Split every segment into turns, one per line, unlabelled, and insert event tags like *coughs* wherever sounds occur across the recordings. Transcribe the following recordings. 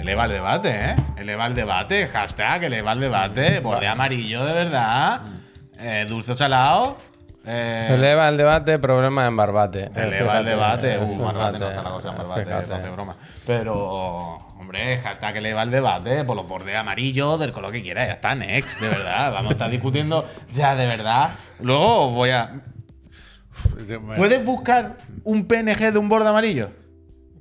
Eleva el debate, ¿eh? Eleva el debate. Hashtag, eleva el debate. Borde amarillo, de verdad. Eh, dulce o salado. Eh,
Eleva el debate, problema en Barbate. Eh,
Eleva el
fíjate,
debate.
eh,
Uh, Barbate no está la
fíjate,
cosa en
eh,
Barbate,
fíjate.
no hace broma. Pero, hombre, hashtag eleva el debate por los bordes amarillos, del color que quiera, ya está, next, de
*laughs*
verdad. Vamos a estar discutiendo ya, de verdad. Luego os voy a.
Pues,
¿Puedes buscar un PNG de un borde amarillo?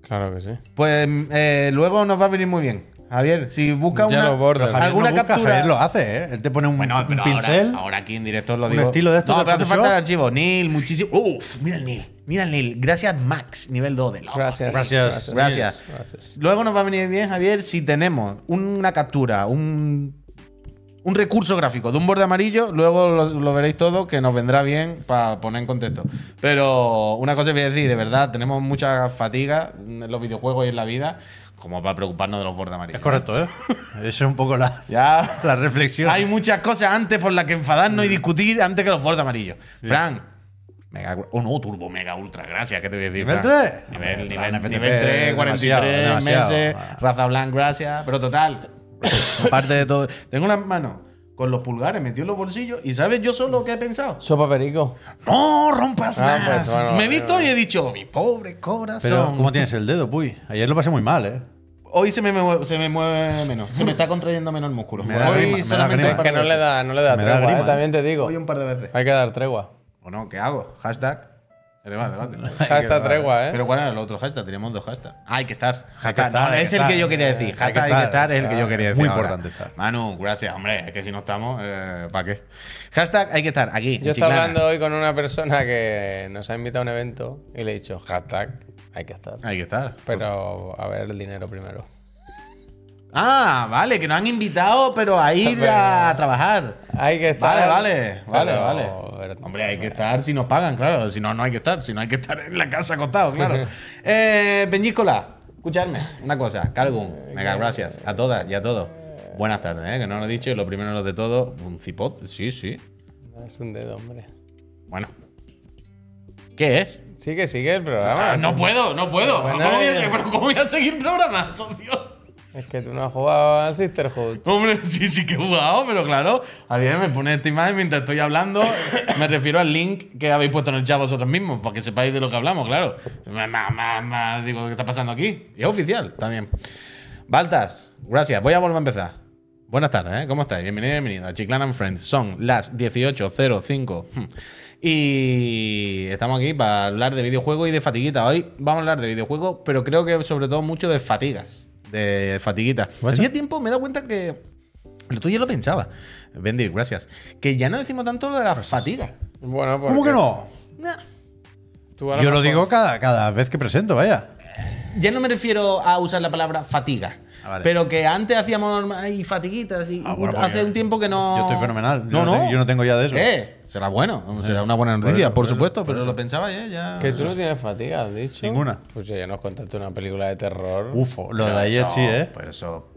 Claro que sí.
Pues eh, luego nos va a venir muy bien. Javier, si busca
Ya
una,
los bordes.
Javier
alguna
no busca,
captura.
Javier lo hace, ¿eh? Él te pone un,
Bueno,
un
pero ahora-
pincel.
Ahora, aquí en directo os lo
Un
digo.
estilo de estos
No,
de
pero hace
Photoshop.
falta el archivo. Nil, muchísimo. Uf, mira el Nil. Mira el Nil. Gracias, Max. Nivel 2 de loco.
Gracias.
Gracias.
Gracias.
Gracias.
Luego nos va a venir bien, Javier, si tenemos una captura, un, un recurso gráfico de un borde amarillo, luego lo, lo veréis todo, que nos vendrá bien para poner en contexto. Pero una cosa que voy a decir, de verdad, tenemos mucha fatiga en los videojuegos y en la vida, como para preocuparnos de los bordes amarillos.
Es correcto,
*laughs*
¿eh? Esa es un poco la,
Ya.
la reflexión.
Hay muchas cosas antes por las que enfadarnos y discutir antes que los bordes amarillos. Frank. Mega, oh no, Turbo Mega Ultra, gracias, ¿qué te voy a decir?
¿Nivel
Frank?
3?
Nivel,
Hombre,
nivel,
Fran, FTP,
nivel 3, 43
demasiado, demasiado.
meses,
Ah.
raza blanca, gracias. Pero
*coughs*
total, aparte de todo, tengo una mano con los pulgares metidos en los bolsillos y ¿sabes yo solo qué he pensado?
Sopa perico.
¡No rompas
Ah,
más!
pues, bueno,
Me he visto
bueno.
y he dicho, mi pobre corazón.
Pero, ¿cómo tienes el dedo, puy? Ayer lo pasé muy mal, ¿eh?
Hoy se me, mueve, se me mueve menos, se me está contrayendo menos el músculo.
Me da
Hoy
grima, me da
solamente
grima.
un par
Que
de
no le
veces.
da, no le da
Me da
tregua, eh,
grima, eh.
también te digo.
Hoy un par de veces.
Hay que dar tregua.
¿O no? ¿Qué hago? Hashtag. Eleva el
*laughs*
debate.
Hasta tregua, ¿eh?
Pero ¿cuál era el otro hashtag? Teníamos dos hashtags. Ah, hay que estar. Hashtag,
que estar,
no,
hay
es
que
el que
estar.
yo quería decir.
Hay que
Hashtag hay que estar,
estar,
es el que yo
claro.
quería decir.
Muy
ahora.
importante estar.
Manu, gracias, hombre. Es que si no estamos, eh, ¿para qué? Hashtag hay que estar aquí. en
Yo estaba
Chiclana.
hablando hoy con una persona que nos ha invitado a un evento y le he dicho, hashtag, hay que estar.
Hay que estar.
Pero a ver el dinero primero.
Ah, vale, que nos han invitado, pero a
*laughs*
ir
Pues,
a trabajar.
Hay que estar.
Vale, vale, vale,
Pero-
vale. Hombre, hay que estar si nos pagan, claro. Si no, no hay que estar. Si no, hay que estar en la casa acostado, claro. eh, Peñíscola, escuchadme una cosa. Calgun, mega gracias a todas y a todos. Buenas tardes, ¿eh? que no lo he dicho. Y lo primero lo de todo, un cipot. Sí, sí.
Es un dedo, hombre.
Bueno. ¿Qué es?
Sigue, sigue el programa.
Ah, no puedo, no puedo.
Bueno,
¿Cómo voy a,
eh.
pero ¿cómo voy a seguir programando, Dios?
Es que tú no has jugado a Sisterhood.
*laughs* Hombre, sí, sí que he jugado, pero claro, a mí me pone esta imagen mientras estoy hablando. me refiero al link que habéis puesto en el chat vosotros mismos, para que sepáis de lo que hablamos, claro. Más, más, más, digo, ¿qué está pasando aquí? Y es oficial también. Baltas, gracias. Voy a volver a empezar. Buenas tardes, ¿eh? ¿Cómo estáis? Bienvenido, bienvenido a Chiclan and Friends. Son las 18.05. Hmm. Y estamos aquí para hablar de videojuegos y de fatiguitas. Hoy vamos a hablar de videojuegos, pero creo que sobre todo mucho de fatigas. De fatiguitas.
¿Vas a-
Hacía tiempo me he dado cuenta que. El otro día lo pensaba. Bendir, gracias. Que ya no decimos tanto lo de las fatigas.
Bueno, porque
¿Cómo que no?
Nah.
tú a
Yo lo
mejor-
digo cada, cada vez que presento, vaya.
Ya no me refiero a usar la palabra fatiga.
Ah, vale.
Pero que antes hacíamos norma- y fatiguitas y
Ah, bueno, porque
hace un tiempo que no.
yo estoy fenomenal. Yo
No,
no
no.
tengo- yo no tengo ya de eso.
¿Qué? Será bueno. Será una buena
Por
noticia,
eso,
por,
por eso,
supuesto.
por
pero
eso.
lo pensaba ya. ya.
Que tú no tienes fatiga, has dicho.
Ninguna.
Pues ya nos contaste una película de terror.
Ufo, lo de
Pero
ayer
eso- pues,
sí, ¿eh?
Pero eso.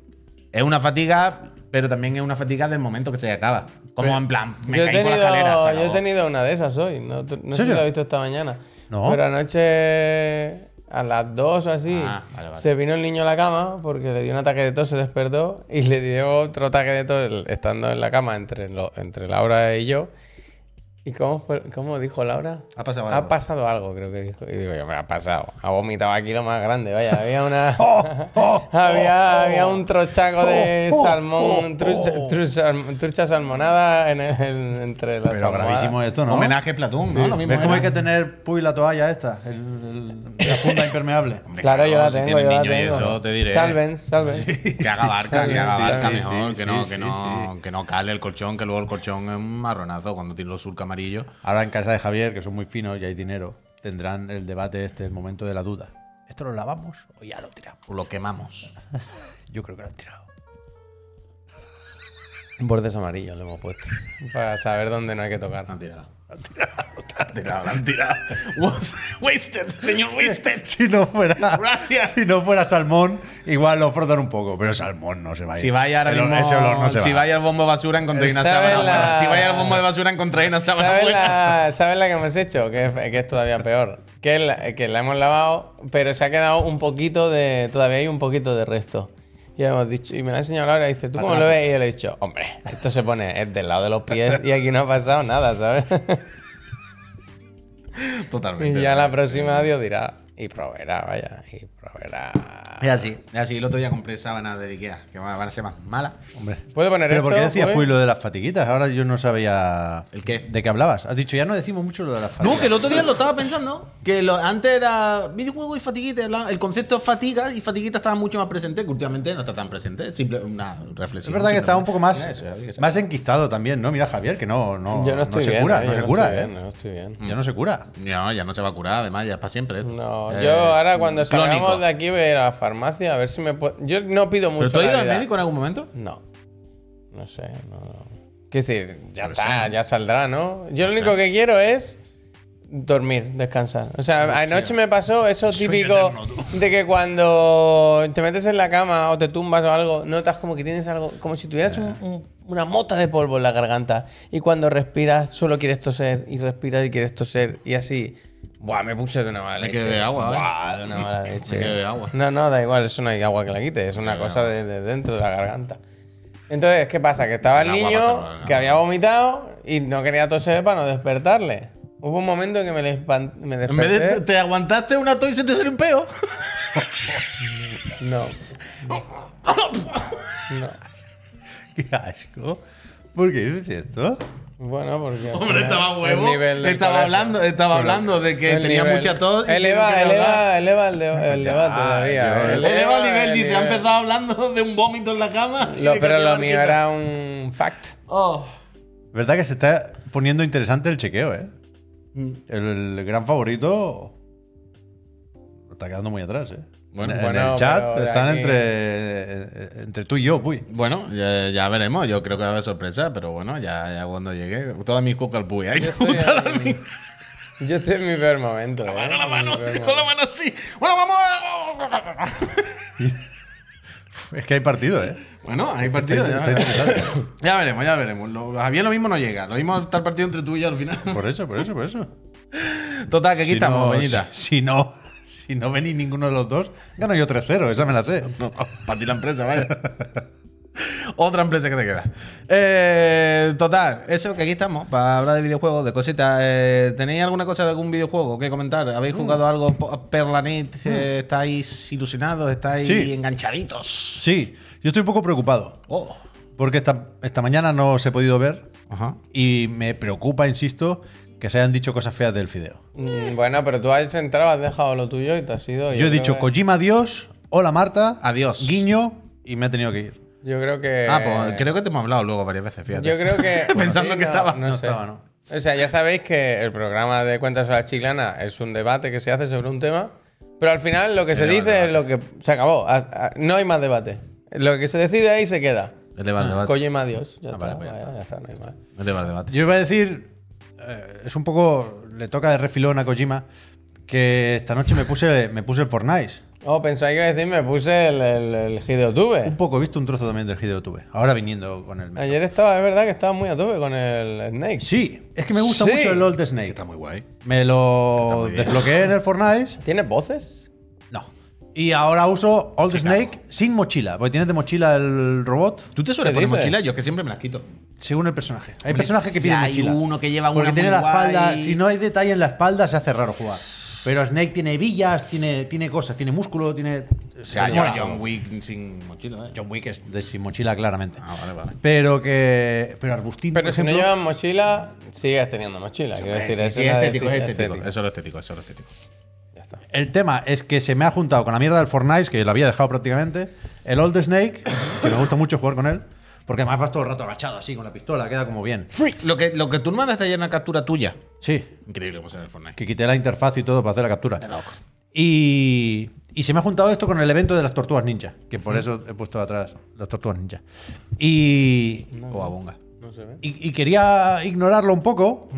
Es una fatiga, pero también es una fatiga del momento que se acaba. Como en plan, me
yo, he
caí
tenido,
por la escalera. se
yo he
acabó.
tenido una de esas hoy. No, tú- no sé si
serio?
la he visto esta mañana.
No.
Pero anoche a las 2 o así
Ah, vale, vale.
se vino el niño a la cama porque le dio un ataque de tos, se despertó y le dio otro ataque de tos el- estando en la cama entre, lo- entre Laura y yo. ¿Y cómo, fue, cómo dijo Laura?
Ha pasado
Ha
algo.
pasado algo, creo que dijo. Y digo yo, me ha pasado. Ha vomitado aquí lo más grande, vaya. Había una.
*laughs* Oh,
*laughs* había, había un trochaco de
oh,
salmón, trucha, trucha- trucha salmonada en el- en- entre las
Pero gravísimo esto, ¿no?
Homenaje a Platón, ¿no? Lo mismo
¿Ves cómo hay
era.
que tener, puy, la toalla esta? El, el- la
*laughs*
funda impermeable.
Hombre,
Claro, yo la
si
tengo,
tienes
yo la
niño y
tengo.
Eso te diré.
Salven, salven.
Que haga barca, que haga
Sí,
barca
sí,
mejor,
sí,
que, no,
sí,
que,
sí,
no, que no cale el colchón, que luego el colchón es un marronazo cuando tiene los surca amarillos.
Ahora en casa de Javier, que son muy finos y hay dinero, tendrán el debate este, el momento de la duda. ¿Esto lo lavamos o ya lo tiramos?
pues Lo quemamos.
Yo creo que lo han tirado.
Bordes amarillos le hemos puesto. Para saber dónde no hay que tocar.
Lo han tirado. Lo han tirado, *laughs* lo han tirado. Was- Wasted, señor Wasted.
*laughs* Si no fuera,
Gracias.
si no fuera salmón, igual lo frotan un poco, pero salmón no se va a ir.
Si vaya ahora
El olor-
mismo,
ese olor no se
si
va.
vaya al bombo de basura encontréis una
Esta
sábana
vez la-
buena. Si vaya al bombo de basura encontréis una sábana
¿Sabes
buena.
la, sabes la que hemos hecho? Que es, que es todavía peor. Que es la, que la hemos lavado, pero se ha quedado un poquito de. Todavía hay un poquito de resto. Y, hemos dicho, y me la ha enseñado Laura y dice,
Ah,
¿tú cómo lo ves? Y yo le he dicho, hombre, esto se pone, es del lado de los pies y aquí no ha pasado nada, ¿sabes?
*laughs* Totalmente.
y ya la próxima Dios dirá, y proveerá, vaya, y proveerá.
Es así, es así. El otro día compré sábanas de Ikea, que van a ser más malas.
Hombre.
¿Puedo poner
Pero ¿por qué
esto,
decías
Puy?
pues lo de las fatiguitas? Ahora yo no sabía
¿El qué?
de qué hablabas. Has dicho, ya no decimos mucho lo de las fatiguitas.
No, que el otro día lo estaba pensando. Que lo- antes era videojuego y fatiguita. la- el concepto de fatiga y fatiguita estaba mucho más presente, que últimamente no está tan presente. Es simple una reflexión.
Es verdad que estaba un poco más,
Eso, había que ser.
más enquistado también, ¿no? Mira, Javier, que no, no,
Yo no
no
estoy
se
bien.
cura,
eh,
no
yo
se cura,
estoy
¿eh?
bien, no estoy bien.
Ya no se cura. *laughs*
No, ya no se va a curar, además, ya es para siempre esto.
No,
Eh,
yo ahora cuando
clónico.
salgamos de aquí voy a ir a la farmacia a ver si me puedo. Yo no pido mucho.
¿Pero tú has
la
ido al
verdad.
médico en algún momento?
No. No sé, no. no. Qué decir, ya está, ya saldrá, ¿no? Yo lo único que quiero es dormir, descansar. O sea, anoche me pasó eso
Sueño
típico
eterno,
de que cuando te metes en la cama o te tumbas o algo, notas como que tienes algo, como si tuvieras un- un- una mota de polvo en la garganta. Y cuando respiras, solo quieres toser y respiras y quieres toser y así. Buah, me puse de una mala
Me
leche.
quedé de agua, ¿eh?
Buah, de una mala leche.
quedé de agua.
No, no, da igual, eso no hay agua que la quite, es una cosa de, de dentro de la garganta. Entonces, ¿qué pasa? Que estaba el
El agua pasa por
niño
la
que había vomitado y no quería toser para no despertarle. Hubo un momento en que me, le espan- me
En vez de te,
desperté.
te aguantaste una toy y se te salió un peo. *laughs*
No. No.
Qué asco. ¿Por qué dices esto?
Bueno, porque. al
Hombre,
final
estaba
el
huevo.
nivel del
Estaba
colegio-
hablando, estaba hablando de que
el
tenía
nivel.
mucha tos. y que
Eleva,
no quería hablar.
eleva, eleva el,
*laughs*
de- el
Ya,
debate todavía.
yo-
Eleva el nivel,
el
dice, ha
nivel.
empezado hablando de un vómito en la cama. y
Lo-
de que
pero
había
lo mío
barquita.
era un fact.
Oh.
Verdad que se está poniendo interesante el chequeo, ¿eh? El, el gran favorito está quedando muy atrás, ¿eh?
Bueno,
en, en
bueno,
el chat
pero de
están
aquí-
entre, entre tú y yo, puy.
Bueno, ya, ya veremos. Yo creo que va a haber sorpresa, pero bueno, ya, ya cuando llegue. Todas mis cucas al puy. Ahí
Yo estoy, en, yo estoy en mi peor momento. eh,
Con la
en mi
mano,
peor
con la
momento.
mano así. Bueno, vamos. a-
Es que hay partido, ¿eh?
Bueno, hay partido.
Está-
Ya,
está
veremos. Ya veremos, ya veremos. Lo, Javier lo mismo no llega. Lo mismo está el partido entre tú y yo al final.
Por eso, por eso, por eso.
Total, que aquí
Si
estamos,
no-
Peñita.
Si no, si no venís ninguno de los dos, gano yo 3-0, esa me la sé.
No, para ti la empresa, vaya. Otra empresa que te queda. Eh, total, eso que aquí estamos, para hablar de videojuegos, de cositas. Eh, ¿Tenéis alguna cosa de algún videojuego que comentar? ¿Habéis jugado algo po- Perlanet? Eh, ¿Estáis ilusionados? ¿Estáis
Sí.
enganchaditos?
Sí, yo estoy un poco preocupado.
Oh.
Porque esta, esta mañana no os he podido ver
Ajá.
y me preocupa, insisto, que se hayan dicho cosas feas del fideo.
Mm, Bueno, pero tú has entrado, has dejado lo tuyo y te has ido.
Yo he
creo
dicho
que-
Kojima adiós, hola Marta,
Adiós.
guiño y me he tenido que ir.
Yo creo que.
Ah, pues creo que te hemos hablado luego varias veces, fíjate.
Yo creo
*laughs*
que.
Pensando que estaba.
No estaba, no.
O sea, ya sabéis que el programa de Cuentas a la Chiclana es un debate que se hace sobre un tema, pero al final lo que se
Eleva el
dice es lo que. Se acabó. Ah, ah, No hay más debate. Lo que se decide ahí se queda.
Eleva el debate.
Kojima, adiós. Ya,
Ah,
está,
vale, pues ya
vaya, ya está, no hay más.
Eleva el debate.
Yo iba a decir, eh, es un poco, le toca de refilón a Kojima, que esta noche me puse, me puse el Fortnite.
Oh, pensáis que iba a decir, me puse el, el, el Hideo Tube.
Un poco, he visto un trozo también del Hideo Tube, ahora viniendo con el...
Ayer estaba, es verdad que estaba muy a tope con el Snake.
Sí, es que me gusta
Sí.
mucho el Old Snake.
muy guay.
Me lo
muy bien.
desbloqueé en el Fortnite.
¿Tienes voces?
No. Y ahora uso Old Snake sin mochila, porque tienes de mochila el robot
¿Tú te sueles
¿Qué
poner
dices?
mochila? Yo es que siempre me las quito.
según el personaje. Hay
Hombre,
personajes que
si
piden
hay
mochila.
uno que lleva
Porque
una
tiene
muy
la espalda,
guay.
si no hay detalle en la espalda, se hace raro jugar. Pero Snake tiene hebillas, tiene, tiene cosas, tiene músculo, tiene.
O sea, yo
mola.
John Wick sin mochila, ¿eh?
John Wick es de sin mochila, claramente.
Ah, vale, vale.
Pero que. Pero Arbustín,
Pero
por
si no
ejemplo,
llevan mochila, sigues teniendo mochila. Quiero decir,
Sí,
es
sí, es
una
estético, es
decisión
estético.
estética.
Eso es lo estético, eso es lo estético.
Ya está.
El tema es que se me ha juntado con la mierda del Fortnite, que lo había dejado prácticamente, el Old Snake, que me gusta mucho jugar con él, porque además vas todo el rato agachado así con la pistola, queda como bien.
Lo que, lo que tú me mandaste ayer una captura tuya.
Sí,
Increíble cómo se ve el Fortnite.
que quité la interfaz y todo para hacer la captura. Y, y se me ha juntado esto con el evento de las tortugas ninja, que por eso he puesto atrás las tortugas ninja. Y,
Coabonga.
No se ve.
y, y quería ignorarlo un poco,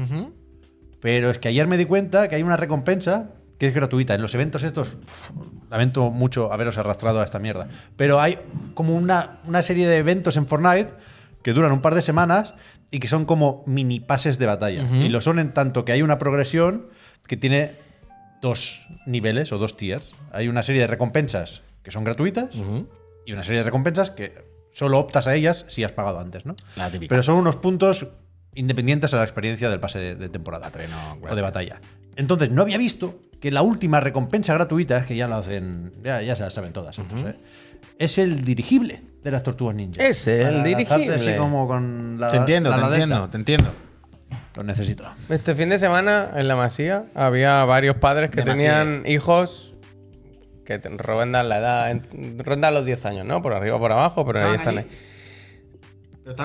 pero es que ayer me di cuenta que hay una recompensa que es gratuita. En los eventos estos, uf, lamento mucho haberos arrastrado a esta mierda, pero hay como una, una serie de eventos en Fortnite que duran un par de semanas y que son como mini pases de batalla. Y lo son en tanto que hay una progresión que tiene dos niveles o dos tiers. Hay una serie de recompensas que son gratuitas y una serie de recompensas que solo optas a ellas si has pagado antes, ¿no?
La típica.
Pero son unos puntos independientes a la experiencia del pase de, de temporada
Hombre, no,
o de
gracias.
batalla. Entonces, no había visto que la última recompensa gratuita, es que ya la hacen, ya, ya se la saben todas, entonces, ¿eh? es el dirigible de las tortugas ninja.
Ese, el
Para lanzarte
dirigible.
Así como con la,
Te entiendo,
la
te
ladeta.
entiendo, te entiendo.
Lo necesito.
Este fin de semana en la Masía había varios padres que
De
tenían hijos que te- rondan la edad, en- rondan los 10 años, ¿no? Por arriba por abajo, pero ahí
Estaban
están.
allí.
ahí.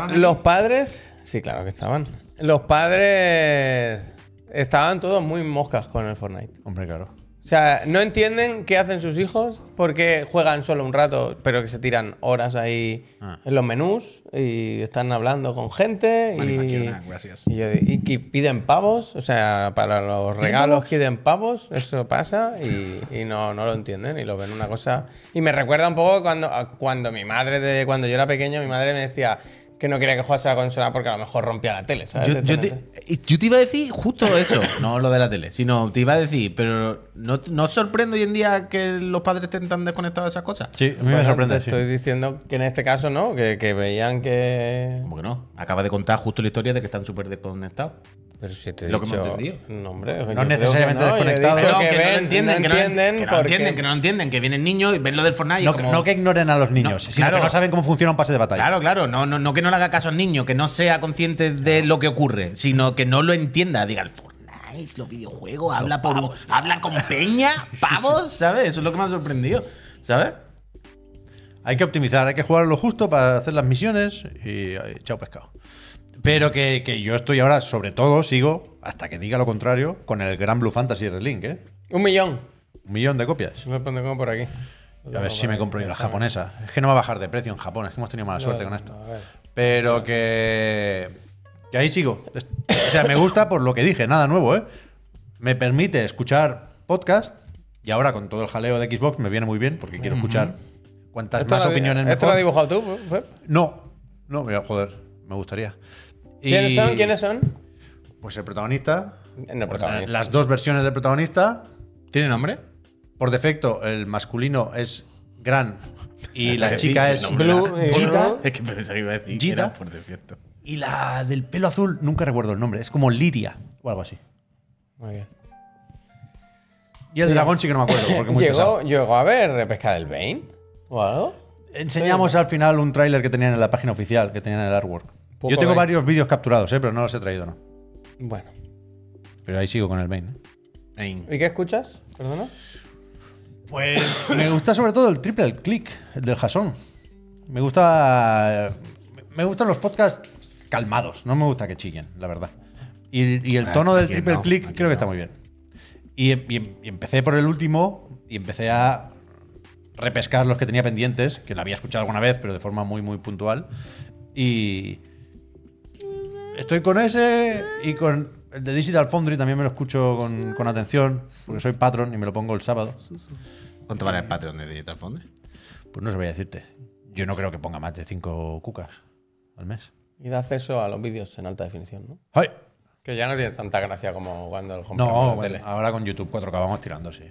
Los padres, sí, claro que estaban. Los padres estaban todos muy moscas con el Fortnite.
Hombre, claro.
O sea, no entienden qué hacen sus hijos porque juegan solo un rato, pero que se tiran horas ahí en los menús y están hablando con gente y,
Manimaquiona, gracias.
y yo- y que piden pavos, o sea, para los regalos piden pavos, eso pasa y, y no, no lo entienden y lo ven una cosa. Y me recuerda un poco cuando, a cuando mi madre, de, cuando yo era pequeño, mi madre me decía que no quería que jugase a la consola porque a lo mejor rompía la tele, ¿sabes?
Yo, yo
Etcétera.
te, yo te iba a decir justo eso, no lo de la tele, sino te iba a decir, pero ¿no, no os sorprende hoy en día que los padres estén tan desconectados de esas cosas?
Sí, a mí
Bueno,
me sorprende.
pues, te
sí.
estoy diciendo que en este caso no, que, que veían que.
¿Cómo que no? Acaba de contar justo la historia de que están súper desconectados.
Pero si te he
Lo que
dicho,
me he entendido.
No, hombre, yo
es
creo que
necesariamente
no, yo he
desconectado.
dicho
Pero que,
que
no
ven-
lo entienden, que no lo entienden, que no lo
porque-
entienden, que no lo entienden, que vienen niños y ven lo del Fortnite y
No,
como-
no que ignoren a los niños,
No,
sino
claro.
que no saben cómo funciona un pase de batalla.
Claro, claro, no, no, no que no le haga caso al niño, que no sea consciente de lo que ocurre, sino que no lo entienda. Diga, el Fortnite, los videojuegos, habla, por, habla con *laughs* peña, pavos, ¿sabes? Eso es lo que me ha sorprendido, ¿sabes?
Hay que optimizar, hay que jugar lo justo para hacer las misiones y ay, chao pescado. Pero que, que yo estoy ahora, sobre todo, sigo, hasta que diga lo contrario, con el Gran Blue Fantasy Relink, ¿eh?
Un millón.
Un millón de copias.
Lo pondré como por aquí. pues
A ver si me compro yo la japonesa. Es que no va a bajar de precio en Japón, es que hemos tenido mala suerte con esto.
A ver.
Pero que, que ahí sigo. Es- O sea, me gusta por lo que dije, nada nuevo, ¿eh? Me permite escuchar podcast y ahora con todo el jaleo de Xbox me viene muy bien porque quiero escuchar cuantas
Esto
más
lo-
opiniones
Esto lo has
mejor.
dibujado tú, pues, Pep.
No, no, mira, joder, me gustaría. Y,
¿Quiénes son? ¿Quiénes son?
Pues el protagonista, Pues
No, protagonista.
Las dos versiones del protagonista.
¿Tiene nombre?
Por defecto, el masculino es Gran y la
Sí,
chica
sí,
es
nombre,
Blue
la-
y
Gita.
Blue.
Es que pensaba que iba a decir que
Gita.
era por defecto.
Y la del pelo azul, nunca recuerdo el nombre, es como Liria o algo así.
Muy bien.
Y el dragón sí que no me acuerdo, porque es muy
Llegó,
pesado.
llegó a ver Repesca del Bane o algo.
Enseñamos al final un tráiler que tenían en la página oficial, que tenían en el artwork.
Poco
Yo tengo
Bane.
varios vídeos capturados, eh, pero no los he traído, no.
Bueno.
Pero ahí sigo con el main. ¿eh?
Ahí.
¿Y qué escuchas? Perdona.
Pues me gusta sobre todo el triple click el del Jason. Me gusta. Me gustan los podcasts calmados. No me gusta que chillen, la verdad. Y, y el
Ah,
tono del
aquí
triple
no,
click
aquí
creo que está
no.
muy bien. Y, em- y em- y empecé por el último y empecé a repescar los que tenía pendientes, que lo había escuchado alguna vez, pero de forma muy, muy puntual. Y. Estoy con ese y con el de Digital Foundry también me lo escucho con, con atención, porque soy patron y me lo pongo el sábado.
¿Cuánto vale el Patreon de Digital Foundry?
Pues no sabría decirte. Yo no creo que ponga más de 5 cucas al mes.
Y da acceso a los vídeos en alta definición, ¿no?
¡Ay!
Que ya no tiene tanta gracia como cuando el compramos
No,
la
bueno, ah.
tele.
ahora con YouTube 4K vamos tirando, sí.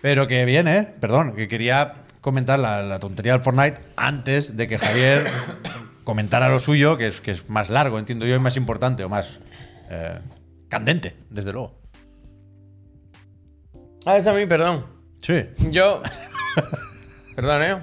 Pero que bien, ¿eh? Perdón, que quería comentar la, la tontería del Fortnite antes de que *coughs* Javier comentara lo suyo, que es, que es más largo, entiendo yo, y más importante o más eh, candente, desde luego.
Ah, es a mí, perdón.
Sí.
Yo. Perdón, ¿eh?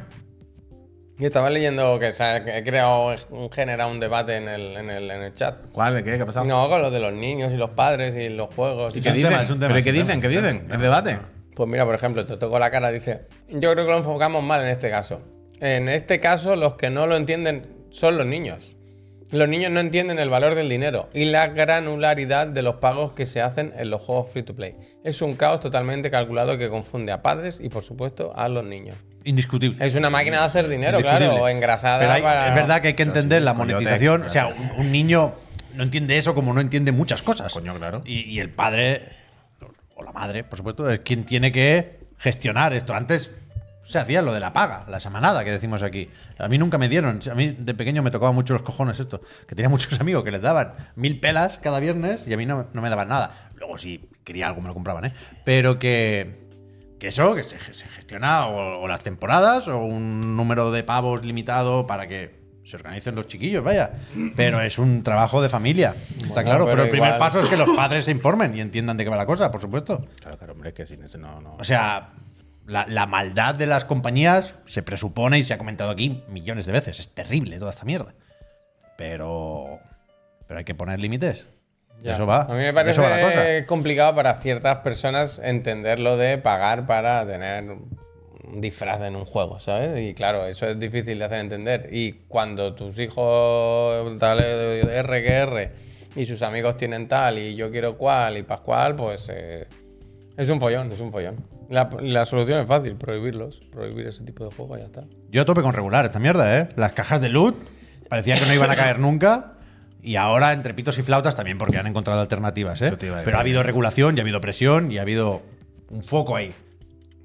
Yo estaba leyendo que se ha que he creado un genera un debate en el, en el, en el chat.
¿Cuál? ¿De qué? ¿Qué ha pasado?
No, con lo de los niños y los padres y los juegos.
Ah. ¿Y
y
qué
un
tal.
dicen?
tema, es un tema,
¿Pero
es
qué
un tema,
dicen? ¿Qué
es un tema,
dicen? ¿El debate?
Pues mira, por ejemplo, te tocó la cara, dice. Yo creo que lo enfocamos mal en este caso. En este caso, los que no lo entienden son los niños. Los niños no entienden el valor del dinero y la granularidad de los pagos que se hacen en los juegos free to play. Es un caos totalmente calculado que confunde a padres y, por supuesto, a los niños.
Indiscutible.
Es una máquina de hacer dinero,
Indiscutible.
claro, o engrasada.
Pero hay-
para-
es verdad que hay que
O sea, sí,
entender la
coyotes,
monetización. o sea,
gracias.
un, un niño no entiende eso como no entiende muchas cosas.
Coño, claro.
Y, y el padre, o la madre, por supuesto, es quien tiene que gestionar esto. Antes se hacía lo de la paga, la semanada que decimos aquí. A mí nunca me dieron. A mí de pequeño me tocaba mucho los cojones esto. Que tenía muchos *laughs* amigos que les daban mil pelas cada viernes y a mí no, no me daban nada. Luego, si quería algo, me lo compraban, ¿eh? Pero que. que Que eso, que se, se gestiona o, o las temporadas o un número de pavos limitado para que se organicen los chiquillos, vaya. Pero es un trabajo de familia, está
Bueno, pero
claro. Pero, el primer
igual-
paso es que los padres se informen y entiendan de qué va la cosa, por supuesto.
Claro, claro, hombre, es que sin eso no. no.
O sea, la, la maldad de las compañías se presupone y se ha comentado aquí millones de veces. Es terrible toda esta mierda. Pero. Pero hay que poner límites. De
Ya.
Eso va.
A mí
De
me
eso va la cosa.
parece complicado para ciertas personas entender lo de pagar para tener un disfraz en un juego, ¿sabes? Y claro, eso es difícil de hacer entender. Y cuando tus hijos tal eh, R que R y sus amigos tienen tal y yo quiero cual y Pascual, pues eh, es un follón, es un follón. La, la solución es fácil, prohibirlos, prohibir ese tipo de juegos, ya está.
Yo a tope con regular esta mierda, ¿eh? Las cajas de loot parecía que no iban
*laughs*
a caer nunca. Y ahora, entre pitos y flautas, también porque han encontrado alternativas, ¿eh?
Eso te iba a decir.
Pero ha habido regulación y ha habido presión y ha habido un foco ahí.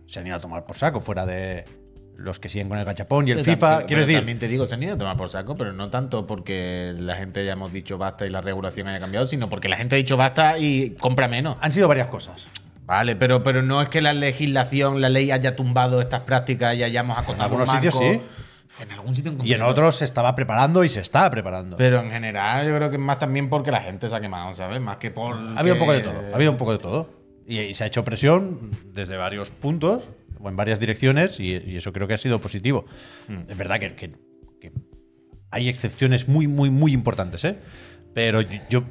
Se han ido a tomar por saco, fuera de los que siguen con el gachapón y el
Pero
FIFA.
también-
Quiero
pero
decir,
También te digo, se han ido a tomar por saco, pero no tanto porque la gente ya hemos dicho basta y la regulación haya cambiado, sino porque la gente ha dicho basta y compra menos.
han sido varias cosas.
Vale, pero, pero no es que la legislación, la ley haya tumbado estas prácticas y hayamos acotado
algunos
un marco.
sitios
En algún sitio en
Y en
concreto.
otros se estaba preparando y se está preparando.
Pero en general, yo creo que es más también porque la gente se ha quemado, ¿sabes? Más que por.
Ha habido un poco de todo. Ha habido un poco de todo. Y, y se ha hecho presión desde varios puntos o en varias direcciones y, y eso creo que ha sido positivo. Es verdad que, que- que hay excepciones muy, muy, muy importantes, ¿eh? Pero yo, yo,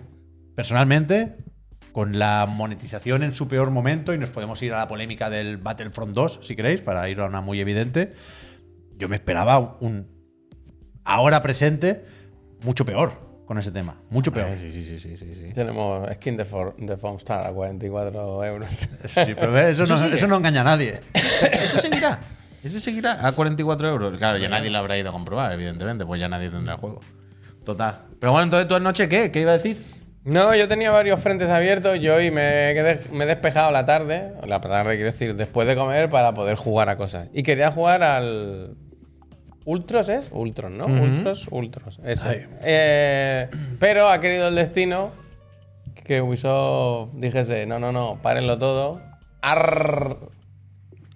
personalmente, con la monetización en su peor momento, y nos podemos ir a la polémica del Battlefront 2, si queréis, para ir a una muy evidente, yo me esperaba un- un ahora presente mucho peor con ese tema. Mucho peor.
Sí, sí, sí, sí, sí, sí.
Tenemos skin de, For- de Foamstar a 44 euros.
Sí, pero ve, eso, no,
sigue.
eso no engaña a nadie.
Eso seguirá. Eso seguirá a 44 euros. Claro, ya nadie lo habrá ido a comprobar, evidentemente, pues ya nadie tendrá el juego. Total. Pero bueno, entonces tú anoche, ¿qué? ¿Qué iba a decir?
*laughs* No, yo tenía varios frentes abiertos. Yo hoy me, he quedé- me he despejado la tarde, la tarde quiero decir, después de comer para poder jugar a cosas. Y quería jugar al. Ultros es? Ultron, ¿no? Ultros, Ultros.
Ay.
Ese. Eh, pero ha querido el destino que Ubisoft dijese: no, no, no, párenlo todo. Arr.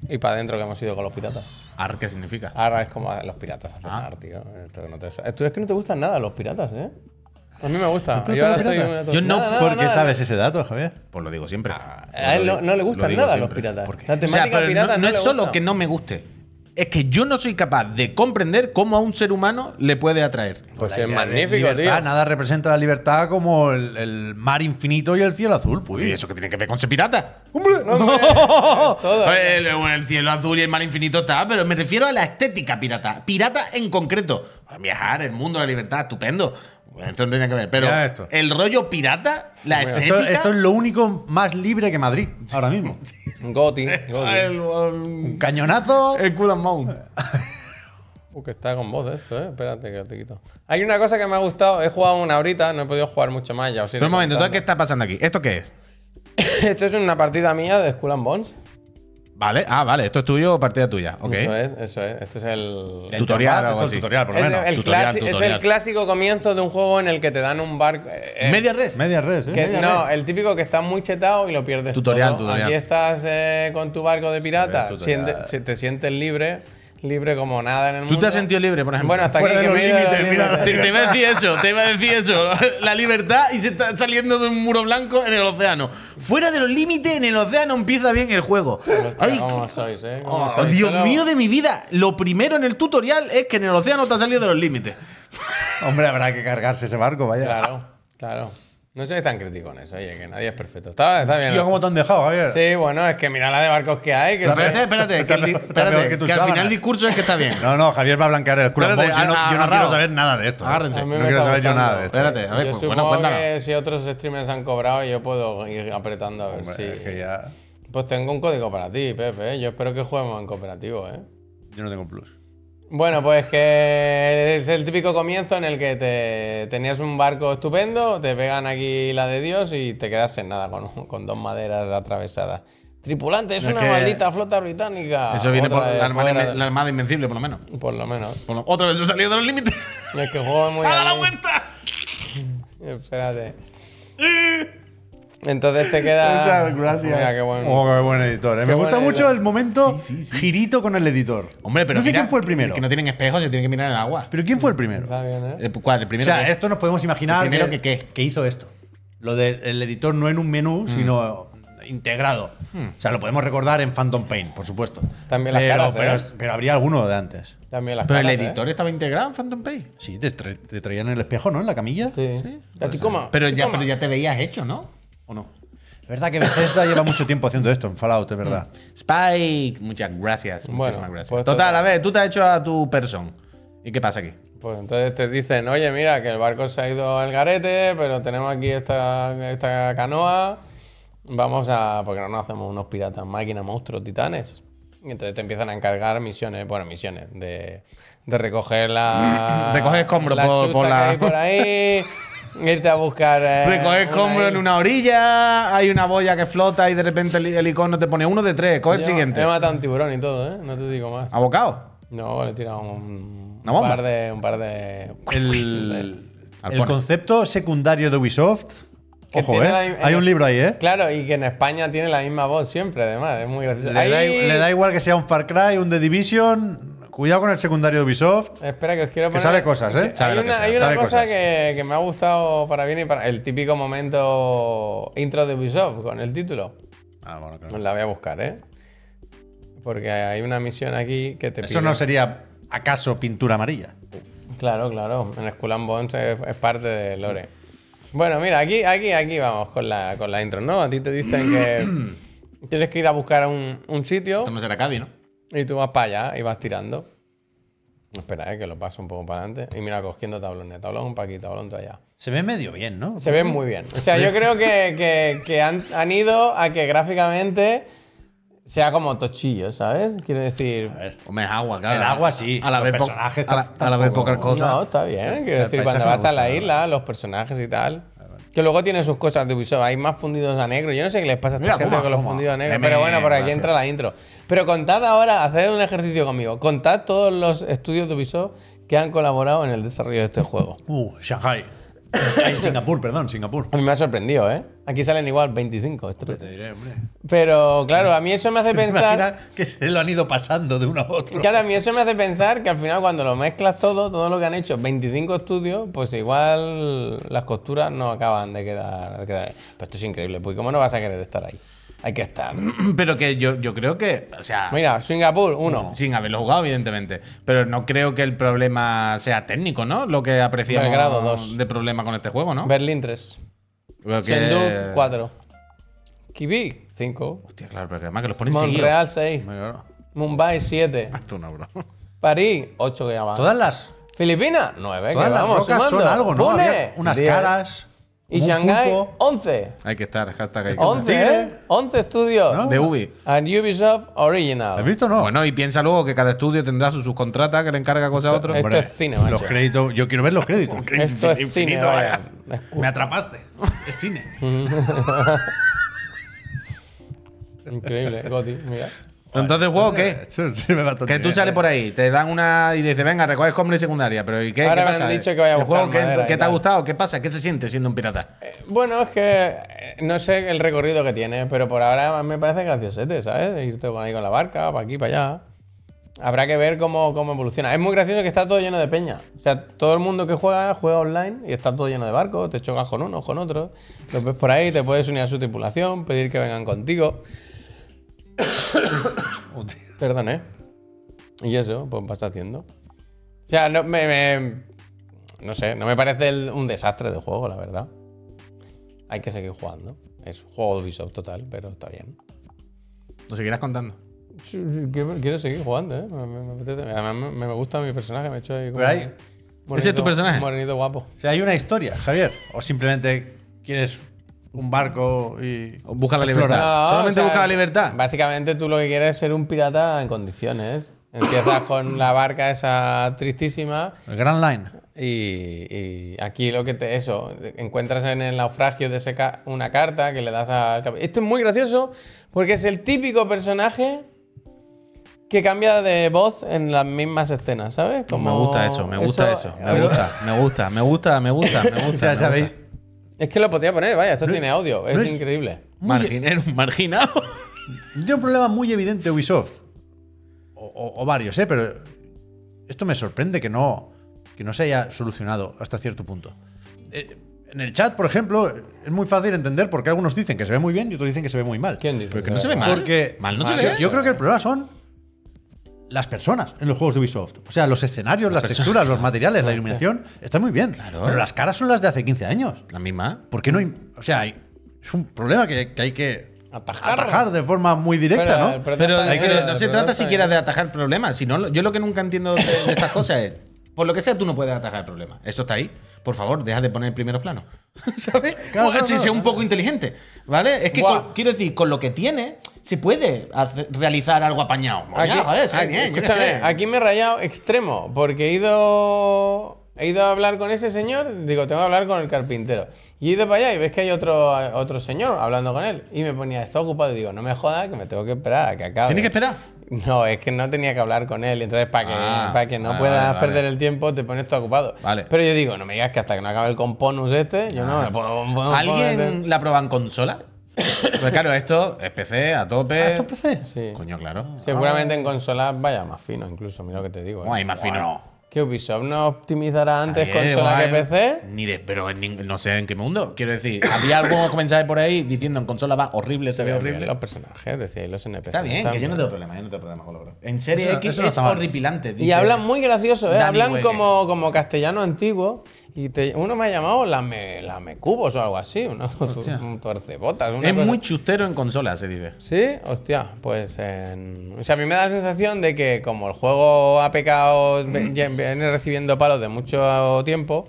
Y para adentro que hemos ido con los piratas.
Ar, ¿qué significa?
Ahora es como los piratas hacen
Ah.
ar, tío. Esto no te- Eh, Tú es que no te gustan nada los piratas, ¿eh? A mí me gusta.
¿Te
Yo, ahora
gustan los
estoy
piratas?
muy-
Yo no,
Nada, nada,
¿Por qué
nada.
sabes ese dato, Javier?
Pues lo digo siempre.
A él no, no le gustan nada los piratas. La
O sea,
temática
pero no,
pirata no,
no
le
es solo
gusta.
que no me guste. Es que yo no soy capaz de comprender cómo a un ser humano le puede atraer.
Pues
La
es
idea de
magnífico,
libertad,
tío.
Nada representa la libertad como el, el mar infinito y el cielo azul. pues.
¿Y eso qué tiene que ver con ser pirata?
Hombre,
*laughs*
todo. eh.
el, el cielo azul y el mar infinito está, pero me refiero a la estética pirata. Pirata en concreto. Viajar, el mundo, la libertad, estupendo. Bueno, esto no tenía que ver. Pero
Mira esto.
el rollo pirata, la
Mira,
estética.
Esto, esto es lo único más libre que Madrid ahora *laughs* mismo.
*laughs*
Goti.
Ah,
Goti.
el- el-
Un cañonazo.
el Cool and Mouse.
Uh, que está con voz esto, eh. Espérate que te quito. Hay una cosa que me ha gustado. He jugado una horita, no he podido jugar mucho más. Ya os iré
Pero un momento, ¿entonces
contando.
qué está pasando aquí? ¿Esto qué es?
Esto es una partida mía de Skull and Bones.
Vale, ah, vale, esto es tuyo o partida tuya. Ok.
Eso es, eso es. Esto es el.
El tutorial, algo
Esto es
así.
tutorial, por lo
es
menos.
el
tutorial,
clasi- Es
tutorial.
el clásico comienzo de un juego en el que te dan un barco. eh, eh,
Media res.
Media res, ¿eh?
Que-
Media
no,
res.
el típico que está muy chetado y lo pierdes
Tutorial,
todo.
tutorial.
Aquí estás eh, con tu barco de pirata,
Tutorial.
siente- se- te sientes libre, libre como nada en el
¿Tú
mundo.
te has sentido libre, por ejemplo?
Bueno, hasta
Fuera
aquí que
de los
me he ido
límites, mira,
libre.
Te, te iba a decir eso, te iba a decir eso. La libertad y se está saliendo de un muro blanco en el océano. Fuera de los límites, en el océano empieza bien el juego.
Hostia,
Ay,
¿cómo
qué-
sois, eh? ¿Cómo
Oh,
sois?
Dios
Solo-
mío de mi vida, lo primero en el tutorial es que en el océano te has salido de los límites.
Hombre, habrá que cargarse ese barco, vaya.
eh. Claro, claro. No sois tan crítico en eso, oye, que nadie es perfecto. Está, está bien.
Tío, ¿cómo te han dejado, Javier?
Sí, bueno, es que mira la de barcos que hay. Que
Espérate,
sois-
espérate, que, el di-
Está peor- está
espérate,
peor que tus
que al final
sábanas.
el discurso es que está bien.
No, no, Javier va a blanquear el culo.
Espérate,
Yo no, yo no
agarrado.
quiero saber nada de esto.
Agárrense.
A mí
No
me
quiero
está
saber yo
gustando.
nada de esto.
Espérate, a ver,
yo
pues, bueno,
supongo
cuéntalo.
que si otros streamers han cobrado, yo puedo ir apretando a ver
Hombre,
si.
es que ya-
Pues tengo un código para ti, Pepe. ¿eh? Yo espero que juguemos en cooperativo, ¿eh?
Yo no tengo plus.
Bueno, pues que es el típico comienzo en el que te tenías un barco estupendo, te pegan aquí la de Dios y te quedas en nada con, con dos maderas atravesadas. Tripulante, es
No, es
una
que-
maldita flota británica.
Eso viene
Ah, Otra
por
vez
la armada,
fuera
inven-
de-
la Armada invencible, por lo menos.
Por lo menos.
Por lo- otra vez he salido de los límites. *laughs*
Y es que juego muy
¡A la
ahí.
vuelta!
Espérate. Entonces
*laughs*
te queda.
Muchas gracias.
Ah, Mira, qué buen-
Oh, qué buen editor. eh. Me
Qué
gusta
buen
mucho
editor.
el momento girito con el editor.
Hombre, pero
no sé
mira,
quién fue el primero.
Que no tienen espejos, se tienen que mirar en el agua.
Pero quién fue el primero.
Está bien, ¿eh?
Eh, ¿Cuál? El
O
primero.
sea,
que-
esto nos podemos imaginar.
¿El primero que qué?
hizo esto. Lo del el editor no en un
Mm.
menú, sino integrado. O sea, lo podemos recordar en Phantom Pain, por supuesto.
Hmm. También las
pero,
caras,
pero,
¿eh?
es- pero habría alguno de antes.
También las
pero el
caras, ¿eh?
editor estaba integrado en Phantom Pay.
Sí, te, tra- te traían el espejo, ¿no? En la camilla.
Sí. La chicoma.
pues, eh, Pero ya,
chicoma.
pero ya te veías hecho, ¿no? ¿O no?
Es verdad que Bethesda lleva mucho tiempo haciendo esto en Fallout, es verdad.
Hmm.
Spike, muchas gracias.
Bueno,
muchísimas gracias.
pues
total,
total.
a ver, tú te has hecho a tu person. ¿Y qué pasa aquí?
Pues entonces te dicen, oye, mira, que el barco se ha ido al garete, pero tenemos aquí esta, esta canoa. Vamos a. Porque no nos hacemos unos piratas, máquinas, monstruos, titanes. Y entonces te empiezan a encargar misiones, bueno, misiones, de, de recoger la.
*laughs* Recoger escombros
la
por- por
chusta
la-
que hay por
*laughs*
ahí, irte a buscar. eh,
Recoger
una
escombro Pues en
isla.
una orilla, hay una boya que flota y de repente el, el icono te pone uno de tres. Coge el
Yo
siguiente.
He matado un tiburón y todo, ¿eh? No te digo más.
Abocado.
No, le he tirado un,
¿Una
un
bomba?
par de. Un par de.
El, el
Arpone.
concepto secundario de Ubisoft.
Que
Ojo,
tiene la-
¿eh?
en-
Hay un libro ahí, ¿eh?
Claro, y que en España tiene la misma voz siempre, además. Es muy gracioso.
Le, da,
Ahí-
le da igual que sea un Far Cry, un The Division. Cuidado con el secundario de Ubisoft.
Espera, que os quiero
Que
poner.
sabe cosas, ¿eh?
Hay
Sabe lo que
una,
sea,
hay una
sabe
cosa
cosas.
que, que me ha gustado para bien y para. El típico momento intro de Ubisoft con el título.
Ah, bueno, claro.
Os la voy a buscar, ¿eh? Porque hay una misión aquí que te
Eso
pide-
no sería, ¿acaso, pintura amarilla?
Claro, claro. En Skull and Bones es, es parte de Lore. Bueno, mira, aquí, aquí, aquí vamos con la, con la intro, ¿no? A ti te dicen
*clears throat*
que tienes que ir a buscar un, un sitio
Esto no será Cádiz, ¿no?
y tú vas para allá y vas tirando. Espera, eh, que lo paso un poco para adelante. Y mira, cogiendo tablones. Tablón para aquí, tablón para allá.
Se ve medio bien, ¿no?
Se ven muy bien. O sea, yo creo que, que- que han, han ido a que gráficamente sea como tochillo, ¿sabes? Quiero decir.
Hombre, es agua, claro.
El agua sí,
A la
los
vez, po-
personajes
a la,
tampoco-
a la vez pocas cosas.
No, está bien. Quiero
el
decir,
paisaje
cuando
me
vas a
gusta,
la
la
isla, los personajes y tal. Que luego tiene sus cosas de Ubisoft. Hay más fundidos a negro. Yo no sé qué les pasa a esta
Mira,
gente
toma,
con los
toma.
fundidos a negro.
Meme,
Pero bueno, por aquí
gracias.
entra la intro. Pero contad ahora, haced un ejercicio conmigo. Contad todos los estudios de Ubisoft que han colaborado en el desarrollo de este juego.
Uh, Shanghai.
*coughs*
Ay, Singapur, perdón, Singapur.
A mí me ha sorprendido, ¿eh? Aquí salen igual 25. esto-
Te diré, hombre.
Pero claro, a mí
*laughs*
eso me hace
*laughs* ¿Te
pensar.
imaginas que se lo han ido pasando de uno a otro?
Claro, a mí eso me hace pensar que al final cuando lo mezclas todo, todo lo que han hecho, 25 estudios, pues igual las costuras no acaban de quedar. de quedar. Pero esto es increíble, porque ¿cómo no vas a querer estar ahí? Hay que estar.
*clears throat* Pero que yo, yo creo que, o sea,
Mira, Singapur, uno.
sin haberlo jugado, evidentemente. Pero no creo que el problema sea técnico, ¿no? Lo que apreciamos
Belgrado, dos.
de problema con este juego, ¿no?
Berlín, 3.
Creo que-
Chengdu, 4. Kibik, 5.
Hostia, claro, pero que además que los ponen seguidos.
Montreal, 6.
Hombre, claro.
Mumbai, 7.
Esto no, bro. *laughs*
París, 8 que ya van.
Todas las,
Filipinas, 9.
todas
que
las
vamos,
rocas son
sumando.
algo, ¿no?
Pune,
Había unas
10.
caras.
Y
un
Shanghai,
pulpo.
11.
Hay que estar, hashtag hay que estar.
11, ¿eh? 11 estudios.
¿No?
De Ubi.
And Ubisoft Original.
¿Has visto o no?
Bueno, y piensa luego que cada estudio tendrá sus subcontratas que le encarga cosas a otro.
Esto
Hombre,
este es cine, macho.
Los créditos, yo quiero
*laughs*
ver los créditos.
Esto es cine, vaya.
Me atrapaste. Es cine.
Increíble, Goti, mira.
Entonces, el juego, ¿qué?
Eso sí me va bastante
Que tú
bien,
sales
¿eh?
por ahí, te dan una y dices, venga, recoges compra y secundaria. Pero ¿y qué,
Ahora
¿qué
me han
pasa?
dicho que vaya a
¿El juego
buscar
qué-
madera y
qué te ha
tal.
gustado? ¿Qué pasa? ¿Qué se siente siendo un pirata?
Eh, Bueno, es que eh, no sé el recorrido que tiene, pero por ahora me parece graciosete, ¿sabes? Irte con ahí con la barca, para aquí, para allá. Habrá que ver cómo, cómo evoluciona. Es muy gracioso que está todo lleno de peña. O sea, todo el mundo que juega, juega online y está todo lleno de barcos. Te chocas con unos, con otros. Los ves por ahí, te puedes unir a su tripulación, pedir que vengan contigo. Perdón, ¿eh? Y eso, pues vas haciendo. O sea, no me. me- no sé, no me parece el- un desastre de juego, la verdad. Hay que seguir jugando. Es juego de Ubisoft total, pero está bien.
Lo seguirás contando.
Sí, sí, Quiero, quiero seguir jugando, ¿eh? Me, me- me apetece. Además, me, me gusta mi personaje, me he hecho ahí como
Pero hay-
un
¿ese
morenito-
es tu personaje?
un morenito guapo.
O sea, hay una historia, Javier. O simplemente quieres un barco y.
Busca la
Explorar.
libertad.
No,
Ah, Solamente
o sea,
busca la libertad.
Básicamente tú lo que quieres es ser un pirata en condiciones. Empiezas con la barca esa tristísima
El Grand Line.
Y, y aquí lo que te. Eso, encuentras en el naufragio de ese ca- una carta que le das al cap- Esto es muy gracioso porque es el típico personaje que cambia de voz en las mismas escenas, ¿sabes?
me gusta eso, me gusta eso, me gusta, me gusta, me gusta, me gusta, me gusta.
*laughs* O sea,
me
¿sabéis?
gusta.
Es que lo podría poner, vaya, esto
No es-
tiene audio, es,
no es-
increíble.
Muy-
Marginero, marginado.
Tiene un problema muy evidente Ubisoft. O, o- o varios, ¿eh? Pero esto me sorprende que no, que no se haya solucionado hasta cierto punto. Eh, en el chat, por ejemplo, es muy fácil entender por qué algunos dicen que se ve muy bien y otros dicen que se ve muy mal.
¿Quién dice?
Pero que no se ve mal.
Porque
mal no se
mal,
ve.
Yo, yo creo que el problema son las personas en los juegos de Ubisoft. O sea, los escenarios, las texturas, los materiales, la iluminación, está muy bien. Pero las caras son las de hace 15 años.
La misma.
¿Por qué no hay- O sea, hay- es un problema que, que hay que
Atajar.
atajar de forma muy directa,
Pero,
¿no?
pero-
Pero
Protesta,
hay que-
eh,
no se
protesta,
trata
eh.
siquiera de atajar problemas. Sino, lo- yo lo que nunca entiendo de, de estas cosas es. Por lo que sea, tú no puedes atajar problemas. Esto está ahí. Por favor, deja de poner primeros planos. *laughs* ¿Sabes?
Claro,
O-
claro,
si
claro,
sea un
claro.
poco inteligente. ¿Vale? Es que
Buah.
con- quiero decir, con lo que tiene, se puede hacer- realizar algo apañado. Moña, joder, se ve
aquí-
bien, yo qué
escúchame,
sé.
aquí me he rayado extremo, porque he ido, he ido a hablar con ese señor, digo, tengo que hablar con el carpintero. Y he ido para allá y ves que hay otro, otro señor hablando con él. Y me ponía, está ocupado. Y digo, no me jodas, que me tengo que esperar a que acabe.
Tienes que esperar.
No, es que no tenía que hablar con él. Entonces, para que,
Ah,
para que no
vale,
puedas
vale, vale.
perder el tiempo, te pones todo ocupado.
Vale.
Pero yo digo, no me digas que hasta que no acabe el componus este, yo no, me puedo, no puedo meter".
¿Alguien la prueba en consola? Pues claro, esto es PC a tope.
Ah, ¿Esto
eh,
es PC?
Sí.
Coño, Ah. claro.
Seguramente en consolas vaya más fino, incluso, mira lo que te digo. ¿eh?
Ay, más fino.
¿Que Ubisoft no optimizará antes
Ayer,
consola que
guay.
PC?
Ni de, pero en nin- no sé en qué mundo. Quiero decir, había algunos comentarios por ahí diciendo en consola va horrible, se ve horrible.
Los personajes, decíais los NPCs.
Está bien, que yo no tengo problema, yo no tengo problema con lo bro. En serie
Eso-
X
eso no
es
está mal.
horripilante.
Y
dice-
hablan muy gracioso, ¿eh?
Dani
hablan
Hueque.
como, como castellano antiguo. Y te- uno me ha llamado lame, cubos o algo así, uno, *laughs* un tuercebotas. una
Es
cosa.
muy chustero en consola, se dice.
Sí, hostia, pues. en- O sea, a mí me da la sensación de que como el juego ha pecado, viene recibiendo palos de mucho tiempo,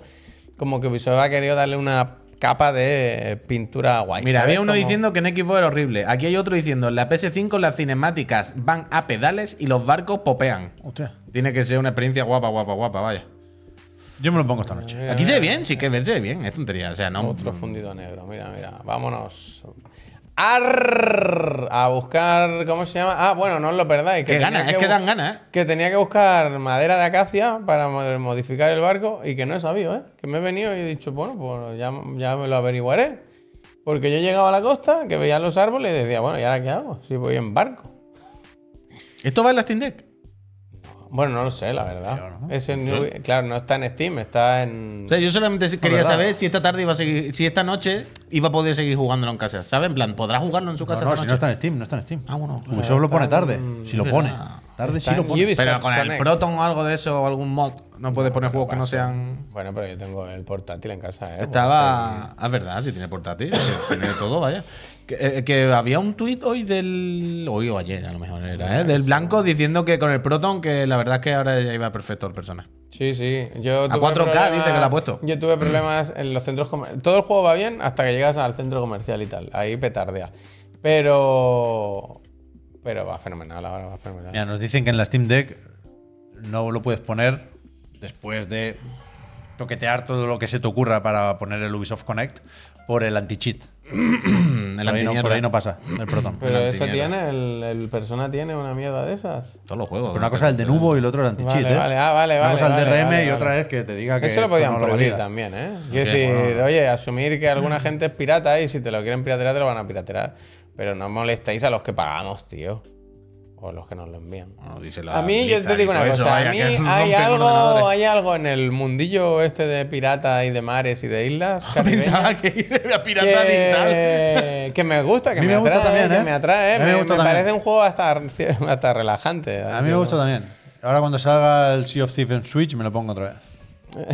como que Ubisoft ha querido darle una capa de pintura guay.
Mira,
¿sabes?
había uno
Como-
diciendo que en Xbox era horrible. Aquí hay otro diciendo, en la PS5 las cinemáticas van a pedales y los barcos popean.
Hostia.
Tiene que ser una experiencia guapa, guapa, guapa, vaya.
Yo me lo pongo esta noche.
Aquí se ve bien, sí que ver, se ve bien, es tontería. O sea, no.
Otro fundido negro, mira, mira. Vámonos. Arr, a buscar. ¿Cómo se llama? Ah, bueno, no os lo perdáis.
Que
tenía
ganas, es que
bu-
dan ganas, ¿eh?
Que tenía que buscar madera de acacia para mo- modificar el barco y que no he sabido, ¿eh? Que me he venido y he dicho, bueno, pues ya, ya me lo averiguaré. Porque yo llegaba a la costa, que veía los árboles y decía, bueno, ¿y ahora qué hago? Si voy en barco.
¿Esto va en la Steam Deck?
Bueno, no lo sé, la verdad.
Claro, ¿no?
Ese new- Claro, no está en Steam, está en.
O sea, yo solamente quería
verdad.
saber si esta tarde iba a seguir, si esta noche iba a poder seguir jugándolo en casa. ¿Sabes? En plan, ¿podrá jugarlo en su
No,
casa?
no,
esta
si no
noche?
está en Steam, no está en Steam.
Ah, bueno, claro.
Ubisoft lo pone
Está
tarde,
en- Ah,
si lo pone.
verdad.
Tarde
Está
si lo
en
pone.
Ubisoft
Pero con el
Connect.
Proton o algo de eso, o algún mod, no puedes poner juegos que no
pasa.
sean.
Bueno, pero yo tengo el portátil en casa, ¿eh?
Estaba. Ah, Es verdad, si tiene portátil, tiene de todo, vaya. Que, eh, que había un tuit hoy del. Hoy o ayer, a lo mejor era, ¿eh? Del Blanco diciendo que con el Proton, que la verdad es que ahora ya iba perfecto el personaje.
Sí, sí. Yo
A
tuve
4K dice que la ha puesto.
Yo tuve problemas en los centros comerciales. Todo el juego va bien hasta que llegas al centro comercial y tal. Ahí petardea. Pero. Pero va fenomenal, ahora va fenomenal.
Mira, nos dicen que en la Steam Deck no lo puedes poner después de toquetear todo lo que se te ocurra para poner el Ubisoft Connect por el anti-cheat.
Mm, El
Por, ahí no- por
antimierda.
ahí no pasa, el Proton.
pero
una
eso
antimierda.
tiene, el, el persona tiene una mierda de esas.
Todos los juegos.
Pero una cosa es el de Nubo y el otro el anti-cheat.
Vale,
¿eh?
vale, ah, vale,
Una
vale,
cosa es el
vale,
DRM
vale,
y otra
vale.
es que te diga que.
Eso lo
esto
podían
no
prohibir
valida.
también, ¿eh? Quiero
Ok,
decir, oye, asumir que alguna gente es pirata y si te lo quieren piratear te lo van a piratear. Pero no molestéis a los que pagamos, tío. O los que nos lo envían.
Bueno, dice la
A mí, yo te
Blizzard y
digo una
todo eso,
cosa,
vaya,
a mí
que *laughs*
hay
rompen ordenadores. *laughs*
algo, hay algo en el mundillo este de pirata y de mares y de islas
*laughs*
caribeñas
Pensaba que era pirata digital.
*laughs* que, que me gusta, que
A mí
me,
me gusta
atrae,
también,
que
¿eh?
me atrae,
A mí
me,
me gusta
me
también.
parece un juego hasta, *laughs* hasta relajante.
A mí me gusta también. Ahora cuando salga el Sea of Thieves en Switch me lo pongo otra vez.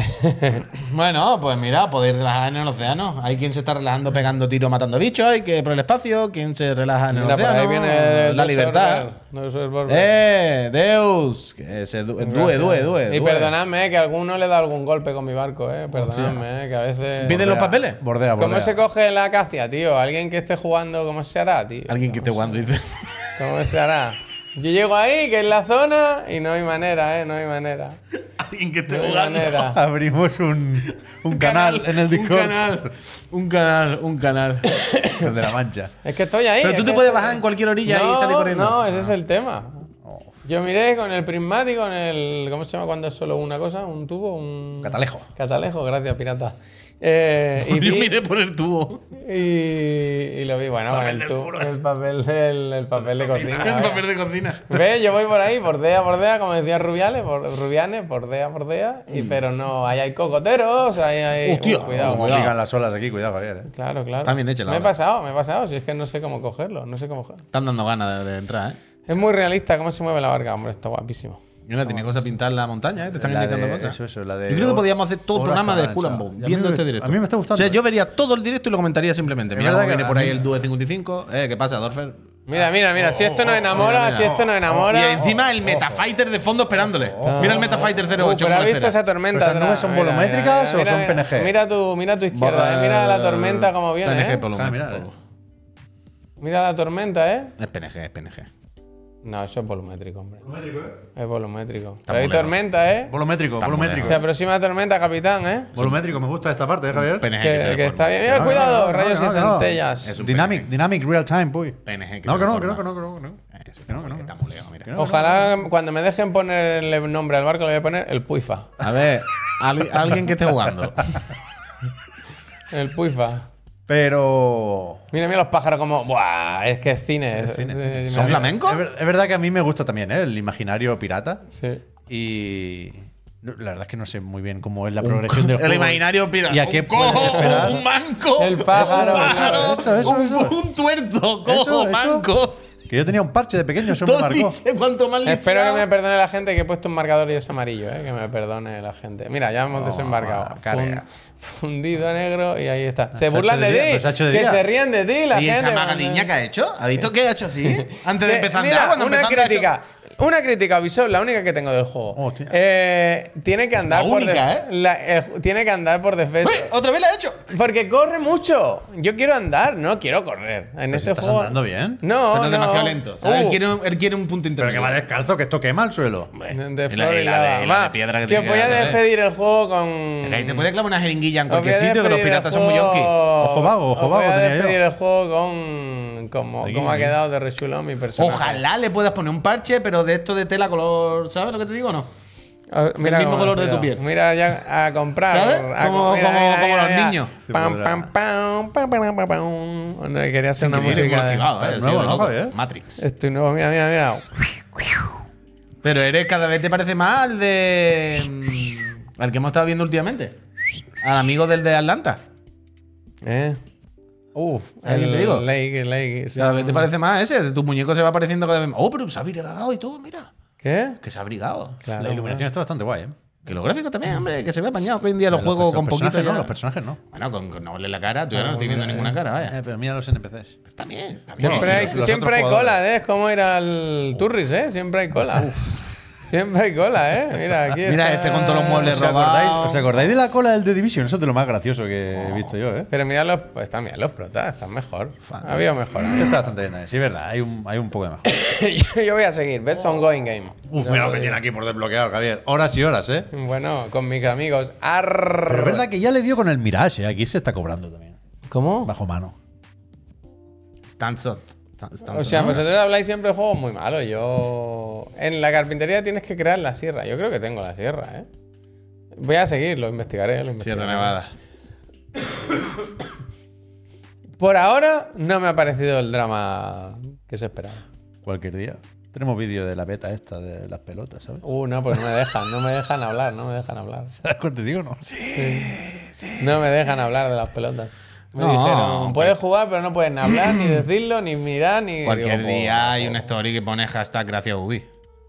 Bueno, pues mira, podéis relajar en el océano. Hay quien se está relajando pegando tiros matando bichos, hay que por el espacio, quien se relaja en el
Mira, por
océano.
ahí viene el
la
Dr.
libertad.
Ver, Dr. Ver.
¡Eh! ¡Deus! Que se du- due, due, due.
Y
due.
perdonadme, eh, que a alguno le da algún golpe con mi barco, eh. Perdonadme, eh, que a veces.
Pide- ¿De los
Bordea,
papeles?
Bordea, bordea.
¿Cómo se coge la acacia, tío? Alguien que esté jugando, ¿cómo se hará, tío?
Alguien que esté jugando dice.
¿Cómo se hará? Yo llego ahí, que es la zona, y no hay manera, eh, no hay manera.
Alguien que esté
No hay
jugando.
manera.
*laughs* Abrimos un,
*laughs*
un canal en el Discord.
Un canal, un canal, un canal.
*laughs* El de la mancha.
Es que estoy ahí.
Pero tú
es
te
que
puedes
estoy-
bajar en cualquier orilla y salir corriendo. Oh.
No, ese es el tema. Yo miré con el prismático, con el. ¿Cómo se llama cuando es solo una cosa? ¿Un tubo? Un.
Catalejo.
Catalejo, gracias, pirata. Eh, y,
*laughs* Yo
vi-
miré por el tubo.
y- y lo vi, bueno, con
Papel
el,
del
tu-
culo.
el papel, del- el papel de cocina.
el *laughs*
vaya.
papel de cocina.
Ve, yo voy por ahí, bordea, bordea, como decía Rubiales, por, Rubianes, bordea, bordea, y, pero no, ahí hay cocoteros, ahí hay...
Mm. Hostia,
cuidado,
Como
cuidado.
digan las olas aquí, cuidado, Javier. ¿eh?
Claro, claro.
Está bien hecha la
Me he
obra.
pasado, me he pasado, si es que no sé cómo cogerlo, no sé cómo cogerlo.
Están dando ganas de, de entrar, ¿eh?
Es muy realista cómo se mueve la barca, hombre, está guapísimo.
Mira, tenía cosas pintar la montaña, ¿eh? Te están
La
indicando
de-
cosas.
eso, eso, la de-
yo creo que podíamos hacer todo el
Horas
programa de
para
Skull and
anchar.
Bone,
Y a mí
viendo
me-
este directo.
a mí me está gustando.
O sea, yo vería todo el directo y lo comentaría simplemente.
Es
Mira
verdad
cómo
que
viene
a
por ahí
mí-
el Due 55. Eh, ¿Qué pasa, Dorfer?
Mira, mira, mira, si esto nos enamora, si esto nos enamora...
Oh, Y encima el Metafighter de fondo esperándole. Mira el Metafighter 08.
Uh, pero
cómo
has
le
visto
espera.
esa tormenta.
¿Pero esas
atrás?
nubes son
Mira,
volumétricas
mira,
o son
mira,
PNG?
Mira tu, mira tu izquierda, eh, mira la tormenta como viene.
PNG,
eh.
por lo
Ah,
menos.
mira.
Mira la tormenta, ¿eh?
Es PNG, es PNG.
No, eso es volumétrico, hombre. ¿Volumétrico, eh? Es volumétrico.
Está
Pero hay
muy lejos.
tormenta, ¿eh?
Volumétrico,
Está muy
volumétrico.
Se aproxima tormenta, capitán, ¿eh?
Volumétrico, me gusta esta parte, ¿eh, Javier.
PNG que,
Que,
se
que
deforma.
está bien. Mira,
No, no,
cuidado,
no, no,
rayos
no,
y
no.
centellas.
Es un
Dynamic, dynamic real time, puy.
PNG que
No,
se
que no, que no,
deforma.
que no, que no, que no.
Eso,
Que no, que no, que
Está
no.
muy lejos, mira.
Que no.
Ojalá cuando me dejen ponerle nombre al barco le voy a poner el Puifa.
A ver, al- alguien que esté
*laughs*
jugando.
El Puifa.
Pero.
Mira, mira los pájaros como... Buah, es que es cine. Es
cine,
eh,
cine.
¿Son
mira,
flamencos?
Es, ver- es verdad que a mí me gusta también, ¿eh? El imaginario pirata.
Sí.
Y. no, La verdad es que no sé muy bien cómo es la progresión
*laughs*
del
El
juego.
imaginario pirata.
¿Y a qué
un
puedes
cojo, *laughs*
esperar?
un manco.
El pájaro,
Un pájaro.
eso, eso,
un,
eso.
un tuerto. Cojo,
Eso, eso.
manco.
Que yo tenía un parche de pequeño, eso me
Todo
marcó.
dice cuánto más
Espero que
lisiado.
me perdone la gente que he puesto un marcador y es amarillo, ¿eh? que me perdone la gente. Mira, ya
Oh,
hemos desembarcado.
carga.
fundido negro y ahí está. Se
ha
burlan
hecho de
de
día, pero se ha
ti,
hecho de
que
día.
se ríen de ti la
¿Y
gente.
esa maga
cuando-
niña que ha hecho? ¿Ha visto que ha hecho
*laughs*
así? Antes de
Que-
empezar a
mira,
andar, cuando
una
empezando ha hecho-
crítica, una crítica a Ubisoft, la única que tengo del juego.
Hostia.
Eh, tiene que andar
La
por
única,
def-
¿eh?
la- eh, tiene que andar por defecto.
¡Uy! oh. ¡Otra vez la ha hecho!
Porque corre mucho. Yo quiero andar, no quiero correr. En este
estás
juego.
andando bien.
No,
Pero
no.
demasiado lento. ¿sabes?
Uh.
Él, quiere, un- él quiere un punto
Pero que
intermedio.
va descalzo, que esto quema el suelo.
De
Y la-
flor
y la de-
y lava.
y la de
Va,
piedra que
que
tiene
os
que
voy a
dar, ¿eh?
despedir el juego con.
Ahí te puede clavar una jeringuilla en
Os voy a
cualquier sitio, que los
despedir el
piratas son muy
juego-
yonkis.
Ojo vago, ojo
os voy
vago
a
tenía yo.
despedir el juego con. Como,
Aquí,
como ha
aquí.
quedado de rechulón mi personaje.
Ojalá le puedas poner un parche, pero de esto de tela color. ¿Sabes lo que te digo o no?
Ah, Mira
El mismo
cómo
color de
quedó.
tu piel.
Mira, ya a comprar.
¿Sabes?
A
Como-
com- mira,
como-
mira,
como
mira,
los
mira.
niños. pues,
Sí,
Pam,
podrá.
pam, pam, pam, pam, pam, pam. Bueno, Quería hacer una
Increíble cómo lo
música.
has
de-
activado,
Está
¿eh? Ha
nuevo,
sido de
¿no,
loco.
Javier?
Matrix.
Estoy nuevo, mira, mira, mira.
Pero eres cada vez te parece más al de. mm, Al que hemos estado viendo últimamente. Al amigo del de Atlanta.
Eh. Uf,
¿Sabes qué te digo?
Lake, Lake. sí.
Cada vez te parece más ese. de Tu muñeco se va pareciendo cada vez más. Oh, pero se ha abrigado y todo, mira.
¿Qué?
Que se ha abrigado.
Claro,
La iluminación está bastante guay, ¿eh?
Que los gráficos también, hombre, que se ve apañado. Que hoy en día los juegos con poquito.
personajes
ya-
no, los personajes no.
Bueno, con, con no verle la cara, tú ahora no estoy viendo ninguna cara, vaya.
Eh, pero mira los NPCs.
Está bien, está bien.
Siempre hay,
los- los
siempre
otros
hay
jugadores.
cola, ¿eh? Es como ir al Turris, ¿eh? Siempre hay cola. Siempre hay cola, ¿eh? Mira, aquí
Mira
está-
este con todos los muebles
¿Os acordáis,
robados.
os acordáis de la cola del The Division? Eso es de lo más gracioso que
Oh.
he visto yo, ¿eh?
Pero mira los... Pues están bien los protas, están mejor.
Fan.
Ha habido mejor. *laughs*
Está bastante bien, ¿eh? sí, es verdad. Hay un, hay un poco de mejor.
yo, yo voy a seguir. Best ongoing game.
*laughs* Uf, mira lo que tiene aquí por desbloquear, Javier. Horas y horas, ¿eh?
Bueno, con mis amigos. Arr.
Pero es verdad que ya le dio con el Mirage, ¿eh? Aquí se está cobrando también.
¿Cómo?
Bajo mano.
Stansot. Stan- Stansot,
O sea, pues,
¿no?
eh, vosotros habláis siempre de juegos muy malos. Yo. En la carpintería tienes que crear la sierra. Yo creo que tengo la sierra, ¿eh? Voy a seguir, lo investigaré, lo investigaré.
Sierra Nevada.
Por ahora no me ha parecido el drama que se esperaba.
Cualquier día. Tenemos vídeo de la beta esta de las pelotas, ¿sabes? *laughs*
Uh, no, pues no me dejan, no me dejan hablar, no me dejan hablar.
¿Sabes cuánto te digo? No.
No me dejan hablar de las pelotas. Me
No,
dijeron, puedes jugar, pero no puedes ni hablar, ni decirlo, ni mirar, ni.
Cualquier
Digo,
día
"Joder".
hay una story que pone hashtag gracias Ubi.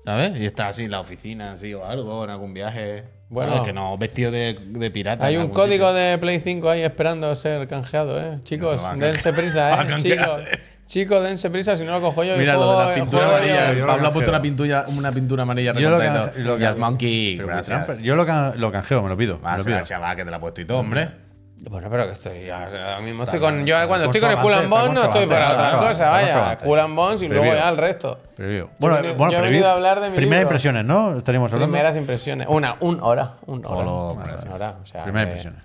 ¿Sabes? Y está así en la oficina, así o algo, en algún viaje.
Bueno.
Bueno, que no, vestido de, de pirata.
Hay
en
un
algún
código
sitio.
de Play 5 ahí esperando ser canjeado, ¿eh? Chicos,
No, no va a
dense
canjear. *laughs*
prisa,
Va a
¿eh?
canjear,
Chicos, chicos, dense prisa, si no lo cojo yo. y
Mira lo
juego-
de las pinturas
juego
amarillas,
yo.
amarillas.
yo lo
Pablo ha puesto
canjeo.
una pintura, una pintura amarilla
Yo lo
recortada y
canje-
todo.
lo
Yes,
canje-
Monkey.
Pero
gracias.
WeTransfer, yo lo, can- lo canjeo, me lo pido.
Va,
Ah,
me lo
será
pido.
el chaval que te la ha puesto y todo, hombre.
Bueno, pero que estoy ahora mismo estoy con yo cuando estoy
mucho
con el Cool
avance,
and Bones
está
no
mucho
estoy para
avance,
otra
está mucho
cosa,
avance, está mucho
vaya,
avance.
Cool and Bones y luego
Preview.
ya el resto.
Preview.
he
Bueno,
venido-
bueno
yo he
preview.
venido a hablar de mi
Primeras
libro.
impresiones, ¿no? Estaríamos hablando.
Primeras impresiones, una, un hora, un hora.
Hola,
Un
gracias.
hora, o sea,
Primeras
que-
impresiones.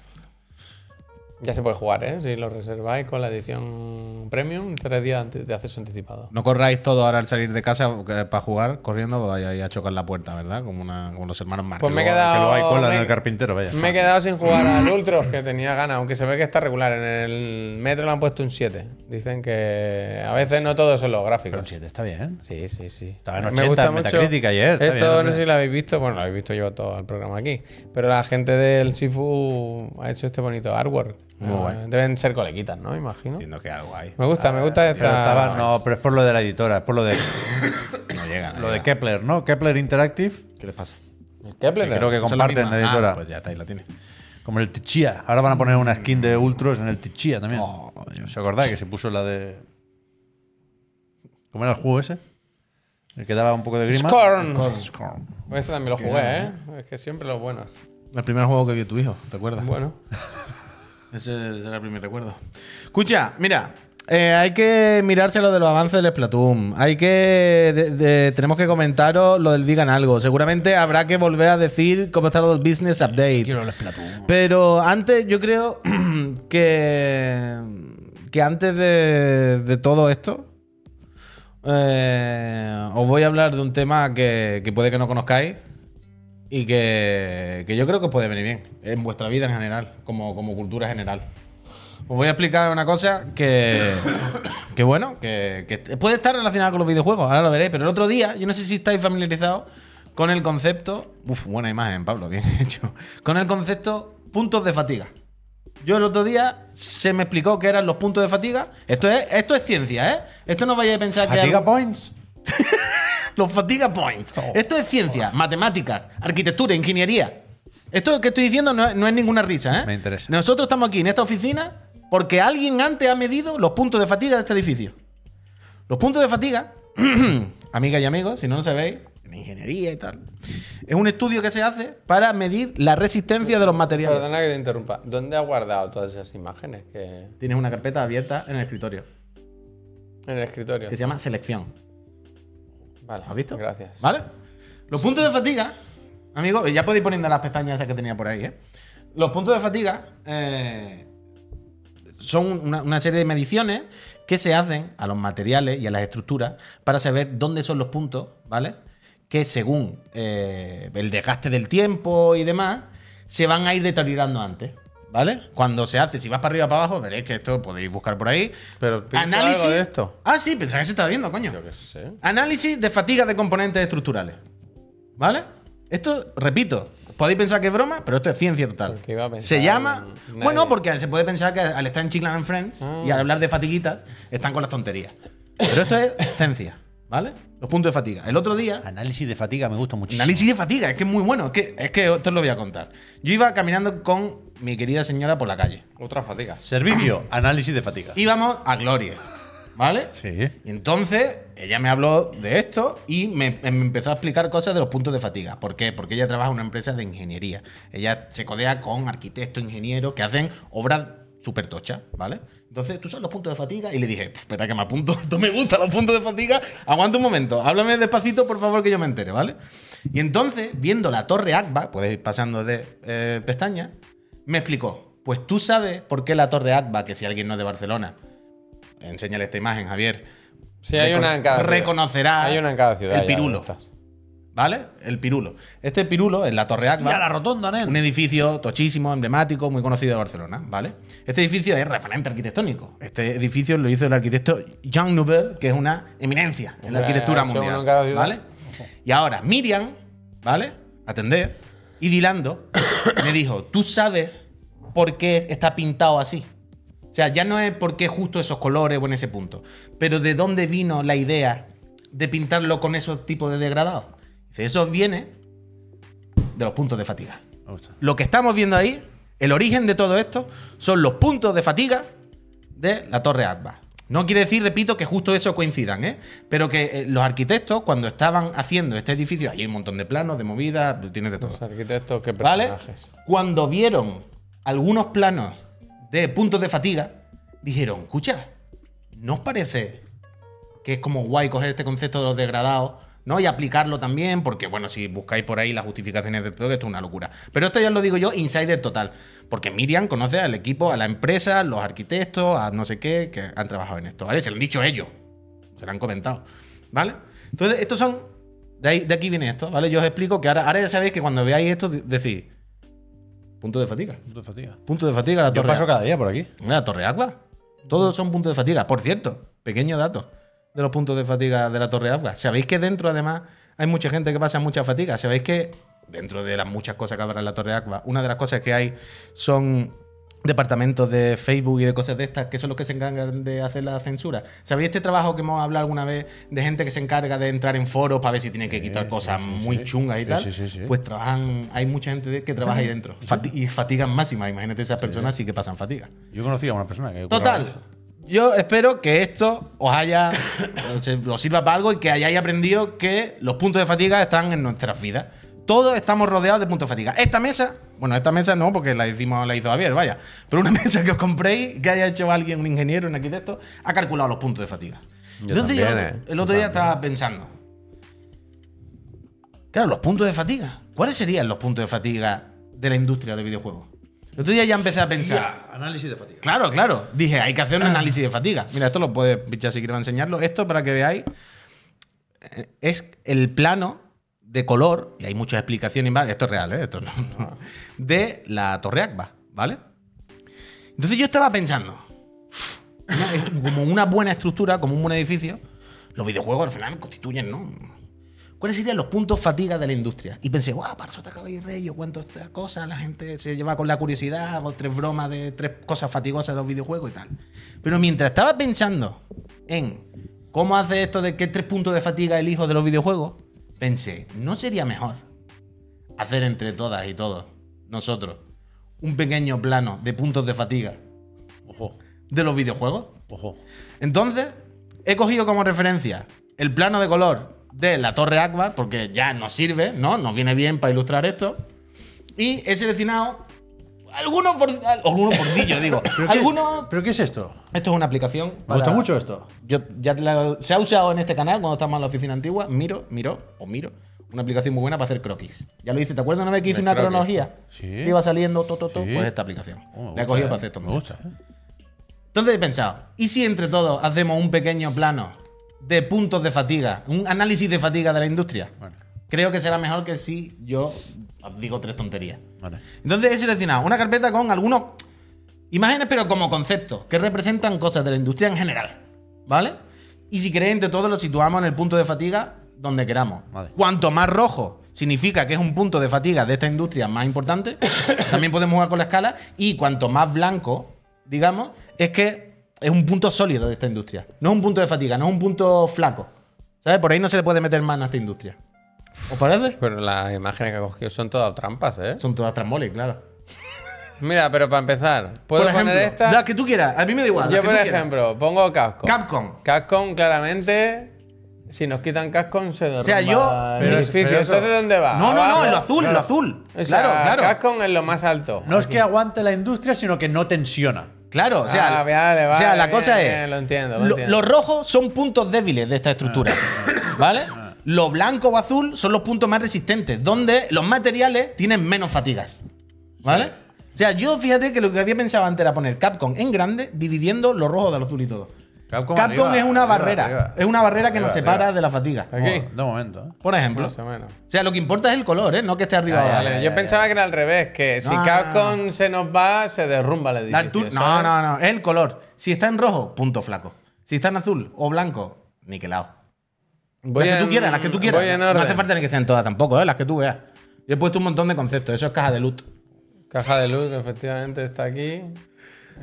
Ya se puede jugar, ¿eh? Si lo reserváis con la edición premium, tres días antes de acceso anticipado.
No corráis todo ahora al salir de casa eh, para jugar corriendo, vayáis a chocar la puerta, ¿verdad? Como, una, como los hermanos Marx.
Pues me he
Que
quedado-
luego hay cola en
me-
el carpintero, vaya.
Me he quedado sin jugar al Ultros, que tenía ganas, aunque se ve que está regular. En el metro le han puesto un 7. Dicen que a veces no todos son los
Pero un
gráficos.
7 está bien.
Sí, sí, sí.
Estaba en 80 en Metacritic ayer, está bien,
Esto no
hombre.
sé si lo habéis visto, bueno, lo habéis visto yo todo el programa aquí. Pero la gente del Sifu ha hecho este bonito artwork. Eh, Deben ser colequitas, ¿no? Imagino.
Entiendo que algo hay.
Me gusta, me gusta esta.
Pero Ah, estaba- no, pero es por lo de la editora, es por lo de,
No llegan. no
lo de
llegan.
Kepler, ¿no? Kepler Interactive,
¿Qué les pasa?
El Kepler.
que creo que
Son
comparten
misma.
la editora.
Ah, pues ya está, ahí la tiene.
Como el Tichia. Ahora van a poner una skin de Ultros en el Tichia también. ¿Os acordáis que se puso la de. ¿Cómo era el juego ese? El que daba un poco de grima.
Scorn.
Scorn.
Ese también lo jugué, ¿eh? Es que siempre los
*laughs*
buenos.
El primer juego que vio tu hijo, ¿recuerdas?
Bueno.
Ese era el primer recuerdo.
Escucha, mira, eh, hay que mirarse lo de los avances del Splatoon. Hay que. de- de- tenemos que comentaros lo del Digan Algo. Seguramente habrá que volver a decir cómo está lo del Business Update. Pero antes, yo creo *clears throat* que. que antes de, de todo esto. eh, os voy a hablar de un tema que, que puede que no conozcáis y que, que yo creo que os puede venir bien en vuestra vida en general, como, como cultura general. Os voy a explicar una cosa que, que bueno, que, que puede estar relacionada con los videojuegos, ahora lo veréis, pero el otro día, yo no sé si estáis familiarizados con el concepto, uf, buena imagen, Pablo, bien *laughs* hecho, con el concepto puntos de fatiga. Yo el otro día se me explicó que eran los puntos de fatiga. Esto es, esto es ciencia, ¿eh? Esto no vayáis a pensar que...
Fatiga
algo-
Points.
Los fatiga points.
Oh,
Esto es ciencia, matemáticas, arquitectura, ingeniería. Esto que estoy diciendo no, es- no es ninguna risa, ¿eh?
Me interesa.
Nosotros estamos aquí en esta oficina porque alguien antes ha medido los puntos de fatiga de este edificio. Los puntos de fatiga, *clears throat* amigas y amigos, si no lo sabéis, en ingeniería y tal, es un estudio que se hace para medir la resistencia de los materiales.
Perdona que te interrumpa. ¿Dónde has guardado todas esas imágenes? Que...
Tienes una carpeta abierta en el escritorio
En el escritorio.
que se llama selección.
Vale.
¿Has visto?
Gracias.
¿Vale? Los puntos de fatiga, amigos, ya podéis poniendo las pestañas esas que tenía por ahí, ¿eh? Los puntos de fatiga eh, son una, una serie de mediciones que se hacen a los materiales y a las estructuras para saber dónde son los puntos, ¿vale? Que según eh, el desgaste del tiempo y demás, se van a ir deteriorando antes. ¿Vale? Cuando se hace, si vas para arriba o para abajo, veréis que esto podéis buscar por ahí.
Pero pincha algo de esto.
Ah, sí, pensaba que se estaba viendo, coño.
Yo qué sé.
Análisis de fatiga de componentes estructurales. ¿Vale? Esto, repito, podéis pensar que es broma, pero esto es ciencia total.
Porque iba a pensar
Se llama.
en-
Bueno,
nadie. Ah.
porque se puede pensar que al estar en Chiclan and Friends y al hablar de fatiguitas, están con las tonterías. Pero esto es ciencia, ¿vale? Los puntos de fatiga. El otro día.
Análisis de fatiga, me gusta muchísimo.
Análisis de fatiga, es que es muy bueno. Es que, es que esto os lo voy a contar. Yo iba caminando con mi querida señora por la calle.
Otras fatigas.
Servicio, análisis de fatiga.
Íbamos a Gloria, ¿vale?
Sí.
Y entonces ella me habló de esto y me, me empezó a explicar cosas de los puntos de fatiga. ¿Por qué? Porque ella trabaja en una empresa de ingeniería. Ella se codea con arquitectos, ingenieros que hacen obras súper tochas, ¿vale? Entonces, tú sabes los puntos de fatiga y le dije, "Pf, espera que me apunto, *laughs* esto me gusta, los puntos de fatiga, aguanta un momento, háblame despacito, por favor, que yo me entere, ¿vale? Y entonces, viendo la torre ACBA, puedes ir pasando de eh, pestaña, me explicó, pues tú sabes por qué la torre ACBA, que si alguien no es de Barcelona, enséñale esta imagen, Javier.
Sí, hay
Recon-
una en cada ciudad.
Reconocerá
Hay una en cada ciudad.
el
ya,
pirulo.
de estas.
¿Vale? El pirulo. Este pirulo en la Torre Agba.
Mira la rotonda, nen.
Un edificio tochísimo, emblemático, muy conocido de Barcelona, ¿vale? Este edificio es referente arquitectónico. Este edificio lo hizo el arquitecto Jean Nouvel, que es una eminencia en la
Hombre,
arquitectura
ha hecho uno
mundial.
en cada ciudad.
¿Vale? Y ahora Miriam, ¿vale? Atended. Y
*coughs*
Dilando me dijo, tú sabes por qué está pintado así. O sea, ya no es por qué justo esos colores o en ese punto, pero de dónde vino la idea de pintarlo con esos tipos de degradados. Dice, eso viene de los puntos de fatiga.
Me gusta.
Lo que estamos viendo ahí, el origen de todo esto, son los puntos de fatiga de la Torre Agba. No quiere decir, repito, que justo eso coincidan, ¿eh? Pero que eh, los arquitectos, cuando estaban haciendo este edificio, ahí hay un montón de planos, de movidas, tienes de todo.
Los arquitectos, qué
¿Vale?
personajes.
Cuando vieron algunos planos de puntos de fatiga, dijeron, escucha, ¿no os parece que es como guay coger este concepto de los degradados, ¿no? Y aplicarlo también, porque bueno, si buscáis por ahí las justificaciones de todo, que esto es una locura. Pero esto ya os lo digo yo, insider total, porque Miriam conoce al equipo, a la empresa, los arquitectos, a no sé qué, que han trabajado en esto, ¿vale? Se lo han dicho ellos, se lo han comentado, ¿vale? Entonces, estos son... De, ahí, de aquí viene esto, ¿vale? Yo os explico que ahora, ahora ya sabéis que cuando veáis esto de- decís... Punto de fatiga.
Punto de fatiga.
Punto de fatiga, la
Yo
torre.
paso
Agua.
cada día por aquí.
Mira, la torre agua. Todos son puntos de fatiga. Por cierto, pequeño dato de los puntos de fatiga de la torre agua. Sabéis que dentro, además, hay mucha gente que pasa mucha fatiga. Sabéis que dentro de las muchas cosas que habrá en la torre agua, una de las cosas que hay son departamentos de Facebook y de cosas de estas que son los que se encargan de hacer la censura. ¿Sabéis este trabajo que hemos hablado alguna vez de gente que se encarga de entrar en foros para ver si tienen que quitar cosas muy chungas y
Sí,
tal?
sí, sí, sí.
Pues trabajan, hay mucha gente de- que trabaja ahí dentro. Fati- y fatigan máxima. Imagínate esas personas sí que pasan fatiga.
Yo conocí a una persona
eh,
que. curraba
Total.
eso.
Yo espero que esto os
*laughs*
haya os- os sirva para algo y que hayáis aprendido que los puntos de fatiga están en nuestras vidas. Todos estamos rodeados de puntos de fatiga. Esta mesa, bueno, esta mesa no, porque la hicimos, la hizo Javier, vaya. Pero una *laughs* mesa que os compréis, que haya hecho alguien, un ingeniero, un arquitecto, ha calculado los puntos de fatiga.
Yo
Entonces yo el
también,
otro-
eh.
el otro día estaba pensando. Claro, los puntos de fatiga. ¿Cuáles serían los puntos de fatiga de la industria de videojuegos? El otro día ya empecé a pensar.
análisis de fatiga.
Claro, claro. Dije, hay que hacer un análisis de fatiga. Mira, esto lo puedes pinchar si quieres enseñarlo. Esto para que veáis eh, es el plano de color, y hay muchas explicaciones, ¿vale? esto es real, ¿eh? esto no- no, de la Torre Agba, ¿vale? Entonces yo estaba pensando, una- es como una buena estructura, como un buen edificio, los videojuegos al final constituyen, ¿no? ¿Cuáles serían los puntos fatiga de la industria? Y pensé, guau, para eso te acabo de ir rey, yo cuento estas cosas, la gente se lleva con la curiosidad, hago tres bromas de tres cosas fatigosas de los videojuegos y tal. Pero mientras estaba pensando en cómo hace esto de qué tres puntos de fatiga elijo de los videojuegos, pensé, ¿no sería mejor hacer entre todas y todos, nosotros, un pequeño plano de puntos de fatiga
Ojo,
de los videojuegos?
ojo.
Entonces, he cogido como referencia el plano de color de la Torre Akbar, porque ya nos sirve, ¿no? Nos viene bien para ilustrar esto. Y he seleccionado algunos, bor- algunos bordillos, digo.
*laughs* ¿Pero qué-
algunos...
¿Pero qué es esto?
Esto es una aplicación.
Me gusta mucho esto.
Yo, ya te la- se ha usado en este canal cuando estábamos en la oficina antigua. Miro, miro, o miro. Una aplicación muy buena para hacer croquis. Ya lo hice, ¿te acuerdas una vez que hice
De
una
croquis.
cronología?
Sí.
Que Iba saliendo, to, to, to,
Sí.
Pues esta aplicación.
Oh, me
la he
gusta,
cogido
eh.
para hacer esto.
Me gusta. eh.
Entonces he pensado, ¿y si entre todos hacemos un pequeño plano de puntos de fatiga, un análisis de fatiga de la industria? Creo que será mejor que si yo digo tres tonterías.
Vale.
Entonces he seleccionado una carpeta con algunos imágenes, pero como conceptos, que representan cosas de la industria en general. ¿Vale? Y si queréis, entre todos lo situamos en el punto de fatiga donde queramos.
Vale.
Cuanto más rojo significa que es un punto de fatiga de esta industria más importante, también podemos jugar con la escala. Y cuanto más blanco, digamos, es que es un punto sólido de esta industria. No es un punto de fatiga, no es un punto flaco. ¿Sabes? Por ahí no se le puede meter mano a esta industria. ¿Os parece?
Pero las imágenes que ha cogido son todas trampas, ¿eh?
Son todas tramboles, claro.
Mira, pero para empezar, ¿puedo
por ejemplo,
poner esta?
La que tú quieras, a mí me da igual. la
Yo,
que
por
tú quieras.
ejemplo, pongo Capcom.
Capcom.
Capcom, claramente, si nos quitan Capcom, se derrumba
sea, yo-
el
Pero es-
edificio.
pero eso-
Entonces, ¿dónde va?
No, no, no,
Abajo.
en lo azul, en lo azul.
ah, O sea,
claro, claro.
Capcom es lo más alto.
No es que aguante la industria, sino que no tensiona.
Claro, o sea,
Ah, vale,
o sea
vale,
la
bien,
cosa es.
bien, lo entiendo, lo entiendo. Ah.
Los rojos son puntos débiles de esta estructura. ¿Vale? Lo blanco o azul son los puntos más resistentes, donde los materiales tienen menos fatigas. ¿Vale? O sea, yo fíjate que lo que había pensado antes era poner Capcom en grande, dividiendo los rojos de los azul y todo.
Capcom
Capcom,
arriba,
es una
arriba,
barrera.
arriba.
es una barrera que nos
Arriba,
separa
arriba.
de la fatiga.
Aquí.
Oh, de momento. ¿eh?
Por ejemplo.
Más o menos.
O sea, lo que importa es el color, ¿eh? No que esté arriba. o
Vale,
abajo.
vale. yo pensaba que era al revés, que si
No, no,
Capcom se nos va, se derrumba el
Ah. La
edificio.
altu- no, no, no. Es el color. Si está en rojo, punto flaco. Si está en azul o blanco, niquelado.
Voy
las que
en-
tú quieras, las que tú quieras.
voy en
No
orden.
hace falta ni que sean todas tampoco, ¿eh? las que tú veas. Yo he puesto un montón de conceptos. Eso es caja de luz.
Caja de luz, que efectivamente está aquí.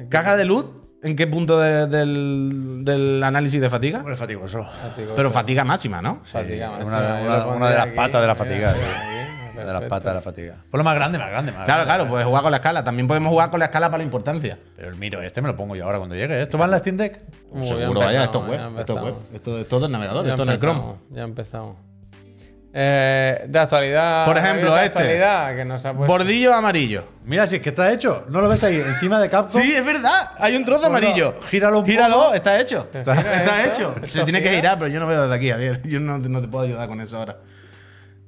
¿Caja de luz? ¿En qué punto de- del, del análisis de fatiga?
Hombre, fatigoso.
Pero fatiga máxima, ¿no?
fatiga.
una-
máxima.
una-
Yo lo
una
pondría
de las
aquí,
patas de
mira,
la fatiga,
mira, aquí,
De las
perfecto.
patas de la fatiga. Por lo más grande, más grande, más
Claro,
grande.
claro, puedes jugar con la escala. También podemos jugar con la escala para la importancia.
Pero el miro este me lo pongo yo ahora cuando llegue. ¿eh? ¿Esto va en la Steam Deck?
Muy bien
Seguro, vaya,
empezamos,
esto es web.
ya
Esto es web.
empezamos.
Esto es todo el navegador,
Ya
esto no es Chrome.
empezamos, Ya empezamos. Eh, de actualidad.
Por ejemplo,
rabiosa
este.
actualidad que nos ha puesto.
Bordillo amarillo.
Mira, si es que está hecho. ¿No lo ves ahí? Encima de Capcom.
Sí, es verdad. Hay un trozo
Bueno,
amarillo.
gíralo un
Gíralo,
poco.
está hecho. Está,
gira
hecho.
esto,
Se
esto
tiene que
gira.
girar, pero yo no veo desde aquí, Javier. Yo no, no te puedo ayudar con eso ahora.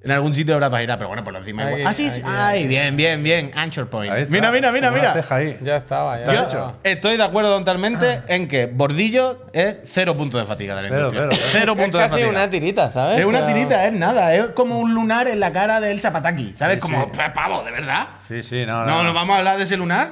En algún sitio habrá para girar, pero bueno, por encima
Aquí,
igual. Ah, sí, sí.
aquí,
Ay, bien, bien, bien. Anchor point.
Ahí está.
Mira, mira, mira,
Una
mira.
ceja ahí.
Ya estaba, ya
Yo
estaba.
estoy de acuerdo totalmente en que Bordillo es cero punto de fatiga de la
Cero,
industria.
cero,
Cero,
cero.
Es
punto de
casi
fatiga.
una tirita, ¿sabes?
es una
Pero-
tirita, es nada. Es como un lunar en la cara del Zapataki. ¿Sabes? como, "Pues, pavo, de verdad.
Sí, sí, no, no.
No, nos vamos a hablar de ese lunar.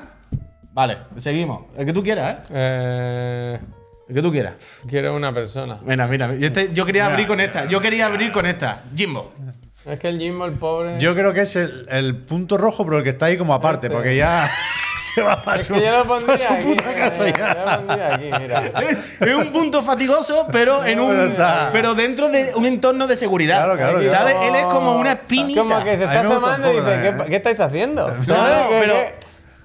Vale, seguimos. El que tú quieras, ¿eh?
Eh,
El que tú quieras.
quiero una persona.
Mira, mira. Yo, este- yo quería abrir con esta. Yo quería abrir con esta. Jimbo. *laughs*
Es que el Jimbo, el pobre.
Yo creo que es el, el punto rojo, pero el que está ahí como aparte,
Este.
porque ya *laughs* se va para
es
su,
que yo lo
para
pondría
su
aquí.
puta
eh,
casa ya.
Yo lo pondría aquí, mira.
es un punto fatigoso, pero en
Pero
un.
está.
Pero dentro de un entorno de seguridad.
Claro, claro, claro.
¿Sabes? Él es como una espinita.
Ah, Como que se
A mí
está
me gusta un
asomando y
poco,
dice,
eh.
¿qué, qué estáis haciendo?
No,
¿Sabes?
no,
¿Qué-
pero,
qué-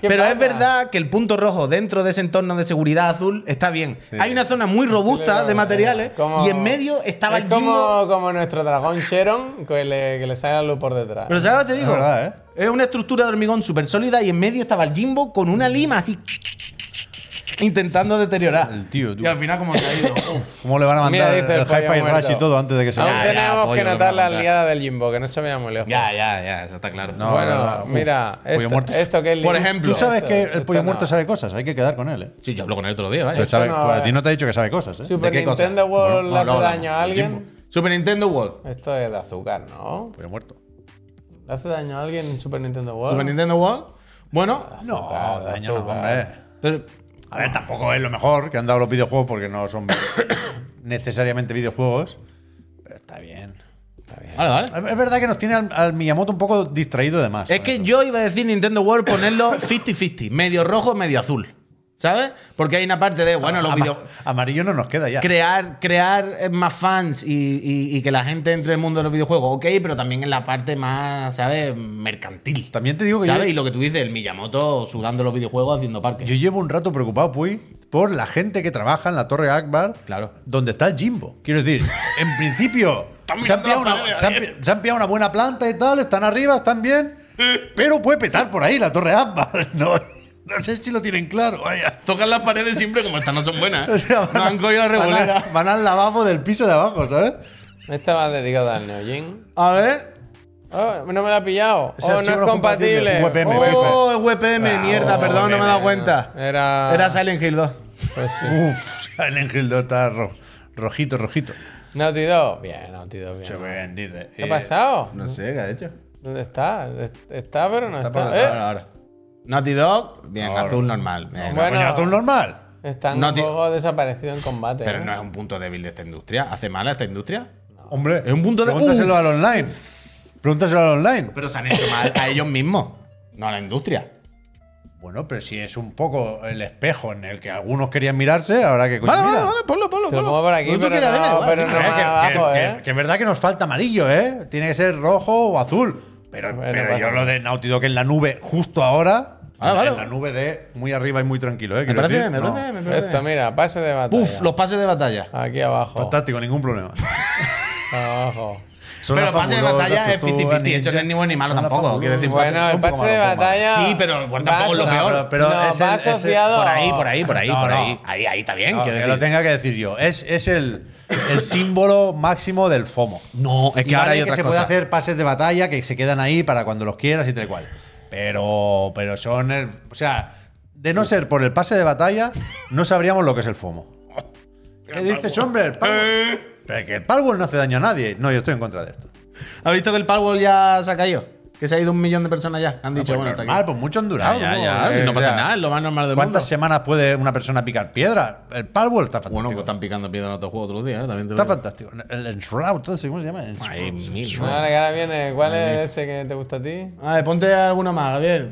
qué
pero es
pasa?
verdad que el punto rojo dentro de ese entorno de seguridad azul está bien. Hay una zona muy robusta
Sí,
de materiales
eh. como-
y en medio estaba
es
el Jimbo.
como, como nuestro dragón Sharon, que le, que le sale la luz por detrás.
Pero ¿sabes lo que te digo?
Es verdad, ¿eh?
Es una estructura de hormigón súper sólida y en medio estaba el Jimbo con una lima así intentando deteriorar.
El tío, tú.
Y al final como se ha ido. Uf.
¿Cómo le van a
Mira,
mandar
dice el
el
pollo
hi-fi
muerto. Ah,
rush y todo antes de que se
Aún
Ya,
vaya?
ya,
tenemos
pollo,
que
lo que me va
notar
a
la
contar.
liada del Jimbo, que no se vea muy lejos.
Ya, ya, ya, eso está claro.
No,
bueno,
no, no, uf,
mira,
pollo
esto,
muerto.
esto que es
Por
Jimbo.
ejemplo,
Tú sabes
Esto-
que el
esto
pollo
no.
muerto sabe cosas, hay que quedar con él, ¿eh?
Sí, yo hablo con él todos los días, vaya.
Pero sabe-
no,
pues
eh.
a ti no te ha dicho que sabe cosas, ¿eh?
Super
¿De qué cosa?
Nintendo World
No,
le
no
hace
hablamos,
daño
Jimbo.
a alguien.
Super Nintendo World.
Esto es de azúcar, ¿no?
Pollo muerto.
¿Le hace daño a alguien en Super Nintendo World?
Super Nintendo World. Bueno,
No,
Azúcar,
daño no,
azúcar.
hombre.
pero
A ver, tampoco es lo mejor que han dado los videojuegos porque no son *coughs* necesariamente videojuegos. Pero está bien.
vale, vale.
Es es verdad que nos tiene al, al Miyamoto un poco distraído de más.
Es
con
que
eso.
yo iba a decir Nintendo World ponerlo
*laughs*
50-50, medio rojo, medio azul. ¿Sabes? Porque hay una parte de, bueno, los
Ama-
videos.
Amarillo no nos queda Ah, ya.
Crear, crear eh, más fans y, y- y que la gente entre en el mundo de los videojuegos, ok, pero también en la parte más, ¿sabes? Mercantil.
También te digo que
¿Sabes?
yo-
Y lo que tú dices, el Miyamoto sudando los videojuegos haciendo parques.
Yo llevo un rato preocupado, Puy, por la gente que trabaja en la Torre Akbar,
Claro.
donde está el Jimbo. Quiero
*laughs*
decir, en principio, se han, pillado
mirando las
una,
paredes,
se han pi- se han pillado una buena planta y tal, están arriba, están bien, pero puede petar por ahí la Torre Akbar. *laughs* No, no sé si lo tienen claro, vaya. *laughs*
Tocan las paredes siempre como estas no son buenas.
O sea,
no han cogido la
van a- *laughs*
regulera.
Van al lavabo del piso de abajo, ¿sabes?
Esta Este va dedicada al Neo Jin.
A ver.
Oh, no me la ha pillado.
Ese
oh, no
archivo
es
no es
compatible.
compatible. UPM,
Oh,
UPM.
Oh, es WPM, mierda,
oh,
perdón, no me he dado
WPM,
cuenta.
no. Era-
Era Silent Hill 2.
pues sí.
Uf, *laughs* el Ángel Dota está ro- rojito, rojito.
Naughty Dog. Bien, Naughty Dog, bien.
dice.
Eh,
¿Qué ha pasado?
No sé, ¿qué ha hecho?
¿Dónde está? Est- Está, pero no está.
Ahora, ahora,
¿Eh?
ahora. Naughty Dog, bien,
Ahora.
azul normal. Venga.
Bueno.
Coño, azul normal.
Están
Naughty-
un poco desaparecidos en combate.
Pero
¿eh?
no es un punto débil de esta industria. ¿Hace mal a esta industria?
Hombre,
Es un punto de-
Pregúntaselo
Uf.
al online. Pregúntaselo al online.
Pero se han hecho mal a ellos mismos, no a la *laughs* industria.
Bueno, pero si es un poco el espejo en el que algunos querían mirarse, ahora que coño, mira.
ponlo, ponlo.
Te lo pongo por aquí,
Lo que tú
pero
quieras,
no,
dime, igual.
pero
A
no
ver,
más
que, que-
abajo, ¿eh?
que- que es verdad que nos falta amarillo, ¿eh? Tiene que ser rojo o azul. Pero,
Bueno,
pero
pasa
yo
nada.
lo de Naughty Dog en la nube justo ahora.
Ah, vale.
En la nube de muy arriba y muy tranquilo, ¿eh?
Me
Quiero
parece,
decir,
me
no.
parece, me parece.
Esto, mira, pase de batalla.
Uf, los pases de batalla.
Aquí abajo.
Fantástico, ningún problema.
Abajo.
Son
Pero
las
pase de
fabulosas
batalla es
tortugas
50-50,
ninja.
eso no es ni bueno ni malo
Son las
tampoco,
fabulosas.
quiero decir,
Bueno,
Bueno, el
un poco
pase de
malo, un poco malo.
batalla.
Sí, pero igual tampoco es lo
va
peor.
aso-
Pero
no,
es
va
el- es el-
asociado.
Por ahí, por ahí, por ahí,
No,
por
no.
ahí. Ahí, ahí está bien,
No, que
quiero
lo
decir.
tenga que decir yo. Es, es el, el símbolo máximo del FOMO.
No, es
Y
que ahora
vale
hay
que
otra
se
cosa.
puede hacer pases de batalla que se quedan ahí para cuando los quieras y tal cual. Pero, pero son. el- o sea, de no ser por el pase de batalla, no sabríamos lo que es el FOMO. ¿Qué dices, hombre? El Palworld.
Eh.
Pero que el Palworld no hace daño a nadie. No, yo estoy en contra de esto.
¿Has visto que el Powerball ya se ha caído? Que se ha ido un millón de personas ya. Han dicho,
Pues
bueno, hasta aquí.
normal, pues mucho han durado.
Ya,
¿no?
ya,
Eh,
no pasa
ya.
nada, es lo más normal del mundo.
¿Cuántas semanas puede una persona picar piedra? El Palworld está fantástico.
Bueno, pues están picando piedra en otros juegos todos los días, ¿eh? También te lo
Está
digo.
fantástico. El Enshroud, ¿cómo se llama? Enshroud.
Ay, mil, ¿no?
Ahora que ahora viene, ¿cuál es ese que te gusta a ti?
A ver, ponte alguna más, Javier.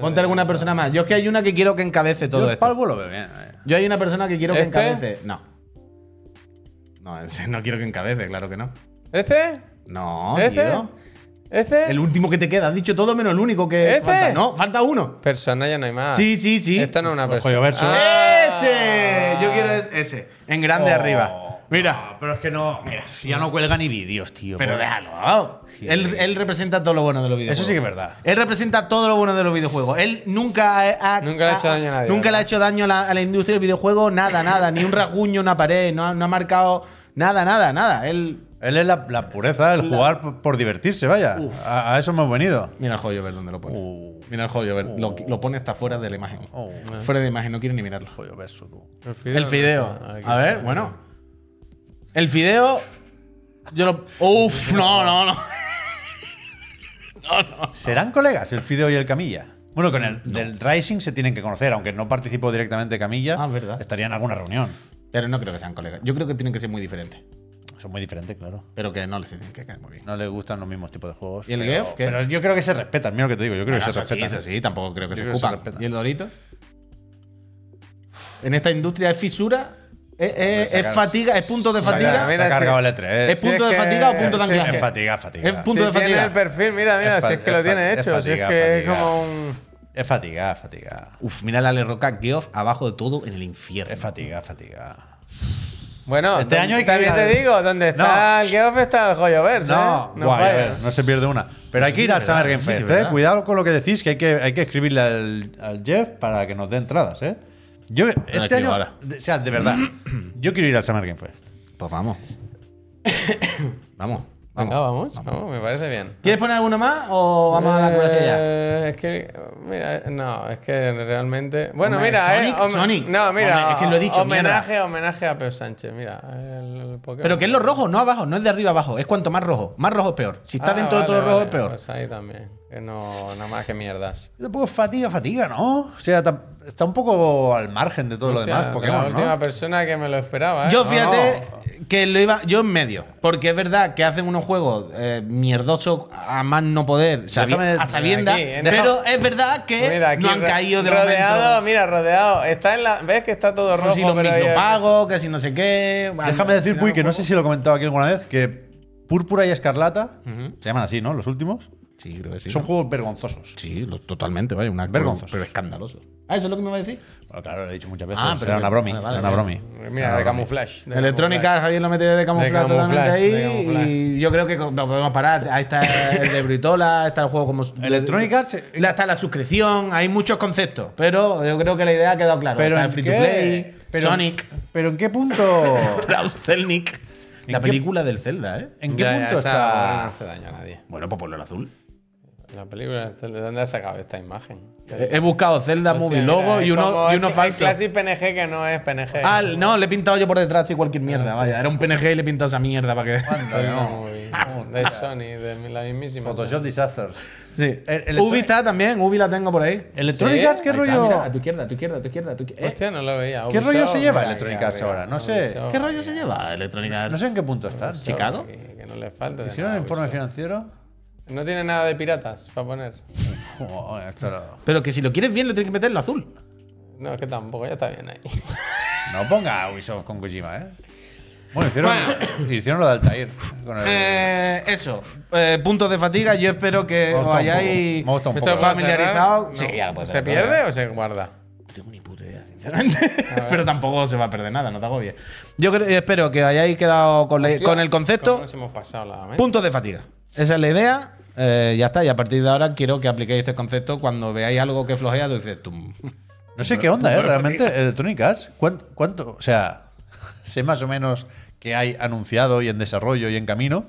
Ponte alguna persona más. Yo es que hay una que quiero que encabece
Yo
todo
el
esto.
Palworld lo veo bien. eh.
Yo hay una persona que quiero que
¿Este?
encabece. No. No, ese *laughs* no quiero que encabece, claro que no.
¿Este?
No,
¿Este?
tío.
¿Este?
El último que te queda, has dicho todo menos el único que.
¿Este?
¿Ese?
Falta. No, falta uno.
Persona ya no hay
Ah.
más.
Sí, sí, sí.
Esto no es una
Ojo,
persona.
yo verso.
Ah.
¡Ese! Yo quiero es- ese. En grande
Oh.
arriba. Mira.
pero es que no. Mira, ya no cuelga ni vídeos, tío.
Pero
pobre.
déjalo. Él, él representa todo lo bueno de los videojuegos.
Eso sí que es verdad.
Él representa todo lo bueno de los videojuegos. Él nunca ha, ha-
Nunca le ha hecho daño a nadie,
Nunca le ha
¿verdad?
hecho daño a la, a la industria del videojuego, nada, nada. ni un rasguño, una pared, no ha, no ha marcado nada, nada, nada. Él.
Él es la, la pureza, el jugar por, por divertirse, vaya. A, a eso hemos venido.
Mira el joyo, ver dónde lo pone.
Uh.
Mira el joyo, ver. Lo, lo pone hasta fuera de la imagen.
Oh,
Fuera de imagen, no quiero ni mirarlo.
joder, verso, tú.
El fideo. Ah,
El fideo.
Aquí.
A ver, bueno. El fideo. Yo lo. Uf, no, no, no.
¿Serán colegas el Fideo y el Camilla? Bueno, con el del Rising se tienen que conocer, aunque no participó directamente Camilla.
Ah, verdad.
Estaría en alguna reunión.
Pero no creo que sean colegas. Yo creo que tienen que ser muy diferentes.
Son muy diferentes, claro.
Pero que no les tienen que caer muy bien.
No le gustan los mismos tipos de juegos.
¿Y el
pero-
Gef? ¿Qué?
Pero yo creo que se respetan, mira lo que te digo. Yo creo
Ah,
que se
eso sí,
respetan.
eso sí, tampoco creo que
Yo
se
creo que se
ocupan.
respetan.
¿Y el Dorito? En esta industria es fisura, es, es-
se
Eh, es
acaba-
fatiga, es punto de
Se ha-
fatiga.
mira,
se ha
sí.
cargado el E ¿eh? E3.
¿Es punto de
es que-
fatiga o punto de
sí,
anclaje?
Es fatiga, fatiga.
Es punto de
Sí, tiene
fatiga.
el perfil, mira, mira,
Es
si
fa-
es que lo
es fa-
tiene
es
hecho, si es
fatiga,
que es
fatiga.
como un...
Es fatiga, fatiga.
Uf, mira la Le Roca Geoff abajo de todo en el infierno.
Es fatiga, fatiga.
Bueno,
Este
don-
año hay que
también
ir al-
te digo, donde está
No.
el Geoff está el Joyoverse,
No,
¿eh?
no, guay, a
falla.
ver, no se pierde una. Pero hay que ir al Summer Game
sí que
Fest,
es
¿eh?
verdad.
Cuidado con lo que decís, que hay que, hay que escribirle al, al Jeff para que nos dé entradas, ¿eh? Yo, este
escribo
año,
ahora.
de- o sea, de *clears throat* verdad, yo quiero ir al Summer Game Fest.
Pues
*coughs*
vamos. vamos.
Venga, vamos, vamos, me parece bien.
¿Quieres poner alguna más o vamos a la curiosidad ya?
Eh, Es que, mira, no, es que realmente. Bueno,
Hombre,
mira,
Sonic,
eh, home-
Sonic.
No, mira,
Hombre, es que lo he dicho,
homenaje, homenaje a Pep Sánchez, mira. el- el Pokémon.
Pero que es lo rojo, no abajo, no es de arriba abajo. Es cuanto más rojo. Más rojo es peor. Si está
Ah,
dentro de todo
vale,
lo rojo
vale,
es peor.
Pues ahí también. Que no, nada más que mierdas.
Yo tampoco es fatiga, fatiga, ¿no? O sea, tam- está un poco al margen de todo lo demás,
Hostia, la
Pokémon,
última
¿no?
persona que me lo esperaba. ¿eh?
Yo fíjate que lo iba. Yo en medio. Porque es verdad que hacen unos juegos eh, mierdosos a más no poder, sabi-
Déjame-
a sabiendas.
Aquí, en-
pero es verdad que
Mira, aquí
no han
ro-
caído de
rodeado,
momento.
mira, rodeado. Está en la, ¿Ves que está todo
Que
rojo?
si los
pero ahí-
micropagos, que si no sé qué.
Déjame decir, Puy,
muy
que no sé si lo he comentado aquí alguna vez, que Púrpura y Escarlata, se llaman así, ¿no? Los últimos,
Sí, creo que sí.
son juegos vergonzosos.
Sí, lo- totalmente, vaya, una
Vergonzoso.
Pero escandaloso. Ah, eso es lo que me va a decir.
Bueno, claro, lo he dicho muchas veces.
Ah, pero
era
que-
una bromi,
vale, vale,
era una
Ah, vale.
bromi.
Mira, de camuflaje. de
Electrónica,
camuflaje.
Javier lo mete de camuflaje
camuflaje,
totalmente
de
ahí.
camuflaje.
Y yo creo que no podemos parar. Ahí está el de Britola, está el juego como.
Electronic Arts, eh,
La- Está la suscripción, hay muchos conceptos. Pero yo creo que la idea ha quedado clara.
Pero
está
en
el free
qué-
to play,
pero-
Sonic,
Pero en
*laughs*
qué punto.
Proud Zelnick.
¿En
La
qué-
película del Zelda, ¿eh?
¿En qué
Ya, ya,
punto
esa
está?
no hace daño a nadie.
Bueno, pues ponlo en azul.
La película, ¿de dónde has sacado esta imagen?
He he buscado Zelda Movie Logo y uno, y
este,
uno falso.
Casi PNG que no es PNG.
Ah, no, le he pintado yo por detrás y cualquier mierda. Vaya, era un PNG y le he pintado esa mierda para que.
No.
de Sony, de la mismísima.
Photoshop
Sony.
Disasters.
Sí.
El-
Ubi está también, Ubi la tengo por ahí.
Electronic
Sí,
Arts, ¿qué
Ahí está,
rollo?
mira, a tu izquierda, a tu izquierda, a tu izquierda. a tu izquierda. Eh,
Hostia, no lo veía.
¿Qué rollo se lleva
mira,
Electronic
aquí
Arts
arriba,
ahora? No sé.
Ubisoft,
¿Qué rollo se lleva Electronic Arts?
No sé en qué punto están.
Ubisoft,
Chicago?
Que, que no le falta. de
¿Hicieron
nada,
el informe
Ubisoft.
financiero?
No tiene nada de piratas para poner.
Joder, esto era-
Pero que si lo quieres bien, lo tienes que meterlo azul.
No, es que tampoco, ya está
*laughs*
bien ahí.
No ponga a Ubisoft con Kojima, ¿eh? Bueno, hicieron, hicieron lo de Altair. Con el-
Eh, eso. Eh, puntos de fatiga. Yo espero que
Me ha
os
gustado un
hayáis
poco, me ha gustado un poco.
¿Esto va a
familiarizado.
cerrar?
Sí,
No.
ya lo puedes
¿Se
cerrar.
pierde o se guarda?
No tengo ni puta idea,
*laughs*
sinceramente. Pero tampoco se va a perder nada, no te agobies. Yo creo- espero que hayáis quedado con, la- Eh, con el
¿Cómo
concepto.
nos hemos pasado la mente?
Puntos de fatiga. Esa es la idea. Eh, ya está. Y a partir de ahora quiero que apliquéis este concepto. Cuando veáis algo que flojea, dices tú. "Mm,
No sé qué onda, ¿eh? Realmente, Electronic Arts, ¿cuán- ¿cuánto, O sea, *laughs* sé más o menos que hay anunciado y en desarrollo y en camino.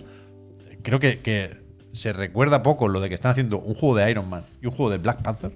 Creo que, que se recuerda poco lo de que están haciendo un juego de Iron Man y un juego de Black Panther.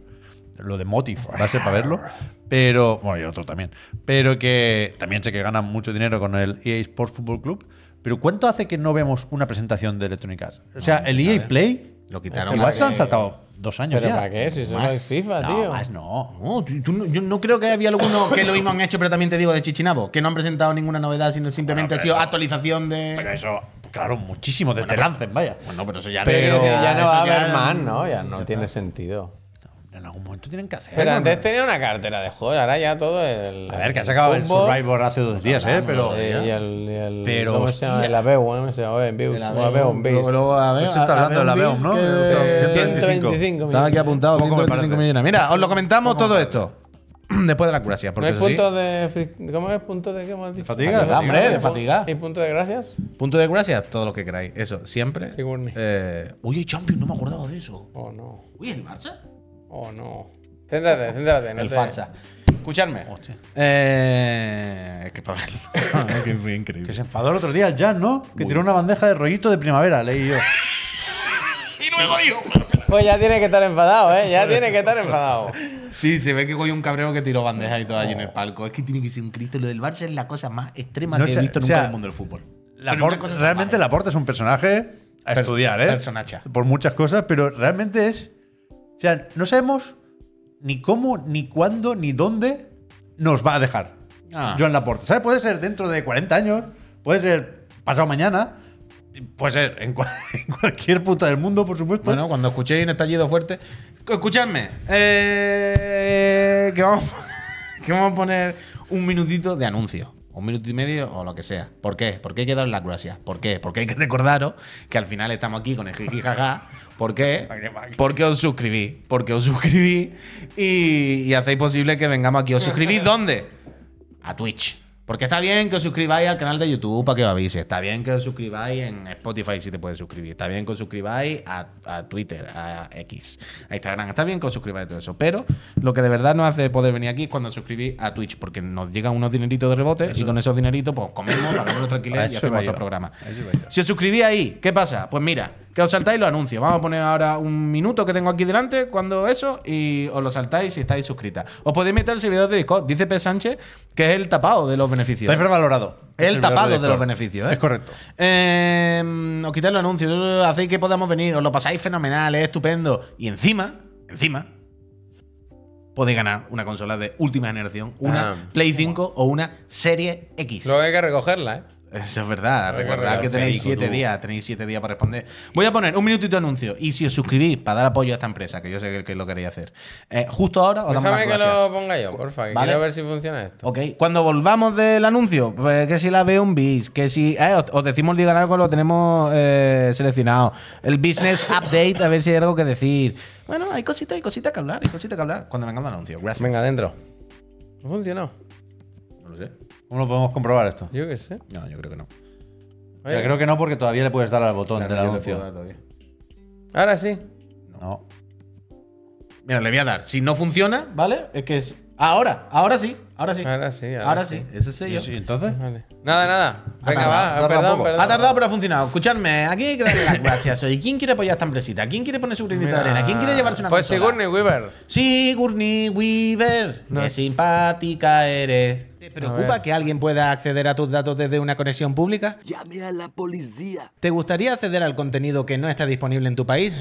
Lo de Motif va a ser para verlo. Pero, bueno, y otro también. Pero que también sé que ganan mucho dinero con el EA Sports Football Club. Pero ¿cuánto hace que no vemos una presentación de Electronic Arts? O sea, el EA Play.
Lo quitaron
Igual se
para
han
que-
saltado dos años
¿Pero
ya.
para qué? Si solo
Más.
hay FIFA,
No,
tío.
más no.
No, tú- tú no- yo no creo que había alguno que lo mismo han hecho, pero también te digo de Chichinabo, que no han presentado ninguna novedad, sino simplemente
Bueno, pero
ha sido
eso-
actualización
Pero
de.
eso, claro, muchísimo, desde Lancen, vaya.
Eh. Bueno, pero eso ya
Pero
Pero-
quiero decir, ya no
eso
va a
ya-
haber más, ¿no? Ya no tiene sentido.
En algún momento tienen que hacer.
Pero
¿no?
antes tenía una cartera de juego, ahora ya todo el.
a ver, que ha sacado el
fútbol,
Survivor hace dos días, ¿eh? Pero.
eh, Y el, y el-
Pero,
¿Cómo se llama?
hostia.
El ABEUM, se llama Beus, o Abeum Beast.
Luego- luego a ver,
Pues se está
a-
hablando de la
Abeum
Beum, ¿no?
Beast, que-
125.
125
Estaba aquí
millones.
apuntado,
Poco me
125
parece.
millones. Mira, os lo comentamos todo esto. *clears throat* después de la curacia.
¿No
Porque
hay
eso sí,
puntos de. fric- ¿Cómo es? ¿Punto de qué hemos dicho?
Fatiga, Fatiga,
hombre, de
¿Y
fatiga.
pu- ¿Y punto de gracias?
punto de curacia, todo lo que queráis. Eso, siempre.
Sigourney.
Eh, Uy, hay Champions, no me acordaba de eso.
Oh, no.
Uy, el Barça.
Oh, no. Céntrate, céntrate. no
El
te-
farsa. Escuchadme. Eh, es que para verlo. que fue increíble.
Que se enfadó el otro día el Jan, ¿no? Que tiró una bandeja de rollito de primavera,
*laughs*
leí yo.
Y luego digo.
Pues ya tiene que estar enfadado, ¿eh? Ya tiene que
*laughs*
estar enfadado.
Sí, se ve que cogió un cabreo que tiró bandeja y todo allí en el palco. Es que tiene que ser un Cristo. Lo del Barça es la cosa más extrema
Oh. No,
que
o sea-
he visto
o
nunca
sea,
en el mundo del fútbol.
Laporte- realmente Laporte es un personaje a
Per-
estudiar, ¿eh?
personacha.
Por muchas cosas, pero realmente es. O sea, no sabemos ni cómo, ni cuándo, ni dónde nos va a dejar
Ah.
Joan Laporte. ¿Sabes? Puede ser dentro de 40 años, puede ser pasado mañana, puede ser en, cua- *laughs* en cualquier punta del mundo, por supuesto.
Bueno, cuando escuchéis un estallido fuerte. Escuchadme. eh, que, vamos, *laughs* que vamos a poner un minutito de anuncio. Un minuto y medio o lo que sea. ¿Por qué? Porque hay que dar las gracias. ¿Por qué? Porque hay que recordaros que al final estamos aquí con el jiji jaja. ¿Por qué? Porque os suscribís. Porque os *laughs* suscribís y, y hacéis posible que vengamos aquí. ¿Os suscribís dónde? a Twitch. Porque está bien que os suscribáis al canal de YouTube para que os avise. Está bien que os suscribáis en Spotify si te puedes suscribir. Está bien que os suscribáis a, a Twitter, a X, a Instagram. Está bien que os suscribáis a todo eso. Pero lo que de verdad nos hace poder venir aquí es cuando os suscribís a Twitch. Porque nos llegan unos dineritos de rebote y con esos dineritos pues comemos, pagamos nuestra
A
alquiler y
eso
hacemos
iba
otro
yo.
programa.
A eso iba yo.
Si os suscribís ahí, ¿qué pasa? Pues mira, que os saltáis los anuncios. Vamos a poner ahora un minuto que tengo aquí delante, cuando eso, y os lo saltáis si estáis suscritas. Os podéis meter al servidor de Discord. Dice P. Sánchez que es el tapado de los beneficios.
Está valorado.
Es el tapado de los beneficios, ¿eh?
Es correcto.
Eh, os quitáis los anuncios, hacéis que podamos venir, os lo pasáis fenomenal, es estupendo. Y encima, encima, podéis ganar una consola de última generación, una
Ah.
Play 5 o una Serie X.
Luego hay que recogerla, ¿eh?
Eso es verdad.
Hay que
Recordad
recordar
que tenéis
perico,
siete
tú.
días. Tenéis siete días para responder. Voy a poner un minutito de anuncio. Y si os suscribís para dar apoyo a esta empresa, que yo sé que, que lo queréis hacer, eh, justo ahora os damos las
Déjame que lo
gracias.
ponga yo, porfa. Que
Vale.
Quiero ver si funciona esto.
Ok, cuando volvamos del anuncio, pues, que si la veo un bis, que si. eh, os, os decimos, digan algo, lo tenemos eh, seleccionado. El
*laughs*
business update, a ver si hay algo que decir. Bueno, hay cositas, hay cositas que hablar, hay cositas que hablar. Cuando venga el anuncio, gracias.
Venga, adentro. No funcionó.
No lo sé.
¿Cómo lo podemos comprobar esto?
Yo qué sé.
No, yo creo que no.
O sea, creo que no, porque todavía le puedes dar al botón del anuncio.
Ahora sí.
No.
Mira, le voy a dar. Si no funciona, ¿vale? Es que es. Ahora, ahora sí, ahora sí.
Ahora sí. Ahora,
Ahora sí, ese soy yo.
¿Y entonces?
Vale. Nada, nada. Venga,
tardado,
va.
ha tardado un
perdón,
poco.
perdón.
Ha tardado, pero ha funcionado. Escuchadme, aquí hay que darle las gracias hoy. ¿Quién quiere apoyar esta empresita? ¿Quién quiere poner su granito de
Mira.
arena? ¿Quién quiere llevarse una
Pues
consola?
Sigourney Weaver.
Sigourney Weaver,
No.
qué simpática eres. ¿Te
A
preocupa
ver.
que alguien pueda acceder a tus datos desde una conexión pública?
Llame a la policía.
¿Te gustaría acceder al contenido que no está disponible en tu país?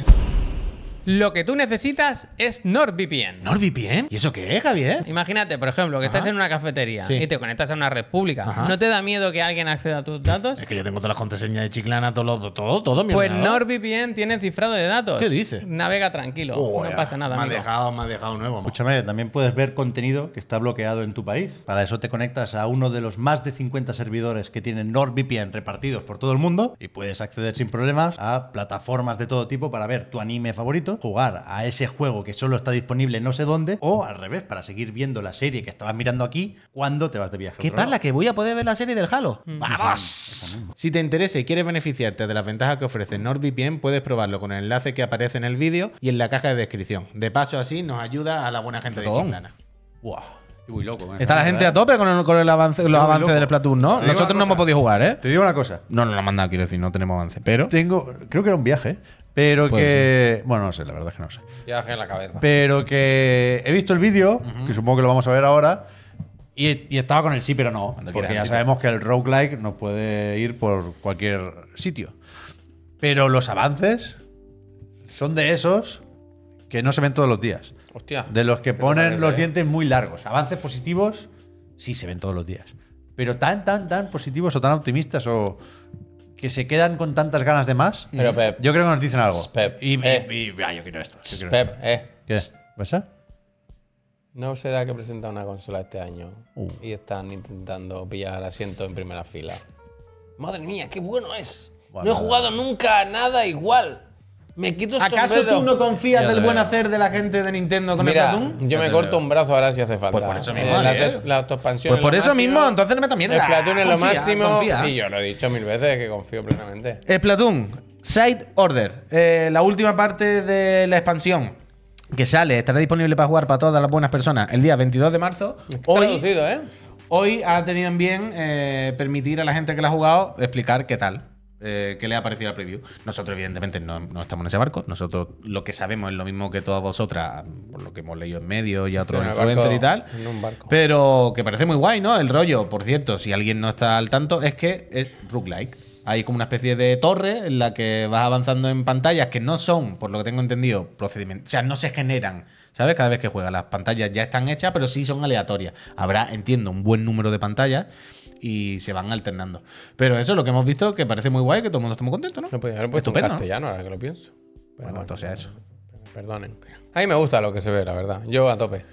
Lo que tú necesitas es NordVPN.
¿NordVPN? ¿Y eso qué es, Javier?
Imagínate, por ejemplo, que estás en una cafetería
Sí.
y te conectas a una red pública.
Ajá.
¿No te da miedo que alguien acceda a tus datos?
Es que yo tengo todas las contraseñas de Chiclana, todo, lo- todo, todo mi
Pues
ordenador.
NordVPN tiene cifrado de datos.
¿Qué dices?
Navega tranquilo,
Joder,
no pasa nada.
Me ha
amigo.
dejado, me ha dejado nuevo. mo.
Escúchame, también puedes ver contenido que está bloqueado en tu país. Para eso te conectas a uno de los más de 50 servidores que tienen NordVPN repartidos por todo el mundo y puedes acceder sin problemas a plataformas de todo tipo para ver tu anime favorito, jugar a ese juego que solo está disponible no sé dónde o al revés, para seguir viendo la serie que estabas mirando aquí cuando te vas de viaje. a
¿Qué
otro lado.
pasa? ¿Que voy a poder ver la serie del Halo? Mm. ¡Vamos! Si te interesa y quieres beneficiarte de las ventajas que ofrece NordVPN, puedes probarlo con el enlace que aparece en el vídeo y en la caja de descripción. De paso, así nos ayuda a la buena gente de
Perdón.
Chiclana.
Buah, estoy muy loco. ¿eh? con
Está
esa
la gente
mierda,
a tope con, el- con el avance, los
muy
avances
loco.
del Splatoon, ¿no?
Te digo
Nosotros
una
no hemos
cosa.
podido jugar, ¿eh?
¿eh? Te digo una cosa.
No nos lo han mandado, quiero decir, no tenemos avance, pero...
Tengo, creo que era un viaje, pero
Puede
que. Bueno, no sé, la verdad es que no sé.
Ya bajé la cabeza.
Pero que he visto el vídeo, que supongo que lo vamos a ver ahora, y, y estaba con el sí, pero no. porque
quieras,
ya
sí,
sabemos que el roguelike nos puede ir por cualquier sitio. Pero los avances son de esos que no se ven todos los días.
Hostia.
De los que
¿Qué te
ponen
parece,
los
eh?
dientes muy largos. Avances positivos sí se ven todos los días. Pero tan, tan, tan positivos o tan optimistas o que se quedan con tantas ganas de más.
Pero, Pep.
yo creo que nos dicen algo.
Pep,
y, y-
Mm. eh.
y- ah, yo quiero esto. yo quiero
Pep,
esto.
eh.
¿Qué? ¿Pasa?
¿No será que presenta una consola este año
Uh.
y están intentando pillar asiento en primera fila? Madre mía, qué bueno es.
Buah,
no he
nada.
jugado nunca a nada igual. Me quito el
¿Acaso
sombrero.
tú no confías
Ya
del
te
buen
veo.
hacer de la gente de Nintendo con
Mira,
el Splatoon?
yo me corto un brazo ahora si hace falta.
Pues por eso mismo,
la,
¿eh?
la autoexpansión
Pues
es
por
lo
eso
máximo,
mismo, entonces no metas mierda.
Splatoon es lo
Confía,
máximo.
confía.
Y yo lo he dicho mil veces que confío plenamente.
Splatoon, Eh, Side Order, eh, la última parte de la expansión que sale, estará disponible para jugar para todas las buenas personas el día 22 de marzo. Hoy,
Traducido, ¿eh?
hoy ha tenido en bien eh, permitir a la gente que la ha jugado explicar qué tal. eh, qué le ha parecido la preview. Nosotros, evidentemente, no, no estamos en ese barco. Nosotros lo que sabemos es lo mismo que todas vosotras, por lo que hemos leído en medios y a otros
En el
influencers
barco-
y tal.
en un barco.
Pero que parece muy guay, ¿no? El rollo, por cierto, si alguien no está al tanto, es que es roguelike. Hay como una especie de torre en la que vas avanzando en pantallas que no son, por lo que tengo entendido, procedimientos. O sea, no se generan. ¿Sabes? Cada vez que juegas, las pantallas ya están hechas, pero sí son aleatorias. Habrá, entiendo, un buen número de pantallas y se van alternando. Pero eso es lo que hemos visto que parece muy guay, que todo el mundo está muy contento, ¿no?
No podía haber puesto en
Estupendo, ¿no?
castellano ahora que lo pienso. Pero
Bueno, entonces eso.
Perdonen. A mí me gusta lo que se ve, la verdad. Yo a tope.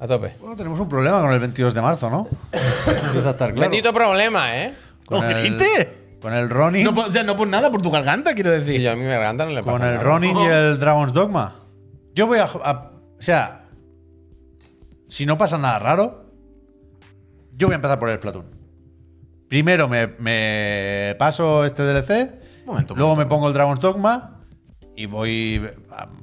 A tope.
Bueno, tenemos un problema con el 22 de marzo, ¿no? Empieza a estar claro.
Bendito problema, ¿eh?
Con
¡No
el,
grites!
con el Ronin,
No, por- o sea, no por nada, por tu garganta, quiero decir.
Si yo a mí me garganta no le pasa
con el
nada.
Ronin y el Dragon's Dogma. Yo voy a, a- O sea, si no pasa nada raro, yo voy a empezar por el Splatoon. Primero me, me paso este DLC,
Momento,
luego me pongo el Dragon's Dogma y voy,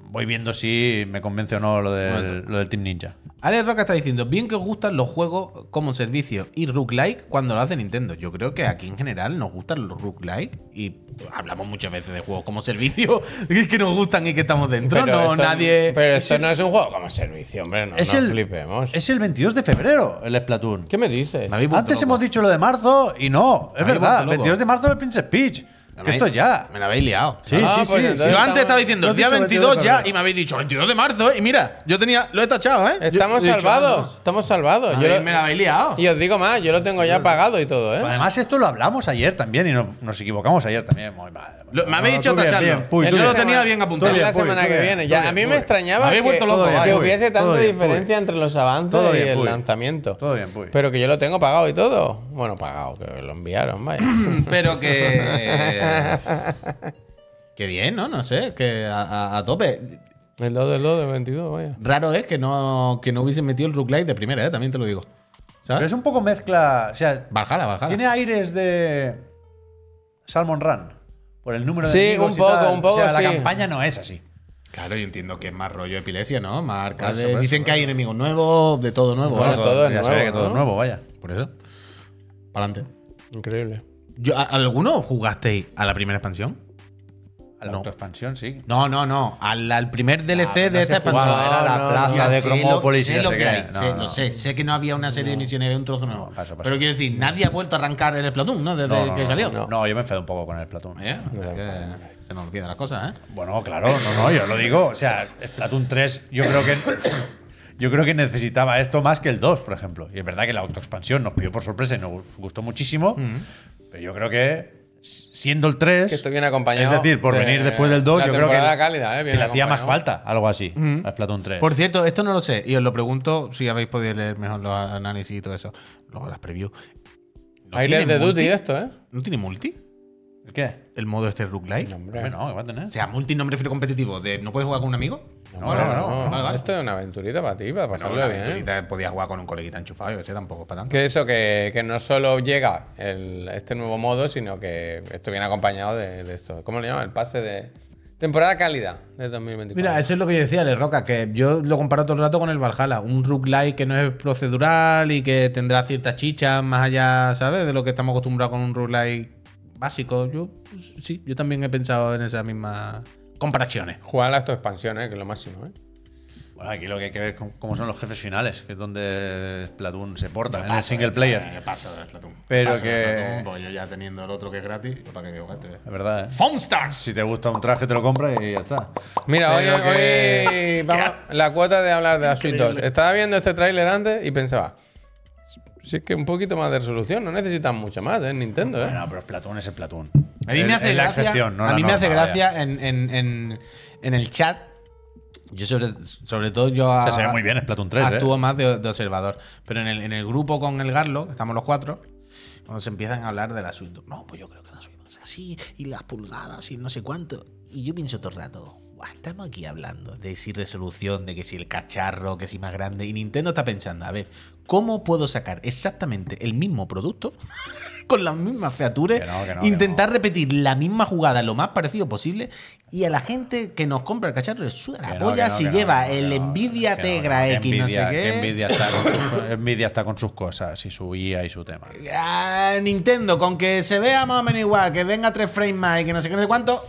voy viendo si me convence o no lo del, lo del Team Ninja.
Alex Roca está diciendo, bien que os gustan los juegos como servicio y roguelike cuando lo hace Nintendo. Yo creo que aquí en general nos gustan los roguelike y hablamos muchas veces de juegos como servicio *laughs* que es que nos gustan y que estamos dentro. no,
esto-
nadie...
Pero esto no es un juego como servicio, hombre. No,
es,
no
el,
flipemos.
es el 22 de febrero el Splatoon.
¿Qué me dices?
Me habéis vuelto
Antes
loco.
hemos dicho lo de marzo y no, es
Me habéis vuelto
verdad.
loco.
22 de marzo el Princess Peach.
Me
Que
habéis-
esto ya.
Me lo habéis liado.
Sí,
Ah,
sí,
pues
sí.
entonces-
Yo antes estaba
estamos-
diciendo
lo
el
he
día
dicho
22 ya
22
y me habéis dicho 22 de marzo ¿eh? y mira, yo tenía... Lo he tachado, ¿eh?
Estamos
Yo- yo he dicho,
salvados. estamos salvados.
"Ah, no".
Yo
Habéis-
lo-
Me lo habéis
*laughs*
liado.
y os digo más, yo lo tengo ya pagado y todo, ¿eh?
Además, esto lo hablamos ayer también y no- nos equivocamos ayer también. Muy mal.
Lo- me
No,
habéis dicho
tú bien,
tacharlo.
bien, puy,
Es
tú
yo
la
lo
bien.
tenía bien apuntado.
Es la
Todo bien,
semana
muy
que
bien,
viene.
muy
Ya,
bien,
a mí
muy
me
bien.
extrañaba
Me habéis
que,
vuelto loco,
que
vaya, muy
hubiese
bien,
tanta
todo bien, muy
diferencia
bien.
entre los avances
Todo bien,
y el
muy bien.
lanzamiento.
Todo bien, muy bien.
Pero que yo lo tengo pagado y todo. Bueno, pagado, que lo enviaron,
*coughs*
vaya.
Pero
*laughs*
que. que bien, ¿no? No sé, que a, a- a tope.
el 2 del 2 del 22, vaya.
Raro es que no, que no hubiesen metido el roguelike de primera, ¿eh? también te lo digo.
Pero
¿Sabes?
es un poco mezcla. O sea,
Valhalla,
Ah.
Valhalla.
tiene aires de. Salmon Run. Por el número de
Sí,
enemigos
un
y
poco,
tal.
un poco,
O sea,
sí.
la campaña no es así.
Claro, yo entiendo que es más rollo epilepsia, ¿no? Más arcade.
Por eso, por
Dicen
eso,
que hay enemigos nuevos, de todo nuevo.
Bueno,
¿vale?
todo es
ya se
nuevo,
ve que todo
¿no?
es nuevo, vaya.
Por eso. Para adelante.
Increíble.
Yo, ¿a- ¿Alguno jugasteis a la primera expansión?
A la
No.
autoexpansión, sí.
No, no, no. Al, al primer DLC de
no se
esta expansión.
jugaba,
era la plaza
de
sé lo-
Cromópolis y
Sé
no
lo
sé
que
qué.
hay.
No,
sé,
no.
Lo sé. Sé que no había una serie de misiones, había un trozo nuevo.
No, paso, paso.
Pero quiero decir, nadie ha vuelto a arrancar el Splatoon, ¿no? Desde
No, no,
que
no,
salió.
No, yo me enfado un poco con el Splatoon.
¿Eh? Es que se nos olvidan las cosas, ¿eh?
Bueno, claro, no, no, yo lo digo. O sea, Splatoon 3, yo creo que. Yo creo que necesitaba esto más que el 2, por ejemplo. Y es verdad que la autoexpansión nos pidió por sorpresa y nos gustó muchísimo. Pero yo creo que, s- siendo el 3.
Que estoy bien acompañado.
Es decir, por
de-
venir después del 2,
la
yo creo que,
temporada cálida, eh, bien
que le hacía más
acompañado.
falta algo así a Splatoon 3.
Por cierto, esto no lo sé. Y os lo pregunto si habéis podido leer mejor los análisis y todo eso. Luego las previews. ¿No
Hay
tiene
Left de
multi?
Duty esto, ¿eh?
¿No tiene multi?
¿El ¿Qué?
El modo este roguelike.
Hombre, no, que va a tener.
O sea, multi no me refiero competitivo. De, ¿No puedes jugar con un amigo?
No, no, no.
Vale, vale.
Esto es una aventurita para ti, para
Bueno,
pasarlo
una
bien.
aventurita, podías jugar con un coleguita enchufado, yo qué sé, tampoco es para tanto.
Que eso, que, que no solo llega el- este nuevo modo, sino que esto viene acompañado de, de esto. ¿Cómo le llaman? El pase de. Temporada cálida de 2024.
Mira, eso es lo que yo decía, Le Roca, que yo lo comparo todo el rato con el Valhalla, un roguelike que no es procedural y que tendrá ciertas chichas más allá, ¿sabes? De lo que estamos acostumbrados con un roguelike básico. Yo pues, sí, yo también he pensado en esas mismas comparaciones.
Jugar las expansiones, que es lo máximo, ¿eh?
Bueno, aquí lo que hay que ver es cómo- cómo son los jefes finales, que es donde Splatoon se porta, en el single player.
paso de Splatoon.
Pero Paso de que- Splatoon,
yo ya teniendo el otro que es gratis, para que me jugaste.
Es verdad, ¿eh?
¡Foamstars!
Si te gusta un traje, te lo compras y ya está.
Mira, hoy,
Pero
hoy vamos la cuota de hablar de la Switch 2. Estaba viendo este tráiler antes y pensaba, si es que un poquito más de resolución, no necesitan mucho más, ¿eh? Nintendo, ¿eh?
Bueno, pero Splatoon es Splatoon.
A mí
Es-
me hace
es la
gracia,
excepción, no
a
la
mí me hace
norma, vaya.
gracia en, en- en- en el chat. Yo sobre, sobre todo yo a-
O sea, Este se ve muy bien Splatoon 3,
Actúo
¿eh?
más de, de observador. Pero en el, en el grupo con el Garlo, que estamos los cuatro, cuando se empiezan a hablar de la Switch, no, pues yo creo que la Switch va a ser así, y las pulgadas, y no sé cuánto.
Y yo pienso todo el rato, "Buah, estamos aquí hablando de si resolución, de que si el cacharro, que si más grande. Y Nintendo está pensando, a ver, ¿cómo puedo sacar exactamente el mismo producto *laughs* con las mismas features?
Que no, que no, que
intentar repetir la misma jugada lo más parecido posible. Y a la gente que nos compra el cacharro le suda la
Que no,
polla
que no,
si
que no,
lleva
que
el
no, que
Nvidia
no,
Tegra
que
X, no sé
Nvidia-
qué.
que Nvidia está, con sus- *laughs* Nvidia está con sus cosas y su IA y su tema.
Ah, Nintendo, con que se vea más o menos igual, que venga tres frames más y que no sé qué, no sé cuánto.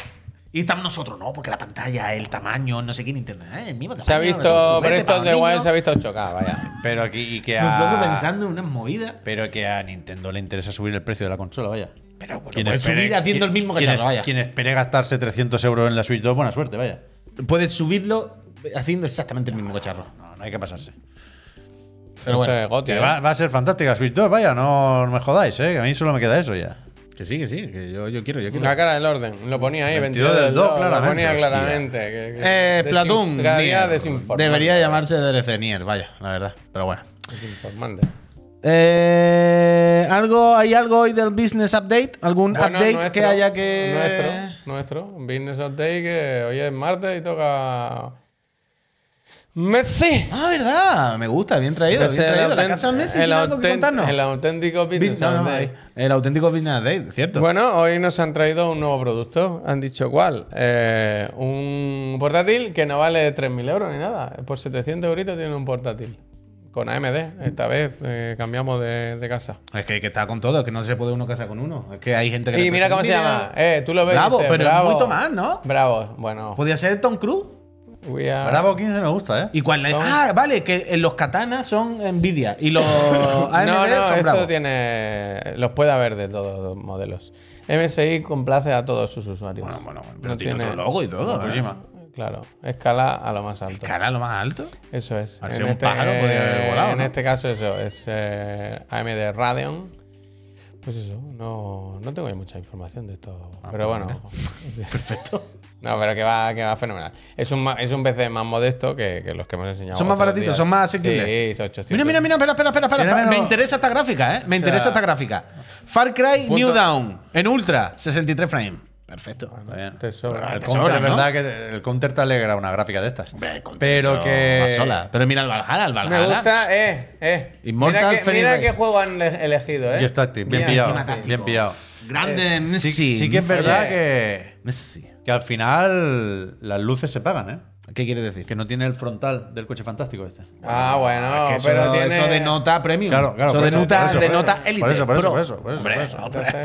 Y estamos nosotros, no, porque la pantalla, el tamaño, no sé qué, Nintendo. eh, el mismo
Se ha
tamaño, es un
visto
juguete
Breath
para
of the
los
Wild,
niños.
se ha Ah. visto chocado, vaya.
Pero aquí y que
Nosotros
a,
pensando en unas movidas.
pero que a Nintendo le interesa subir el precio de la consola, vaya.
Pero bueno,
Quien
puedes
espere-
subir haciendo
quien-
el mismo
quien
cacharro,
es-
vaya.
Quien espere gastarse 300 euros en la Switch 2, buena suerte, vaya.
Puedes subirlo haciendo exactamente el mismo cacharro.
No, no hay que pasarse.
Pero bueno, es goti,
Que
¿eh?
va, va a ser fantástica Switch 2, vaya, no, no me jodáis, ¿eh? que a mí solo me queda eso ya.
Que sí, que sí, que yo, yo quiero, yo quiero.
La cara del orden, lo ponía ahí,
22
22 del
del dos,
2, lo
claramente,
ponía
hostia.
claramente. que- que-
Eh,
desin-
Platón.
Cada día
Nier.
desinformante.
Debería llamarse DLC Nier, vaya, la verdad. Pero bueno.
Desinformante.
Eh, ¿algo, ¿Hay algo hoy del Business Update? ¿Algún
Bueno,
update
nuestro-
que haya que.?
Nuestro, nuestro. Un business update que hoy es martes y toca. Messi.
Ah, verdad. Me gusta, bien traído.
Es
Bien traído. La
autent-
casa de Messi
el
tiene algo que
autent-
contarnos.
el auténtico
Bi-
business
no, no,
update.
ahí. el auténtico Business Update, cierto.
Bueno, hoy nos han traído un nuevo producto. Han dicho cuál. Eh, un portátil que no vale 3.000 euros ni nada. Por 700 euritos tienen un portátil. Con AMD. Esta vez eh, cambiamos de, de casa.
Es que hay que estar con todo, es que no se puede uno casar con uno. Es que hay gente que.
Y
le
mira cómo se
prefiere-
llama. Eh, tú lo ves. y
Bravo,
dices,
pero es
bravo.
muy Tomás, ¿no? Pues,
Bravo. Bueno.
Podría ser Tom Cruise.
we are-
Bravo 15 me gusta, ¿eh?
¿Y cuál es?
Tom-
Ah, vale, que eh, los katanas son Nvidia y
*laughs*
los AMD
no, no,
son
esto
Bravo.
tiene. Los puede haber de todos los modelos. MSI complace a todos sus usuarios.
Bueno, bueno, bueno, pero
No
tiene,
tiene-
otro logo y todo. ¿eh?
Fukushima.
Claro, escala a lo más alto.
Cara lo más alto.
Eso es. este
Al ser un pájaro, podía haber volado,
en
¿no?
este caso, eso es eh, AMD Radeon. Pues eso, no, no tengo mucha información de esto.
Ah,
pero
pues
bueno. *laughs* Perfecto. No, pero que va, que va fenomenal. Es un, ma- es un PC más modesto que, que los que hemos enseñado.
Son más
otros
baratitos,
días.
son más asequibles.
Sí, 800.
Mira, mira, mira, espera, espera, espera. espera.
Tiene menos-
Me interesa esta gráfica, ¿eh? Me interesa esta gráfica. Far Cry New Down en Ultra, 63 frames. Perfecto.
Está bien.
Te sobra.
El
Te
counter,
sobra,
es
¿no? ¿Eh?
verdad que el counter te alegra una gráfica de estas.
Hombre, con
Pero
eso
que-
va sola. Pero mira el Valhalla, el Valhalla.
Me gusta, eh, eh.
Immortal
mira que,
Phoenix
mira
Rising.
qué juego han ele- elegido, eh.
Y es táctil, bien
Mira,
pillado.
encima táctil.
Bien pillado.
Grande Messi.
Sí, sí que es verdad
Sí.
que,
Messi.
que al final las luces se pagan, ¿eh?
¿Qué quiere decir?
Que no tiene el frontal del coche fantástico este.
Ah, bueno,
que eso,
pero tiene...
eso denota premium.
Claro, claro.
Eso
por eso,
denota,
por eso, por
denota
eso.
élite.
Por eso, por eso,
pro.
por eso. Por eso, por
Entonces
eso.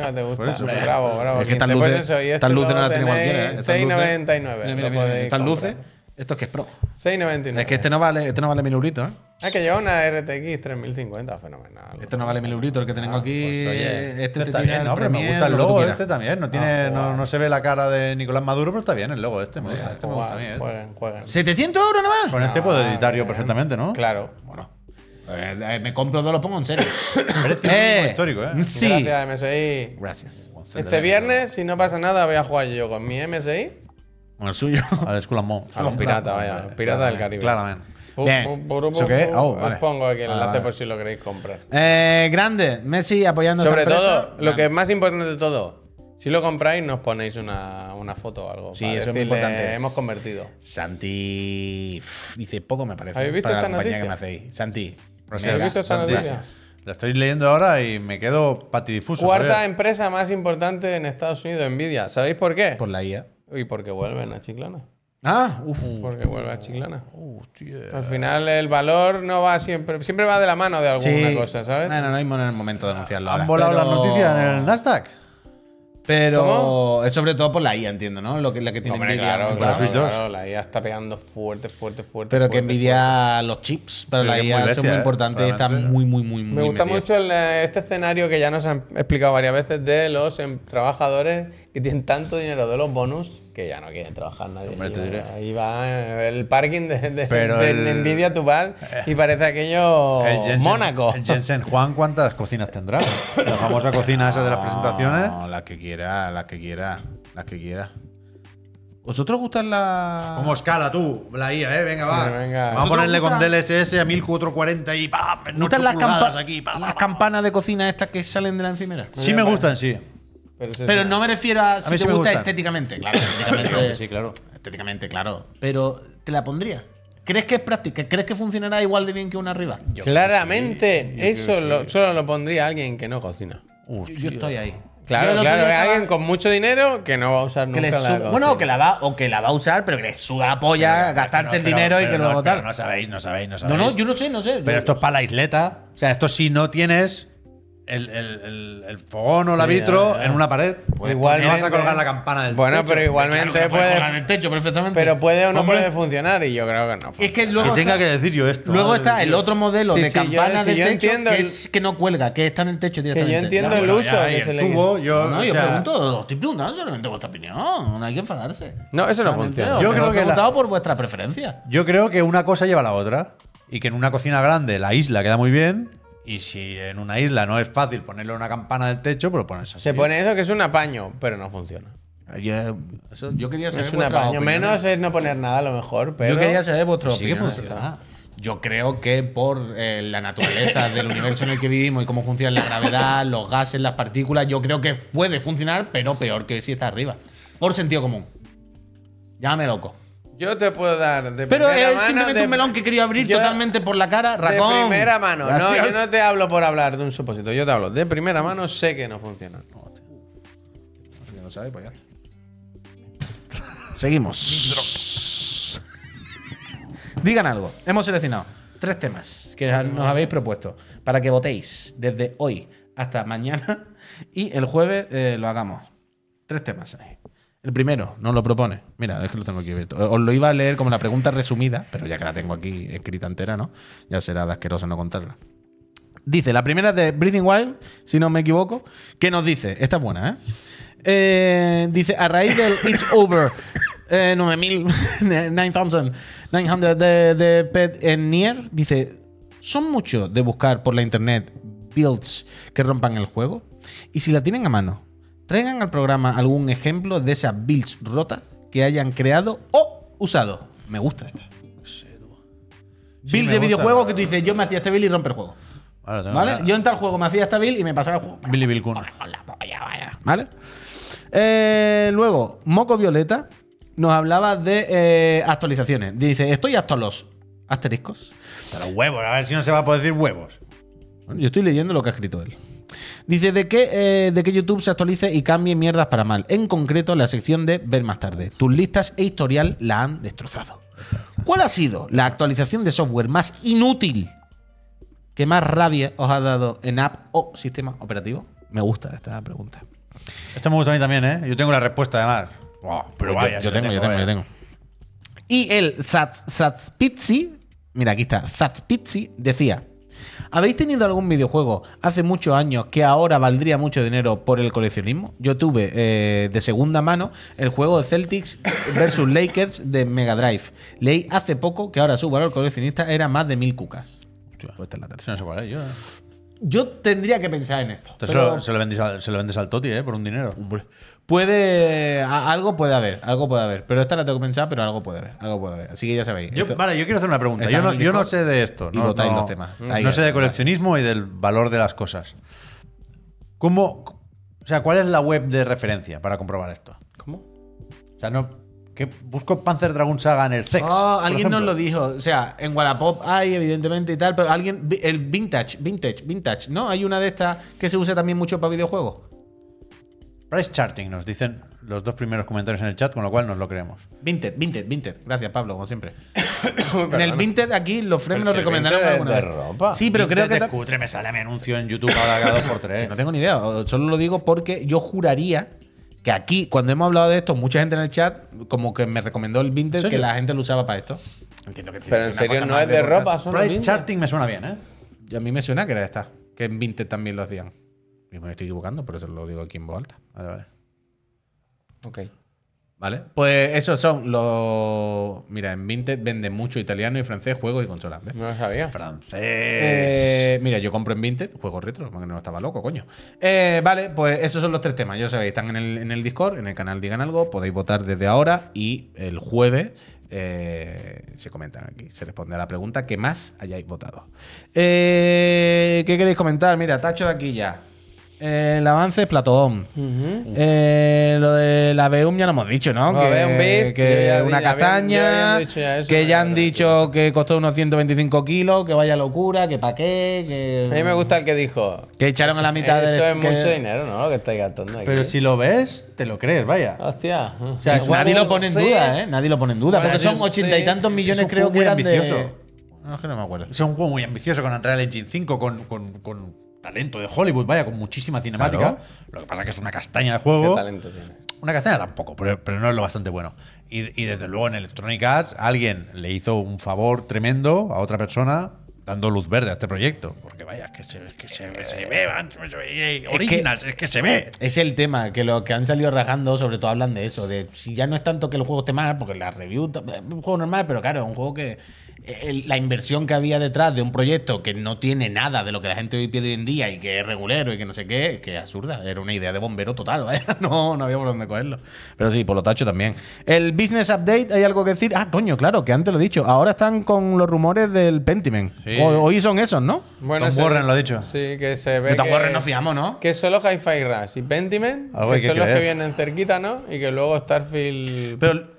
no te gusta.
eso, hombre.
bravo, bravo.
Es que estas
15.
luces,
Pues eso, y
estas
esto
luces no las tiene
tenéis
cualquiera. ¿eh? Estas luces-
6,99.
Mira, mira,
lo
mira,
podéis
Estas
comprar.
luces, esto es que es pro.
6,99.
Es que este no vale, este no vale mil euritos, ¿eh?
Ah, que lleva una RTX 3050. Fenomenal.
Este no vale mil euritos, el que tenemos
Ah,
aquí.
pues, oye,
este
Este
te
está
tiene
bien,
el
¿no? Pero me
Premier,
gusta el
lo que tú
logo
quieras.
este también. No, tiene, no, no se ve la cara de Nicolás Maduro, pero está bien el logo este. Me gusta, este me gusta a mí.
Jueguen,
¿eh?
jueguen, jueguen.
700 euros nomás.
Con este
Ah,
puedo editar yo
bien.
perfectamente, ¿no?
Claro.
Bueno, eh, eh, me compro dos, lo pongo *coughs* en serio.
Precio mínimo histórico, ¿eh?
Eh, Sí.
Gracias, MSI.
Gracias.
Este viernes, si no pasa nada, voy a jugar yo con mi MSI.
Con el suyo.
Al Skull and Bones.
A los piratas, vaya. Pirata del Caribe.
Claramente.
Pu-
Bien.
pu- pu- pu-
¿Eso qué es?
pu-
Ah, oh,
Os
vale.
pongo aquí el
Ah,
enlace
vale.
por si lo queréis comprar.
Eh, grande. Messi apoyando a
Sobre
esta empresa.
todo, lo que es más importante de todo, si lo compráis, nos ponéis una, una foto o algo.
Sí,
para
eso es muy
decirle,
importante.
Hemos convertido.
Santi pff, dice poco me parece.
¿Habéis visto
para
esta
la compañía
noticia?
que me hacéis. Santi.
Gracias.
¿Habéis visto esta
Santi,
noticia?
La estoy leyendo ahora y me quedo patidifuso.
Cuarta
Javier.
empresa más importante en Estados Unidos, Nvidia. ¿Sabéis por qué?
Por la IA.
Y porque vuelven a Chiclana.
Ah, uff.
Porque vuelve a Chiclana. Al final el valor no va siempre, siempre va de la mano de alguna cosa, ¿sabes?
Eh, Bueno, no hay en el momento de anunciarlo. ahora.
¿Han volado
Pero-
las noticias en el Nasdaq?
Pero
¿Cómo?
es sobre todo por la IA, entiendo, ¿no? Lo que, la que tiene
Hombre,
Nvidia.
claro,
¿no?
claro,
Switch dos.
claro, la IA está pegando fuerte, fuerte, fuerte.
Pero que
fuerte,
Nvidia los chips para
Pero
la
que es
IA
muy
son
bestia,
muy
¿eh?
importantes y están
Realmente.
muy, muy, muy,
Me
muy
gusta
metidos.
mucho el, eh, este escenario que ya nos han explicado varias veces de los em, trabajadores que tienen tanto dinero de los bonus que ya no quieren trabajar nadie.
Hombre, te
Ahí
diré.
va- Ahí va eh, el parking de, de,
Pero
de
el-
Nvidia, tú vas y parece aquello
El Jensen-
Mónaco.
El Jensen Juan, ¿cuántas cocinas tendrá? La famosa cocina esa de las presentaciones.
No, las que quiera, las que quiera, las que quiera. ¿Vosotros gustan las...?
¿Cómo escala tú? La IA, ¿eh? Venga, va.
Sí, venga.
Vamos a ponerle con
Nosotros
DLSS a 1440 y ¡pam!
¿Gustan
ocho
las,
pulgadas
campa-
aquí. pam,
las
pam, pam.
campanas de cocina estas que salen de la encimera?
Sí me gustan, sí.
Pero Pero, eso es
Pero
una-
no me refiero a si
mí
te
sí me
gusta
gustan. *laughs*
estéticamente, claro. Estéticamente,
Sí, claro.
estéticamente, claro. Pero te la pondría. ¿Crees que es práctica? ¿Crees que funcionará igual de bien que una arriba?
Claramente, eso lo- solo lo pondría alguien que no cocina.
yo estoy ahí. Yo el
Claro,
otro
claro,
día
es
estaba-
alguien con mucho dinero que no va a usar nunca
que le
la
suda-
cocina.
bueno, que la va o que la va a usar, pero que le suda la polla gastarse el dinero y que
lo
luego tal.
No sabéis, no sabéis, no
No,
sabéis.
no, yo no sé, no sé.
Pero
Yo-
esto es para la isleta. O sea, esto si no tienes el, el- el- el fogón o la vitro
ya, ya.
en una pared, pues
Igualmente-
no vas a colgar la campana del
Bueno,
techo.
pero igualmente
en
puede.
el techo perfectamente.
Pero puede o no
Hombre.
puede funcionar y yo creo que no.
es que
Que
luego
tenga
está,
que decir yo esto.
luego
madre
está
de
el
Dios.
otro modelo
Sí,
de
sí, yo-
campana
sí,
del
yo
techo
entiendo
que,
el-
es, que no cuelga, que está en el techo
Que
directamente.
yo entiendo el
Bueno,
uso
ya, y
que se
el
le
tubo, yo,
No, no,
o
yo
sea,
pregunto, os estoy preguntando solamente vuestra opinión, no hay que enfadarse.
No, eso no funciona.
Yo
Yo
creo
creo
que
que
la-
he votado por vuestra preferencia.
Yo creo que una cosa lleva a la otra. Y que en una cocina grande la isla queda muy bien. Y si en una isla no es fácil ponerle una campana del techo, pues lo pones así.
Se pone eso que es un apaño, pero no funciona.
Yo, eso- yo quería saber
Es un
vuestra
apaño.
opinión.
Menos es no poner nada a lo mejor, pero.
Yo quería saber vuestra
Sí,
opinión.
no funciona.
Yo creo que por eh, la *laughs* naturaleza del universo en el que vivimos y cómo funciona la gravedad, los gases, las partículas, yo creo que puede funcionar, pero peor que si está arriba. Por sentido común. Llámame loco.
Yo te puedo dar de
Pero
primera
es
mano
simplemente
de-
un melón que quería abrir
yo-
totalmente por la cara.
De
Racón.
primera mano. No, yo
Gracias.
no te hablo por hablar de un suposito. Yo te hablo de primera mano, sé que no funciona. *laughs*
pues
Seguimos. Digan algo. Hemos seleccionado tres temas que nos habéis propuesto para que votéis desde hoy hasta mañana *laughs* y el jueves eh, lo hagamos. Tres temas. ahí. El primero nos lo propone. Mira, es que lo tengo aquí abierto. Eh, Os lo iba a leer como la pregunta resumida, pero ya que la tengo aquí escrita entera, ¿no? Ya será de asqueroso no contarla. Dice, la primera es de Breathing Wild, si no me equivoco, que nos dice, esta es buena, ¿eh? Eh, dice, a raíz del It's Over eh, *laughs* 9000, 9900 de, de Pet en Nier, dice, ¿son muchos de buscar por la internet builds que rompan el juego? Y si la tienen a mano, traigan al programa algún ejemplo de esas builds rotas que hayan creado o usado. Me gusta esta.
Sí,
builds
me
de
gusta.
videojuegos que tú dices, yo me hacía este build y rompe el juego.
Vale, tengo
¿Vale?
una-
Yo en tal juego me hacía esta build y me pasaba el juego.
Billy Bill Kun.
Hola, vaya, vaya. ¿Vale? Eh, luego, Moco Violeta nos hablaba de eh, actualizaciones. Dice, estoy hasta los asteriscos.
Hasta los huevos, a ver si no se va a poder decir huevos.
Bueno, yo estoy leyendo lo que ha escrito él. Dice de que, eh, de que YouTube se actualice y cambie mierdas para mal. En concreto, la sección de ver más tarde. Tus listas e historial la han destrozado. ¿Cuál ha sido la actualización de software más inútil que más rabia os ha dado en app o sistema operativo? Me gusta esta pregunta.
Esto me gusta a mí también, ¿eh? Yo tengo la respuesta, además. Wow, pero vaya,
yo
sí la eh.
tengo, yo tengo, yo
vaya.
tengo. Y el Zats- Zatspitzi, mira aquí está, Zatspitzi decía, ¿habéis tenido algún videojuego hace muchos años que ahora valdría mucho dinero por el coleccionismo? Yo tuve eh, de segunda mano el juego de Celtics *laughs* versus Lakers de Mega Drive. Leí hace poco que ahora su valor coleccionista era más de mil cucas. Pues esta es la tercera.
Eso no sé cuál es, yo. ¿eh?
Yo tendría que pensar en esto.
Entonces se, lo,
pero-
se lo vendes al, se lo vendes al Toti, ¿eh? Por un dinero.
Hombre. Puede. a- algo puede haber, algo puede haber. Pero esta la tengo que pensar, pero algo puede haber, algo puede haber. Así que ya sabéis.
Yo-
esto-
vale, yo quiero hacer una pregunta.
Está
Yo no,
en el
yo no
Discord
sé de esto.
y
No,
votáis
no-
los temas.
no
Ahí
sé
está,
de
vale.
coleccionismo y del valor de las cosas. ¿Cómo, o sea, cuál es la web de referencia para comprobar esto?
¿Cómo?
O sea, no, ¿qué- busco Panzer Dragon Saga en el CEX.
Oh,
por
alguien nos
ejemplo?
lo dijo. O sea, en Wallapop hay, evidentemente, y tal, pero alguien. vi- El vintage, vintage, vintage, ¿no? Hay una de estas que se usa también mucho para videojuegos.
Price charting nos dicen los dos primeros comentarios en el chat, con lo cual nos lo creemos.
Vinted, Vinted, Vinted. Gracias, Pablo, como siempre. en el Vinted aquí los frames
Pero
nos
si el
recomendaron
Vinted es
alguna
de
vez.
ropa.
Sí, pero creo que.
Desde
ta-
cutre me sale mi anuncio en YouTube ahora cada dos por tres. ¿eh?
*laughs* Que no tengo ni idea. o- Solo lo digo porque yo juraría que aquí, cuando hemos hablado de esto, mucha gente en el chat como que me recomendó el Vinted que la gente lo usaba para esto. Entiendo que sí,
Pero
es
en
una
serio
cosa
no
más
es de
podcast.
ropa, son
Price
los
charting me suena bien, ¿eh?
Y a mí me suena que era esta. Que en Vinted también lo hacían. Y me estoy equivocando, por eso lo digo aquí en voz alta.
Vale, vale.
mismos. Ok.
¿Vale? Pues esos son los... Mira, en Vinted venden mucho italiano y francés, juegos y consolas. ¿ves?
No lo sabía.
Francés.
Eh, mira, yo compro en Vinted juegos retro, porque no estaba loco, coño. Eh, vale, pues esos son los tres temas. Ya sabéis, están en el, en el Discord, en el canal Digan Algo, podéis votar desde ahora y el jueves eh, se comentan aquí. Se responde a la pregunta que más hayáis votado. Eh, ¿Qué queréis comentar? Mira, tacho de aquí ya. Eh, el avance es Platón. Eh, lo de la Beum ya lo hemos dicho, ¿no?
Lo
que
de un beast,
que
yo ya di-
una
ya habían- ya
castaña.
habían dicho ya eso,
que
ya
ya han
lo
dicho que costó unos 125 kilos, que vaya locura, que pa' qué,
A mí
que.
me gusta el que dijo.
Que echaron a la mitad del.
Eso es
que-
mucho dinero, ¿no? Lo que estáis gastando aquí.
Pero si lo ves, te lo crees, vaya.
Hostia. O
O sea, nadie lo pone en duda, ¿eh? Nadie lo pone en duda.
Bueno,
Porque son
yo
ochenta y
sé.
tantos
Es
millones,
un
creo
juego
que
muy
eran de-
ambicioso.
No, es que no me acuerdo.
Es un juego muy ambicioso con Unreal Engine 5, con, con- con talento de Hollywood, vaya, con muchísima cinemática. Lo que pasa es que es una castaña de
¿Qué
juego.
talento tiene?
Una castaña tampoco, pero, pero no es lo bastante bueno. Y, y desde luego en Electronic Arts alguien le hizo un favor tremendo a otra persona dando luz verde a este proyecto. Porque vaya, es que se, es que se, se ve, man, se ve, eh, Originals, es que se ve.
Es el tema, que los que han salido rajando, sobre todo hablan de eso, de si ya no es tanto que el juego esté mal, porque la review ta- es un juego normal, pero claro, es un juego que eh, el- la inversión que había detrás de un proyecto que no tiene nada de lo que la gente hoy pide hoy en día y que es regulero y que no sé qué, que es absurda, era una idea de bombero total, *laughs* ¿vale? no, no había por dónde cogerlo. Pero sí, por lo tacho también. El Business Update, hay algo que decir. Ah, coño, claro, que antes lo he dicho. Ahora están con los rumores del Pentiment.
Sí.
Hoy, hoy son esos, ¿no?
Bueno,
Tom
se-
Warren lo ha dicho.
Sí, que se ve.
Que
que-
tampoco nos fiamos, ¿no?
Que solo Hi-Fi Rush y Pentiment,
Algo
que,
hay que
son los que
creer.
vienen cerquita, ¿no? Y que luego Starfield
Pero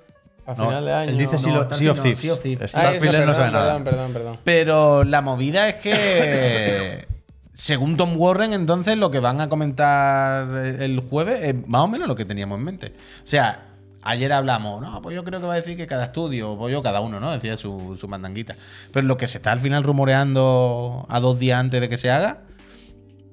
a
No,
final de año.
él dice
no.
Sea of- Sea of
no,
Thieves.
Sea of Thieves.
Ah, eso,
Starfield él no
perdón,
sabe nada.
Perdón, perdón, perdón.
Pero la movida es que. *laughs* según Tom Warren, entonces lo que van a comentar el jueves es más o menos lo que teníamos en mente. O sea, ayer hablamos, no, pues yo creo que va a decir que cada estudio, pues yo cada uno, ¿no? Decía su, su mandanguita. Pero lo que se está al final rumoreando a dos días antes de que se haga.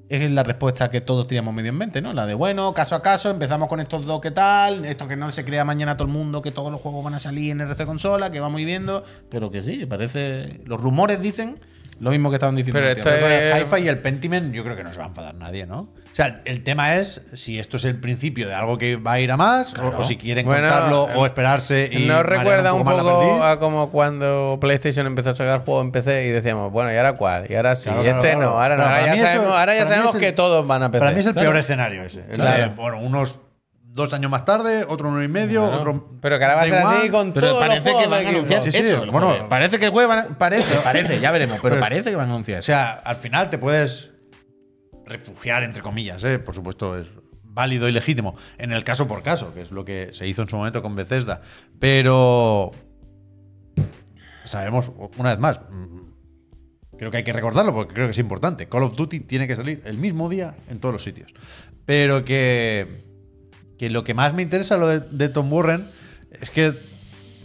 Es la respuesta que todos teníamos medio en mente, ¿no? La de, bueno, caso a caso, empezamos con estos dos, ¿qué tal? Esto que no se crea mañana todo el mundo, que todos los juegos van a salir en el resto de consola, que vamos ir viendo. Pero que sí, que parece. Los rumores dicen lo mismo que estaban diciendo.
Pero
los tíos.
esto es-
Pero el Hi-Fi y el Pentiment, yo creo que no se va a enfadar nadie, ¿no? O sea, el- el tema es si esto es el principio de algo que va a ir a más, o- o, si quieren
Bueno,
contarlo o esperarse. Y
¿No
marear
recuerda un
más la
poco
perdiz?
a como cuando PlayStation empezó a sacar juegos en PC y decíamos, bueno, ¿y ahora cuál? Y ahora sí,
Claro,
y
claro,
este
claro.
no, ahora no.
Pero
Ahora
para
ya
mí eso-
sabemos, ahora ya
para mí
sabemos
es
que
el-
todos van a PC.
Para mí es el
Claro.
peor escenario ese. El
Claro.
de, bueno, unos dos años más tarde, otro uno y medio, otro.
Pero que ahora va a
da
ser así
igual.
con
Pero
todos los
parece que
juegos
van
de
a anunciar
Xbox.
Sí, sí,
eso, el
bueno.
jueves. parece que el jueves van a- parece, parece, ya veremos, pero parece que van a anunciar
O
eso.
sea, al final te puedes refugiar, entre comillas, ¿eh? por supuesto es válido y legítimo, en el caso por caso, que es lo que se hizo en su momento con Bethesda. Pero sabemos, una vez más, mm, creo que hay que recordarlo porque creo que es importante, Call of Duty tiene que salir el mismo día en todos los sitios. Pero que, que lo que más me interesa lo de, de Tom Warren es que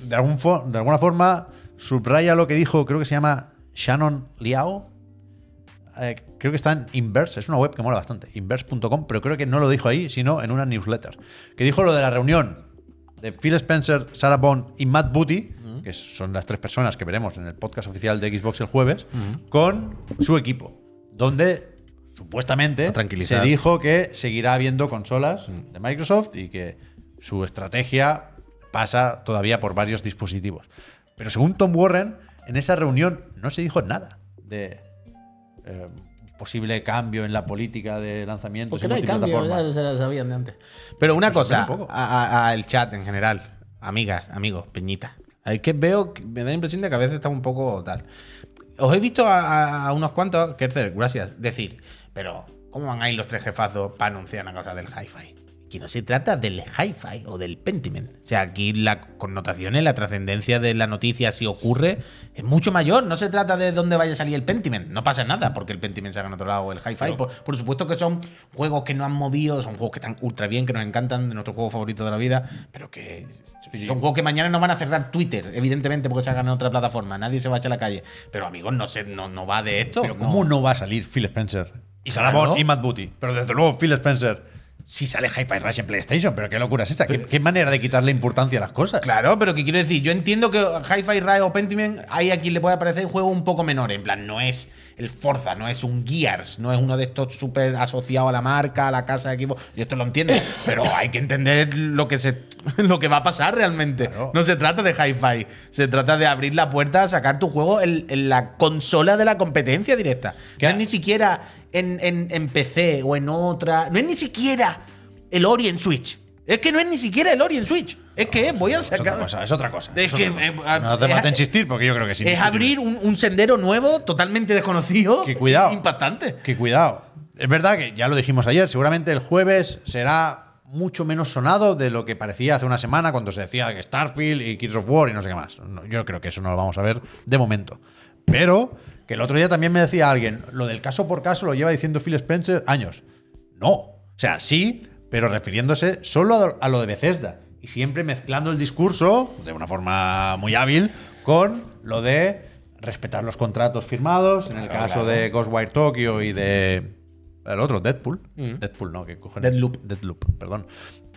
de, algún fo- de alguna forma subraya lo que dijo, creo que se llama Shannon Liao, eh, creo que está en Inverse, es una web que mola bastante, inverse.com, pero creo que no lo dijo ahí, sino en una newsletter, que dijo lo de la reunión de Phil Spencer, Sarah Bond y Matt Booty, que son las tres personas que veremos en el podcast oficial de Xbox el jueves, con su equipo, donde supuestamente se
tranquilizar.
dijo que seguirá habiendo consolas de Microsoft y que su estrategia pasa todavía por varios dispositivos. Pero según Tom Warren, en esa reunión no se dijo nada de eh, posible cambio en la política de lanzamientos y
Porque no hay cambio,
multiplataformas.
ya se lo sabían de antes. Pero una
Pues
cosa,
espera un poco.
a- a- al chat en general, amigas, amigos, peñita. Es que veo, que me da la impresión de que a veces está un poco tal. Os he visto a, a- a unos cuantos, Kerzer, gracias, decir, pero ¿cómo van a ir los tres jefazos para anunciar una cosa del hi-fi? Que no se trata del hi-fi o del pentiment. O sea, aquí la connotación, la trascendencia de la noticia, si ocurre, es mucho mayor. No se trata de dónde vaya a salir el pentiment. No pasa nada porque el pentiment salga en otro lado o el hi-fi. Por, por supuesto que son juegos que no han movido, son juegos que están ultra bien, que nos encantan, de nuestro juego favorito de la vida, pero que son juegos que mañana no van a cerrar Twitter, evidentemente, porque se hagan en otra plataforma. Nadie se va a echar a la calle. Pero amigos, no se, no, no va de esto.
Pero
no.
¿cómo no va a salir Phil Spencer? Y Sarah
Claro.
Bond y Matt Booty. Pero desde luego Phil Spencer. Si sale Hi-Fi Rush en PlayStation, pero qué locura es esa. ¿Qué, qué manera de quitarle importancia a las cosas.
Claro, pero que quiero decir, yo entiendo que Hi-Fi Rush o Pentiment hay a quien le puede parecer juego un poco menor. En plan, no es el Forza, no es un Gears, no es uno de estos súper asociados a la marca, a la casa de equipo. Yo esto
*laughs*
lo entiendo, pero hay que entender lo que, se, lo que va a pasar realmente. No se trata de Hi-Fi, se trata de abrir la puerta a sacar tu juego en, en la consola de la competencia directa. Que no es ni siquiera en, en- en PC o en otra. No es ni siquiera el Orient Switch. Es que no es ni siquiera el Orient Switch. Es que voy a
Es otra
sacar.
cosa, es otra cosa.
Es
otra
que,
cosa.
eh, a-
no hace
es-
falta insistir porque yo creo que
Es abrir un, un sendero nuevo, totalmente desconocido.
Que cuidado.
*laughs* Impactante.
Que cuidado. Es verdad que ya lo dijimos ayer, seguramente el jueves será mucho menos sonado de lo que parecía hace una semana cuando se decía que Starfield y Kids of War y no sé qué más. No, yo creo que eso no lo vamos a ver de momento. Pero que el otro día también me decía alguien, lo del caso por caso lo lleva diciendo Phil Spencer años. No, o sea, sí, pero refiriéndose solo a lo de Bethesda y siempre mezclando el discurso de una forma muy hábil con lo de respetar los contratos firmados, en el
Claro,
caso
claro.
de Ghostwire Tokyo y de el otro, Deadpool. Deadpool, no, que cojones. Deadloop. Deadloop, perdón.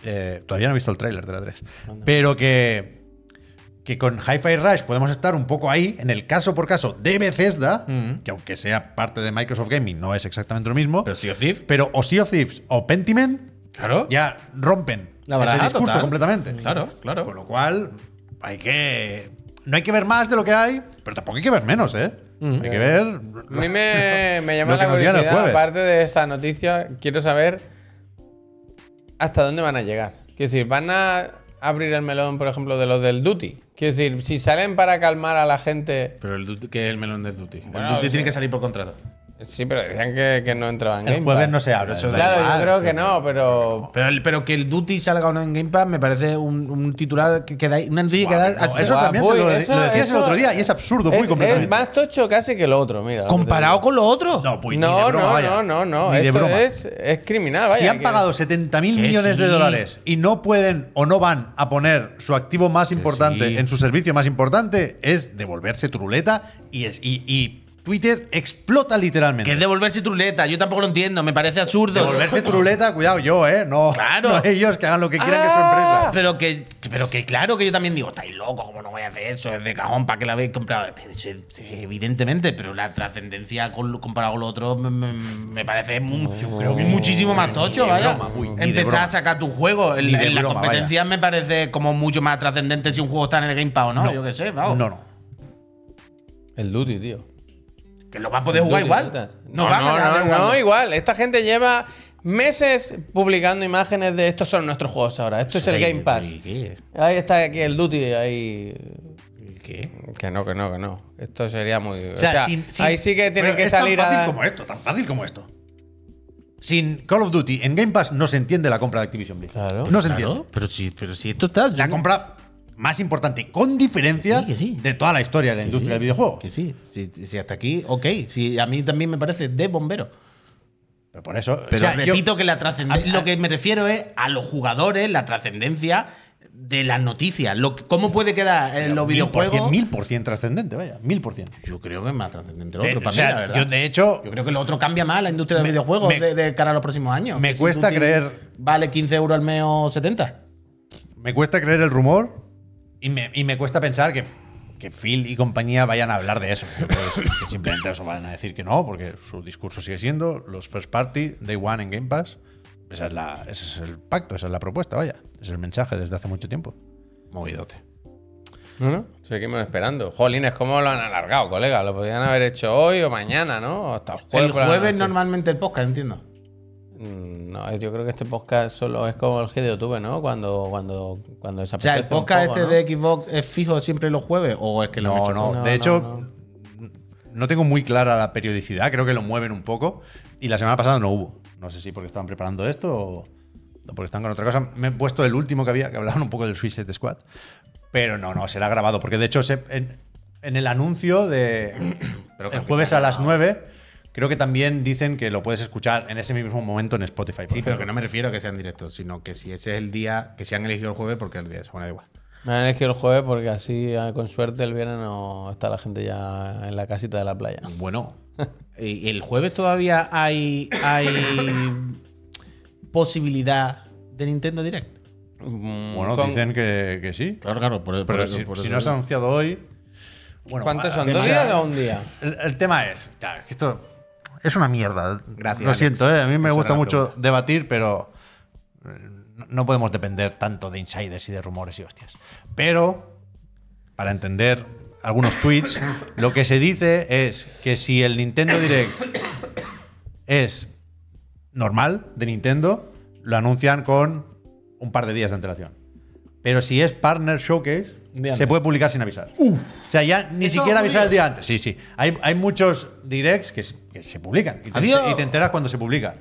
Eh, todavía no he visto el tráiler de la 3. Pero que, que con Hi-Fi Rush podemos estar un poco ahí, en el caso por caso de Bethesda, que aunque sea parte de Microsoft Gaming, no es exactamente lo mismo. Pero,
Pero sí o Thief.
o Sea of Thieves o Pentiment
Claro.
ya rompen
La baraja
ese discurso
total.
completamente.
Claro, claro.
Con lo cual, hay que. No hay que ver más de lo que hay, pero tampoco hay que ver menos, ¿eh?
Mm.
Hay que ver.
A mí me, me llama
Lo que
la
nos digan el
curiosidad,
jueves.
aparte de esta noticia, quiero saber hasta dónde van a llegar. Quiero decir, ¿van a abrir el melón, por ejemplo, de los del Duty? Quiero decir, si salen para calmar a la gente...
Pero el duty, que es el melón del duty.
Bueno,
el duty
sí.
tiene que salir por contrato.
Sí, pero decían que, que no entraban en
El
Game
jueves
Pass.
no se habla. eso da
Claro,
igual.
yo creo que no, pero...
Pero, el- pero que el duty salga o no en Game Pass me parece un, un titular que, que da. Una noticia que da.
No, eso
Guau,
también te
Puy,
lo, lo
eso-
decías
eso-
el otro día y es absurdo, muy
es,
completamente.
es más tocho casi que lo otro, mira. lo que te
Comparado
digo.
con lo otro.
No, Puy, ni de
No,
broma,
no,
vaya.
no, no, no.
Ni de
Esto
broma.
es, es criminal, vaya.
si han
que-
pagado 70 mil
Que
millones de
sí.
dólares y no pueden o no van a poner su activo más importante
sí.
en su servicio más importante, es devolverse turuleta y, es, y, y Twitter explota literalmente.
Que es devolverse truleta. Yo tampoco lo entiendo. Me parece absurdo.
devolverse turuleta, cuidado yo, ¿eh? No,
Claro.
no ellos que hagan lo que quieran que es su
Ah.
empresa.
Pero que, pero que claro que yo también digo, estáis locos, ¿cómo no voy a hacer eso? Es de cajón, ¿para qué la habéis comprado? Pero eso es- evidentemente, pero la trascendencia con lo- comparado con lo otro me, me- me parece mu- muchísimo más tocho,
de
vaya.
broma, uy, ni de
Empezar
broma.
a sacar tu juego. En,
Ni de
en la
broma,
competencia me parece como mucho más trascendente si un juego está en el Game Pass o no,
No.
yo qué sé, vamos.
No, no.
El Duty, tío.
Que lo va a poder jugar
Duty,
igual.
dutas.
No,
No,
va a
no,
ganar
no,
igual.
no, igual. Esta gente lleva meses publicando imágenes de estos son nuestros juegos ahora. Esto es el Game Pass.
¿Y ¿Qué?
Ahí está aquí el Duty, ahí.
¿Y ¿Qué?
Que no, que no, que no. Esto sería muy. O
sea,
sea,
sin- sin-
ahí sí que tienen
Pero
que
es
salir
tan fácil
a.
como esto, tan fácil como esto. Sin Call of Duty en Game Pass no se entiende la compra de Activision Blizzard.
Claro.
No se entiende.
Claro, pero si, pero si esto está.
La compra más importante, con diferencia,
Sí, que sí.
de toda la historia de la industria del videojuego.
Que sí, si, si hasta aquí, ok. Si a mí también me parece de bombero.
Pero por eso.
Pero
o sea, yo-
repito que la trascendencia.
a-
Lo que me refiero es a los jugadores, la trascendencia de las noticias. Lo que- ¿Cómo puede quedar en los
mil por cien,
videojuegos?
Mil por cien trascendente, vaya. Mil por cien.
Yo creo que es más trascendente lo
De-
otro,
o
para mí,
sea,
la verdad.
yo,
Yo,
de hecho,
creo que lo otro cambia más la industria de
Me-
los videojuegos
me-
de, de cara a los próximos años.
me
Que si
cuesta
tú tienes-
creer-
Vale 15 euros al mes o 70.
me cuesta creer el rumor y me, y me cuesta pensar que, que Phil y compañía vayan a hablar de eso. Yo creo que es- que simplemente eso van a decir que no, porque su discurso sigue siendo los first party, day one en Game Pass. Esa es la, ese es el pacto, esa es la propuesta, vaya. Es el mensaje desde hace mucho tiempo.
Movidote.
No, no. Seguimos esperando. Jolines, ¿cómo lo han alargado, colega? Lo podían haber hecho hoy o mañana, ¿no? O Hasta el jueves.
El
por la
jueves
noche.
normalmente el podcast, entiendo.
Mm, No, yo creo que este podcast solo es como el G de Youtube, ¿no? Cuando, cuando, cuando
O sea,
desaparece.
¿el podcast
un poco,
este
¿no?
de Xbox es fijo siempre los jueves? ¿O es que lo han
No,
hecho
no.
No,
De
no,
hecho,
no.
n- no tengo muy clara la periodicidad. Creo que lo mueven un poco. Y la semana pasada no hubo. No sé si porque estaban preparando esto o o porque están con otra cosa. Me he puesto el último que había, que hablaban un poco del Suicide Squad. Pero no, no, será grabado. Porque de hecho, se- en, en el anuncio de el jueves a las 9, creo que también dicen que lo puedes escuchar en ese mismo momento en Spotify. por
Sí, pero
ejemplo.
que no me refiero a que sean directos, sino que si ese es el día que se han elegido el
pues,
jueves, porque el día de semana da igual.
Me han elegido el jueves porque así, ah, con suerte, el viernes no está la gente ya en la casita de la playa.
Bueno,
eh,
y el jueves todavía hay,
*coughs*
hay posibilidad de Nintendo Direct.
Bueno,
Mm, Con-
dicen que, que sí.
Claro, claro. Por,
Pero si, si no se ha anunciado hoy. Bueno,
¿Cuántos
a-
son?
a-
¿Dos días o un día?
El, el tema es, claro, que esto es una mierda.
Gracias,
Lo
Alex.
siento, ¿eh? a mí me
Esa
gusta
era la
mucho debatir, pero eh, no- no podemos depender tanto de insiders y de rumores y hostias. Pero, para entender algunos tweets, lo que se dice es que si el Nintendo Direct es normal de Nintendo, lo anuncian con un par de días de antelación. Pero si es Partner Showcase,
Día
Se
antes. Uh.
puede publicar sin avisar. o sea, ya ni siquiera avisar el día antes. Sí, sí. Hay, hay muchos directs que, s- que se publican. Y te,
Había-
y te enteras cuando se publica.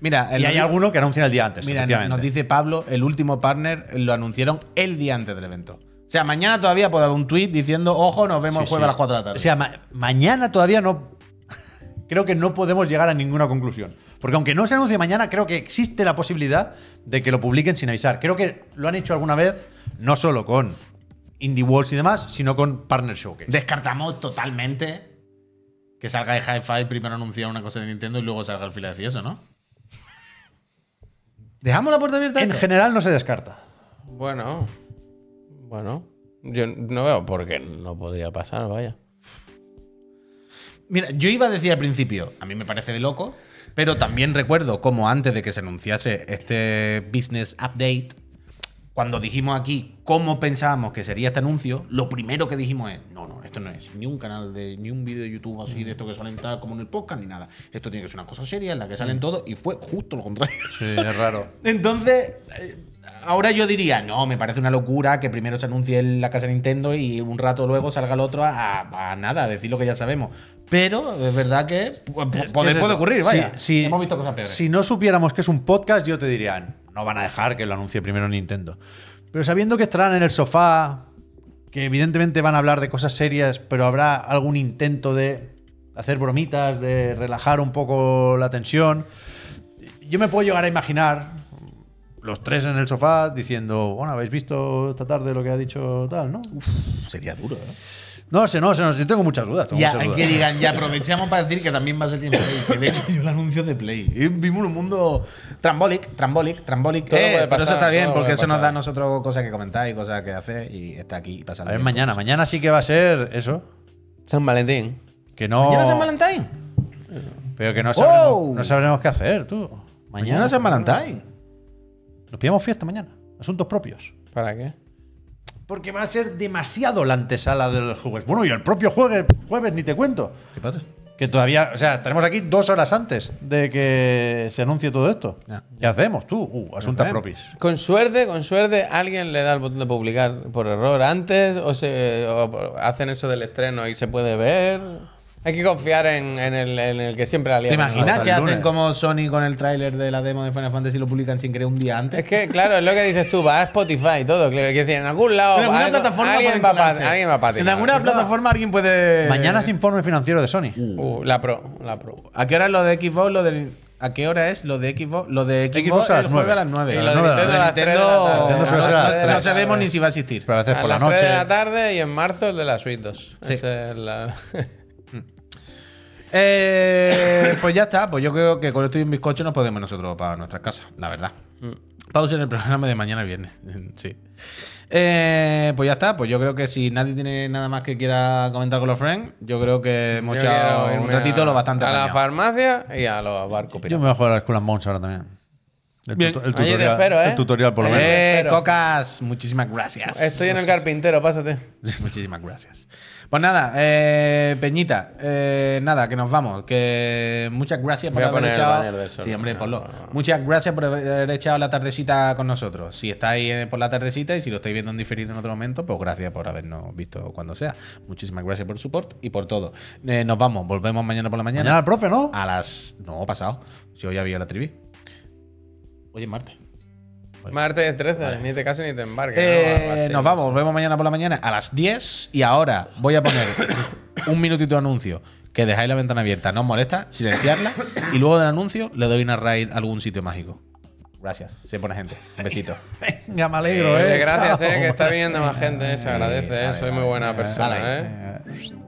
Mira,
Y
el-
hay alguno que anuncia el día antes.
Mira, nos,
efectivamente.
nos dice Pablo, el último partner lo anunciaron el día antes del evento. O sea, mañana todavía puede haber un tweet diciendo, ojo, nos vemos el jueves a las 4 de la tarde.
O sea, ma- mañana todavía no. *laughs* Creo que no podemos llegar a ninguna conclusión. Porque aunque no se anuncie mañana, creo que existe la posibilidad de que lo publiquen sin avisar. Creo que lo han hecho alguna vez, no solo con Indie Walls y demás, sino con Partner Showcase.
Descartamos totalmente que salga de Hi-Fi primero anunciar una cosa de Nintendo y luego salga el fila de eso, ¿no? ¿Dejamos la puerta abierta? a
en
esto?
general no se descarta.
Bueno, bueno. Yo no veo por qué no podría pasar, vaya.
Mira, yo iba a decir al principio, a mí me parece de loco, pero también recuerdo como antes de que se anunciase este business update, cuando dijimos aquí cómo pensábamos que sería este anuncio, lo primero que dijimos es, no, no, esto no es ni un canal de, ni un vídeo de YouTube así de esto que salen tal como en el podcast ni nada. Esto tiene que ser una cosa seria en la que salen todos y fue justo lo contrario.
Sí, es raro.
Entonces, eh, ahora yo diría, no, me parece una locura que primero se anuncie en la casa de Nintendo y un rato luego salga el otro a, a- a nada, a decir lo que ya sabemos. Pero es verdad que pu- pu- puede,
Es eso.
puede ocurrir, vaya.
Si- si-
Hemos visto cosas peores.
Si no supiéramos que es un podcast, yo te diría, no van a dejar que lo anuncie primero Nintendo. Pero sabiendo que estarán en el sofá, que evidentemente van a hablar de cosas serias, pero habrá algún intento de hacer bromitas, de relajar un poco la tensión. Yo me puedo llegar a imaginar los tres en el sofá diciendo, bueno, habéis visto esta tarde lo que ha dicho tal, ¿no?
sería duro, ¿eh?
No sé, no sé, no sé, yo tengo muchas dudas. tengo
Ya,
muchas dudas.
que digan, ya aprovechamos para decir que también va a ser tiempo de *laughs* Play. Que den el anuncio de Play. Y Vivimos en un mundo trambólic, trambólic, trambólic.
Todo
Eh,
puede
pero eso
pasar,
está bien,
todo
porque
puede
eso nos
pasar.
da a nosotros cosas que comentar y cosas que hacer. Y está aquí y pasa
A ver, mañana, mañana sí que va a ser eso.
San Valentín.
Que no.
¿Mañana San Valentín?
Pero que no sabremos,
¡Wow!
no sabremos qué hacer, tú.
Mañana
Mañana
San Valentín.
nos pillamos fiesta mañana. Asuntos propios.
¿Para qué?
Porque va a ser demasiado la antesala del jueves. Bueno, y el propio jueves, jueves ni te cuento.
¿Qué pasa?
Que todavía, o sea, estaremos aquí dos horas antes de que se anuncie todo esto. ¿Qué hacemos, tú? Uh, asuntos propios.
Con suerte, con suerte, alguien le da el botón de publicar por error antes o, se, o hacen eso del estreno y se puede ver. Hay que confiar en, en el, en el que siempre la lía.
¿Te imaginas
hasta
que
el
hacen
lunes.
como Sony con el tráiler de la demo de Final Fantasy y lo publican sin querer un día antes?
Es que, claro, es lo que dices tú, va a Spotify y todo. Quiero decir, en algún lado.
en alguna
algo-
plataforma
alguien,
pueden
va a pa-
colarse.
alguien va a patinar.
En alguna plataforma alguien puede.
mañana es informe financiero de Sony.
Uh, la pro, la pro.
¿A qué hora es lo de Xbox? Lo de... ¿A qué hora es lo de Xbox? Lo de Xbox,
Xbox a
el
las
jueves
nueve.
a las 9.
Y lo de Nintendo a las tres de la tarde.
Nintendo suele ser a las
No
tres.
sabemos ni si va a asistir.
Pero a veces
A
por la
las tres de la
noche.
tarde y en marzo el de la Suite 2. Esa es la.
Eh, pues ya está, pues yo creo que con esto y un bizcocho nos podemos nosotros para nuestras casas, la verdad.
Mm.
Pausa en el programa de mañana viernes. *laughs* sí. Eh, pues ya está, pues yo creo que si nadie tiene nada más que quiera comentar con los friends, yo creo que *laughs* hemos
Yo
echado
quiero
un
irme
ratito
a-
lo bastante
A la
apañado.
farmacia y a los barcos
Yo
piratas.
me voy a jugar a Skull and Bones ahora también. El,
Bien.
tuto- el
Allí te
tutorial,
espero, ¿eh?
el tutorial por lo
Allí
menos.
te-
Eh,
Pero-
Cocas, muchísimas gracias.
Estoy en el carpintero, pásate.
*laughs* Muchísimas gracias. Pues nada, eh, Peñita, eh, nada, que nos vamos. Que muchas gracias
Voy
por
a
haber
poner el
echado.
banner del sol.
Sí, hombre,
No,
ponlo.
no, no.
Muchas gracias por haber echado la tardecita con nosotros. Si estáis eh, por la tardecita y si lo estáis viendo en diferido en otro momento, pues gracias por habernos visto cuando sea. Muchísimas gracias por el support y por todo. Eh, nos vamos, volvemos mañana por la mañana.
Mañana el profe, ¿no?
A las. No, pasado. Si hoy había la trivi. Hoy es martes.
Martes 13, ni te cases ni te embarques. ¿no? Algo
Eh,
así.
nos vamos, volvemos mañana por la mañana a las 10 y ahora voy a poner un minutito de anuncio que dejáis la ventana abierta, no os molesta, silenciarla y luego del anuncio le doy una raid a algún sitio mágico. Gracias, se pone gente. Un besito.
Ya me alegro,
Eh,
¿eh?
gracias,
Chao.
eh, que está viniendo más gente, eh, se agradece, eh, soy muy buena persona.
Vale.
eh.
Eh,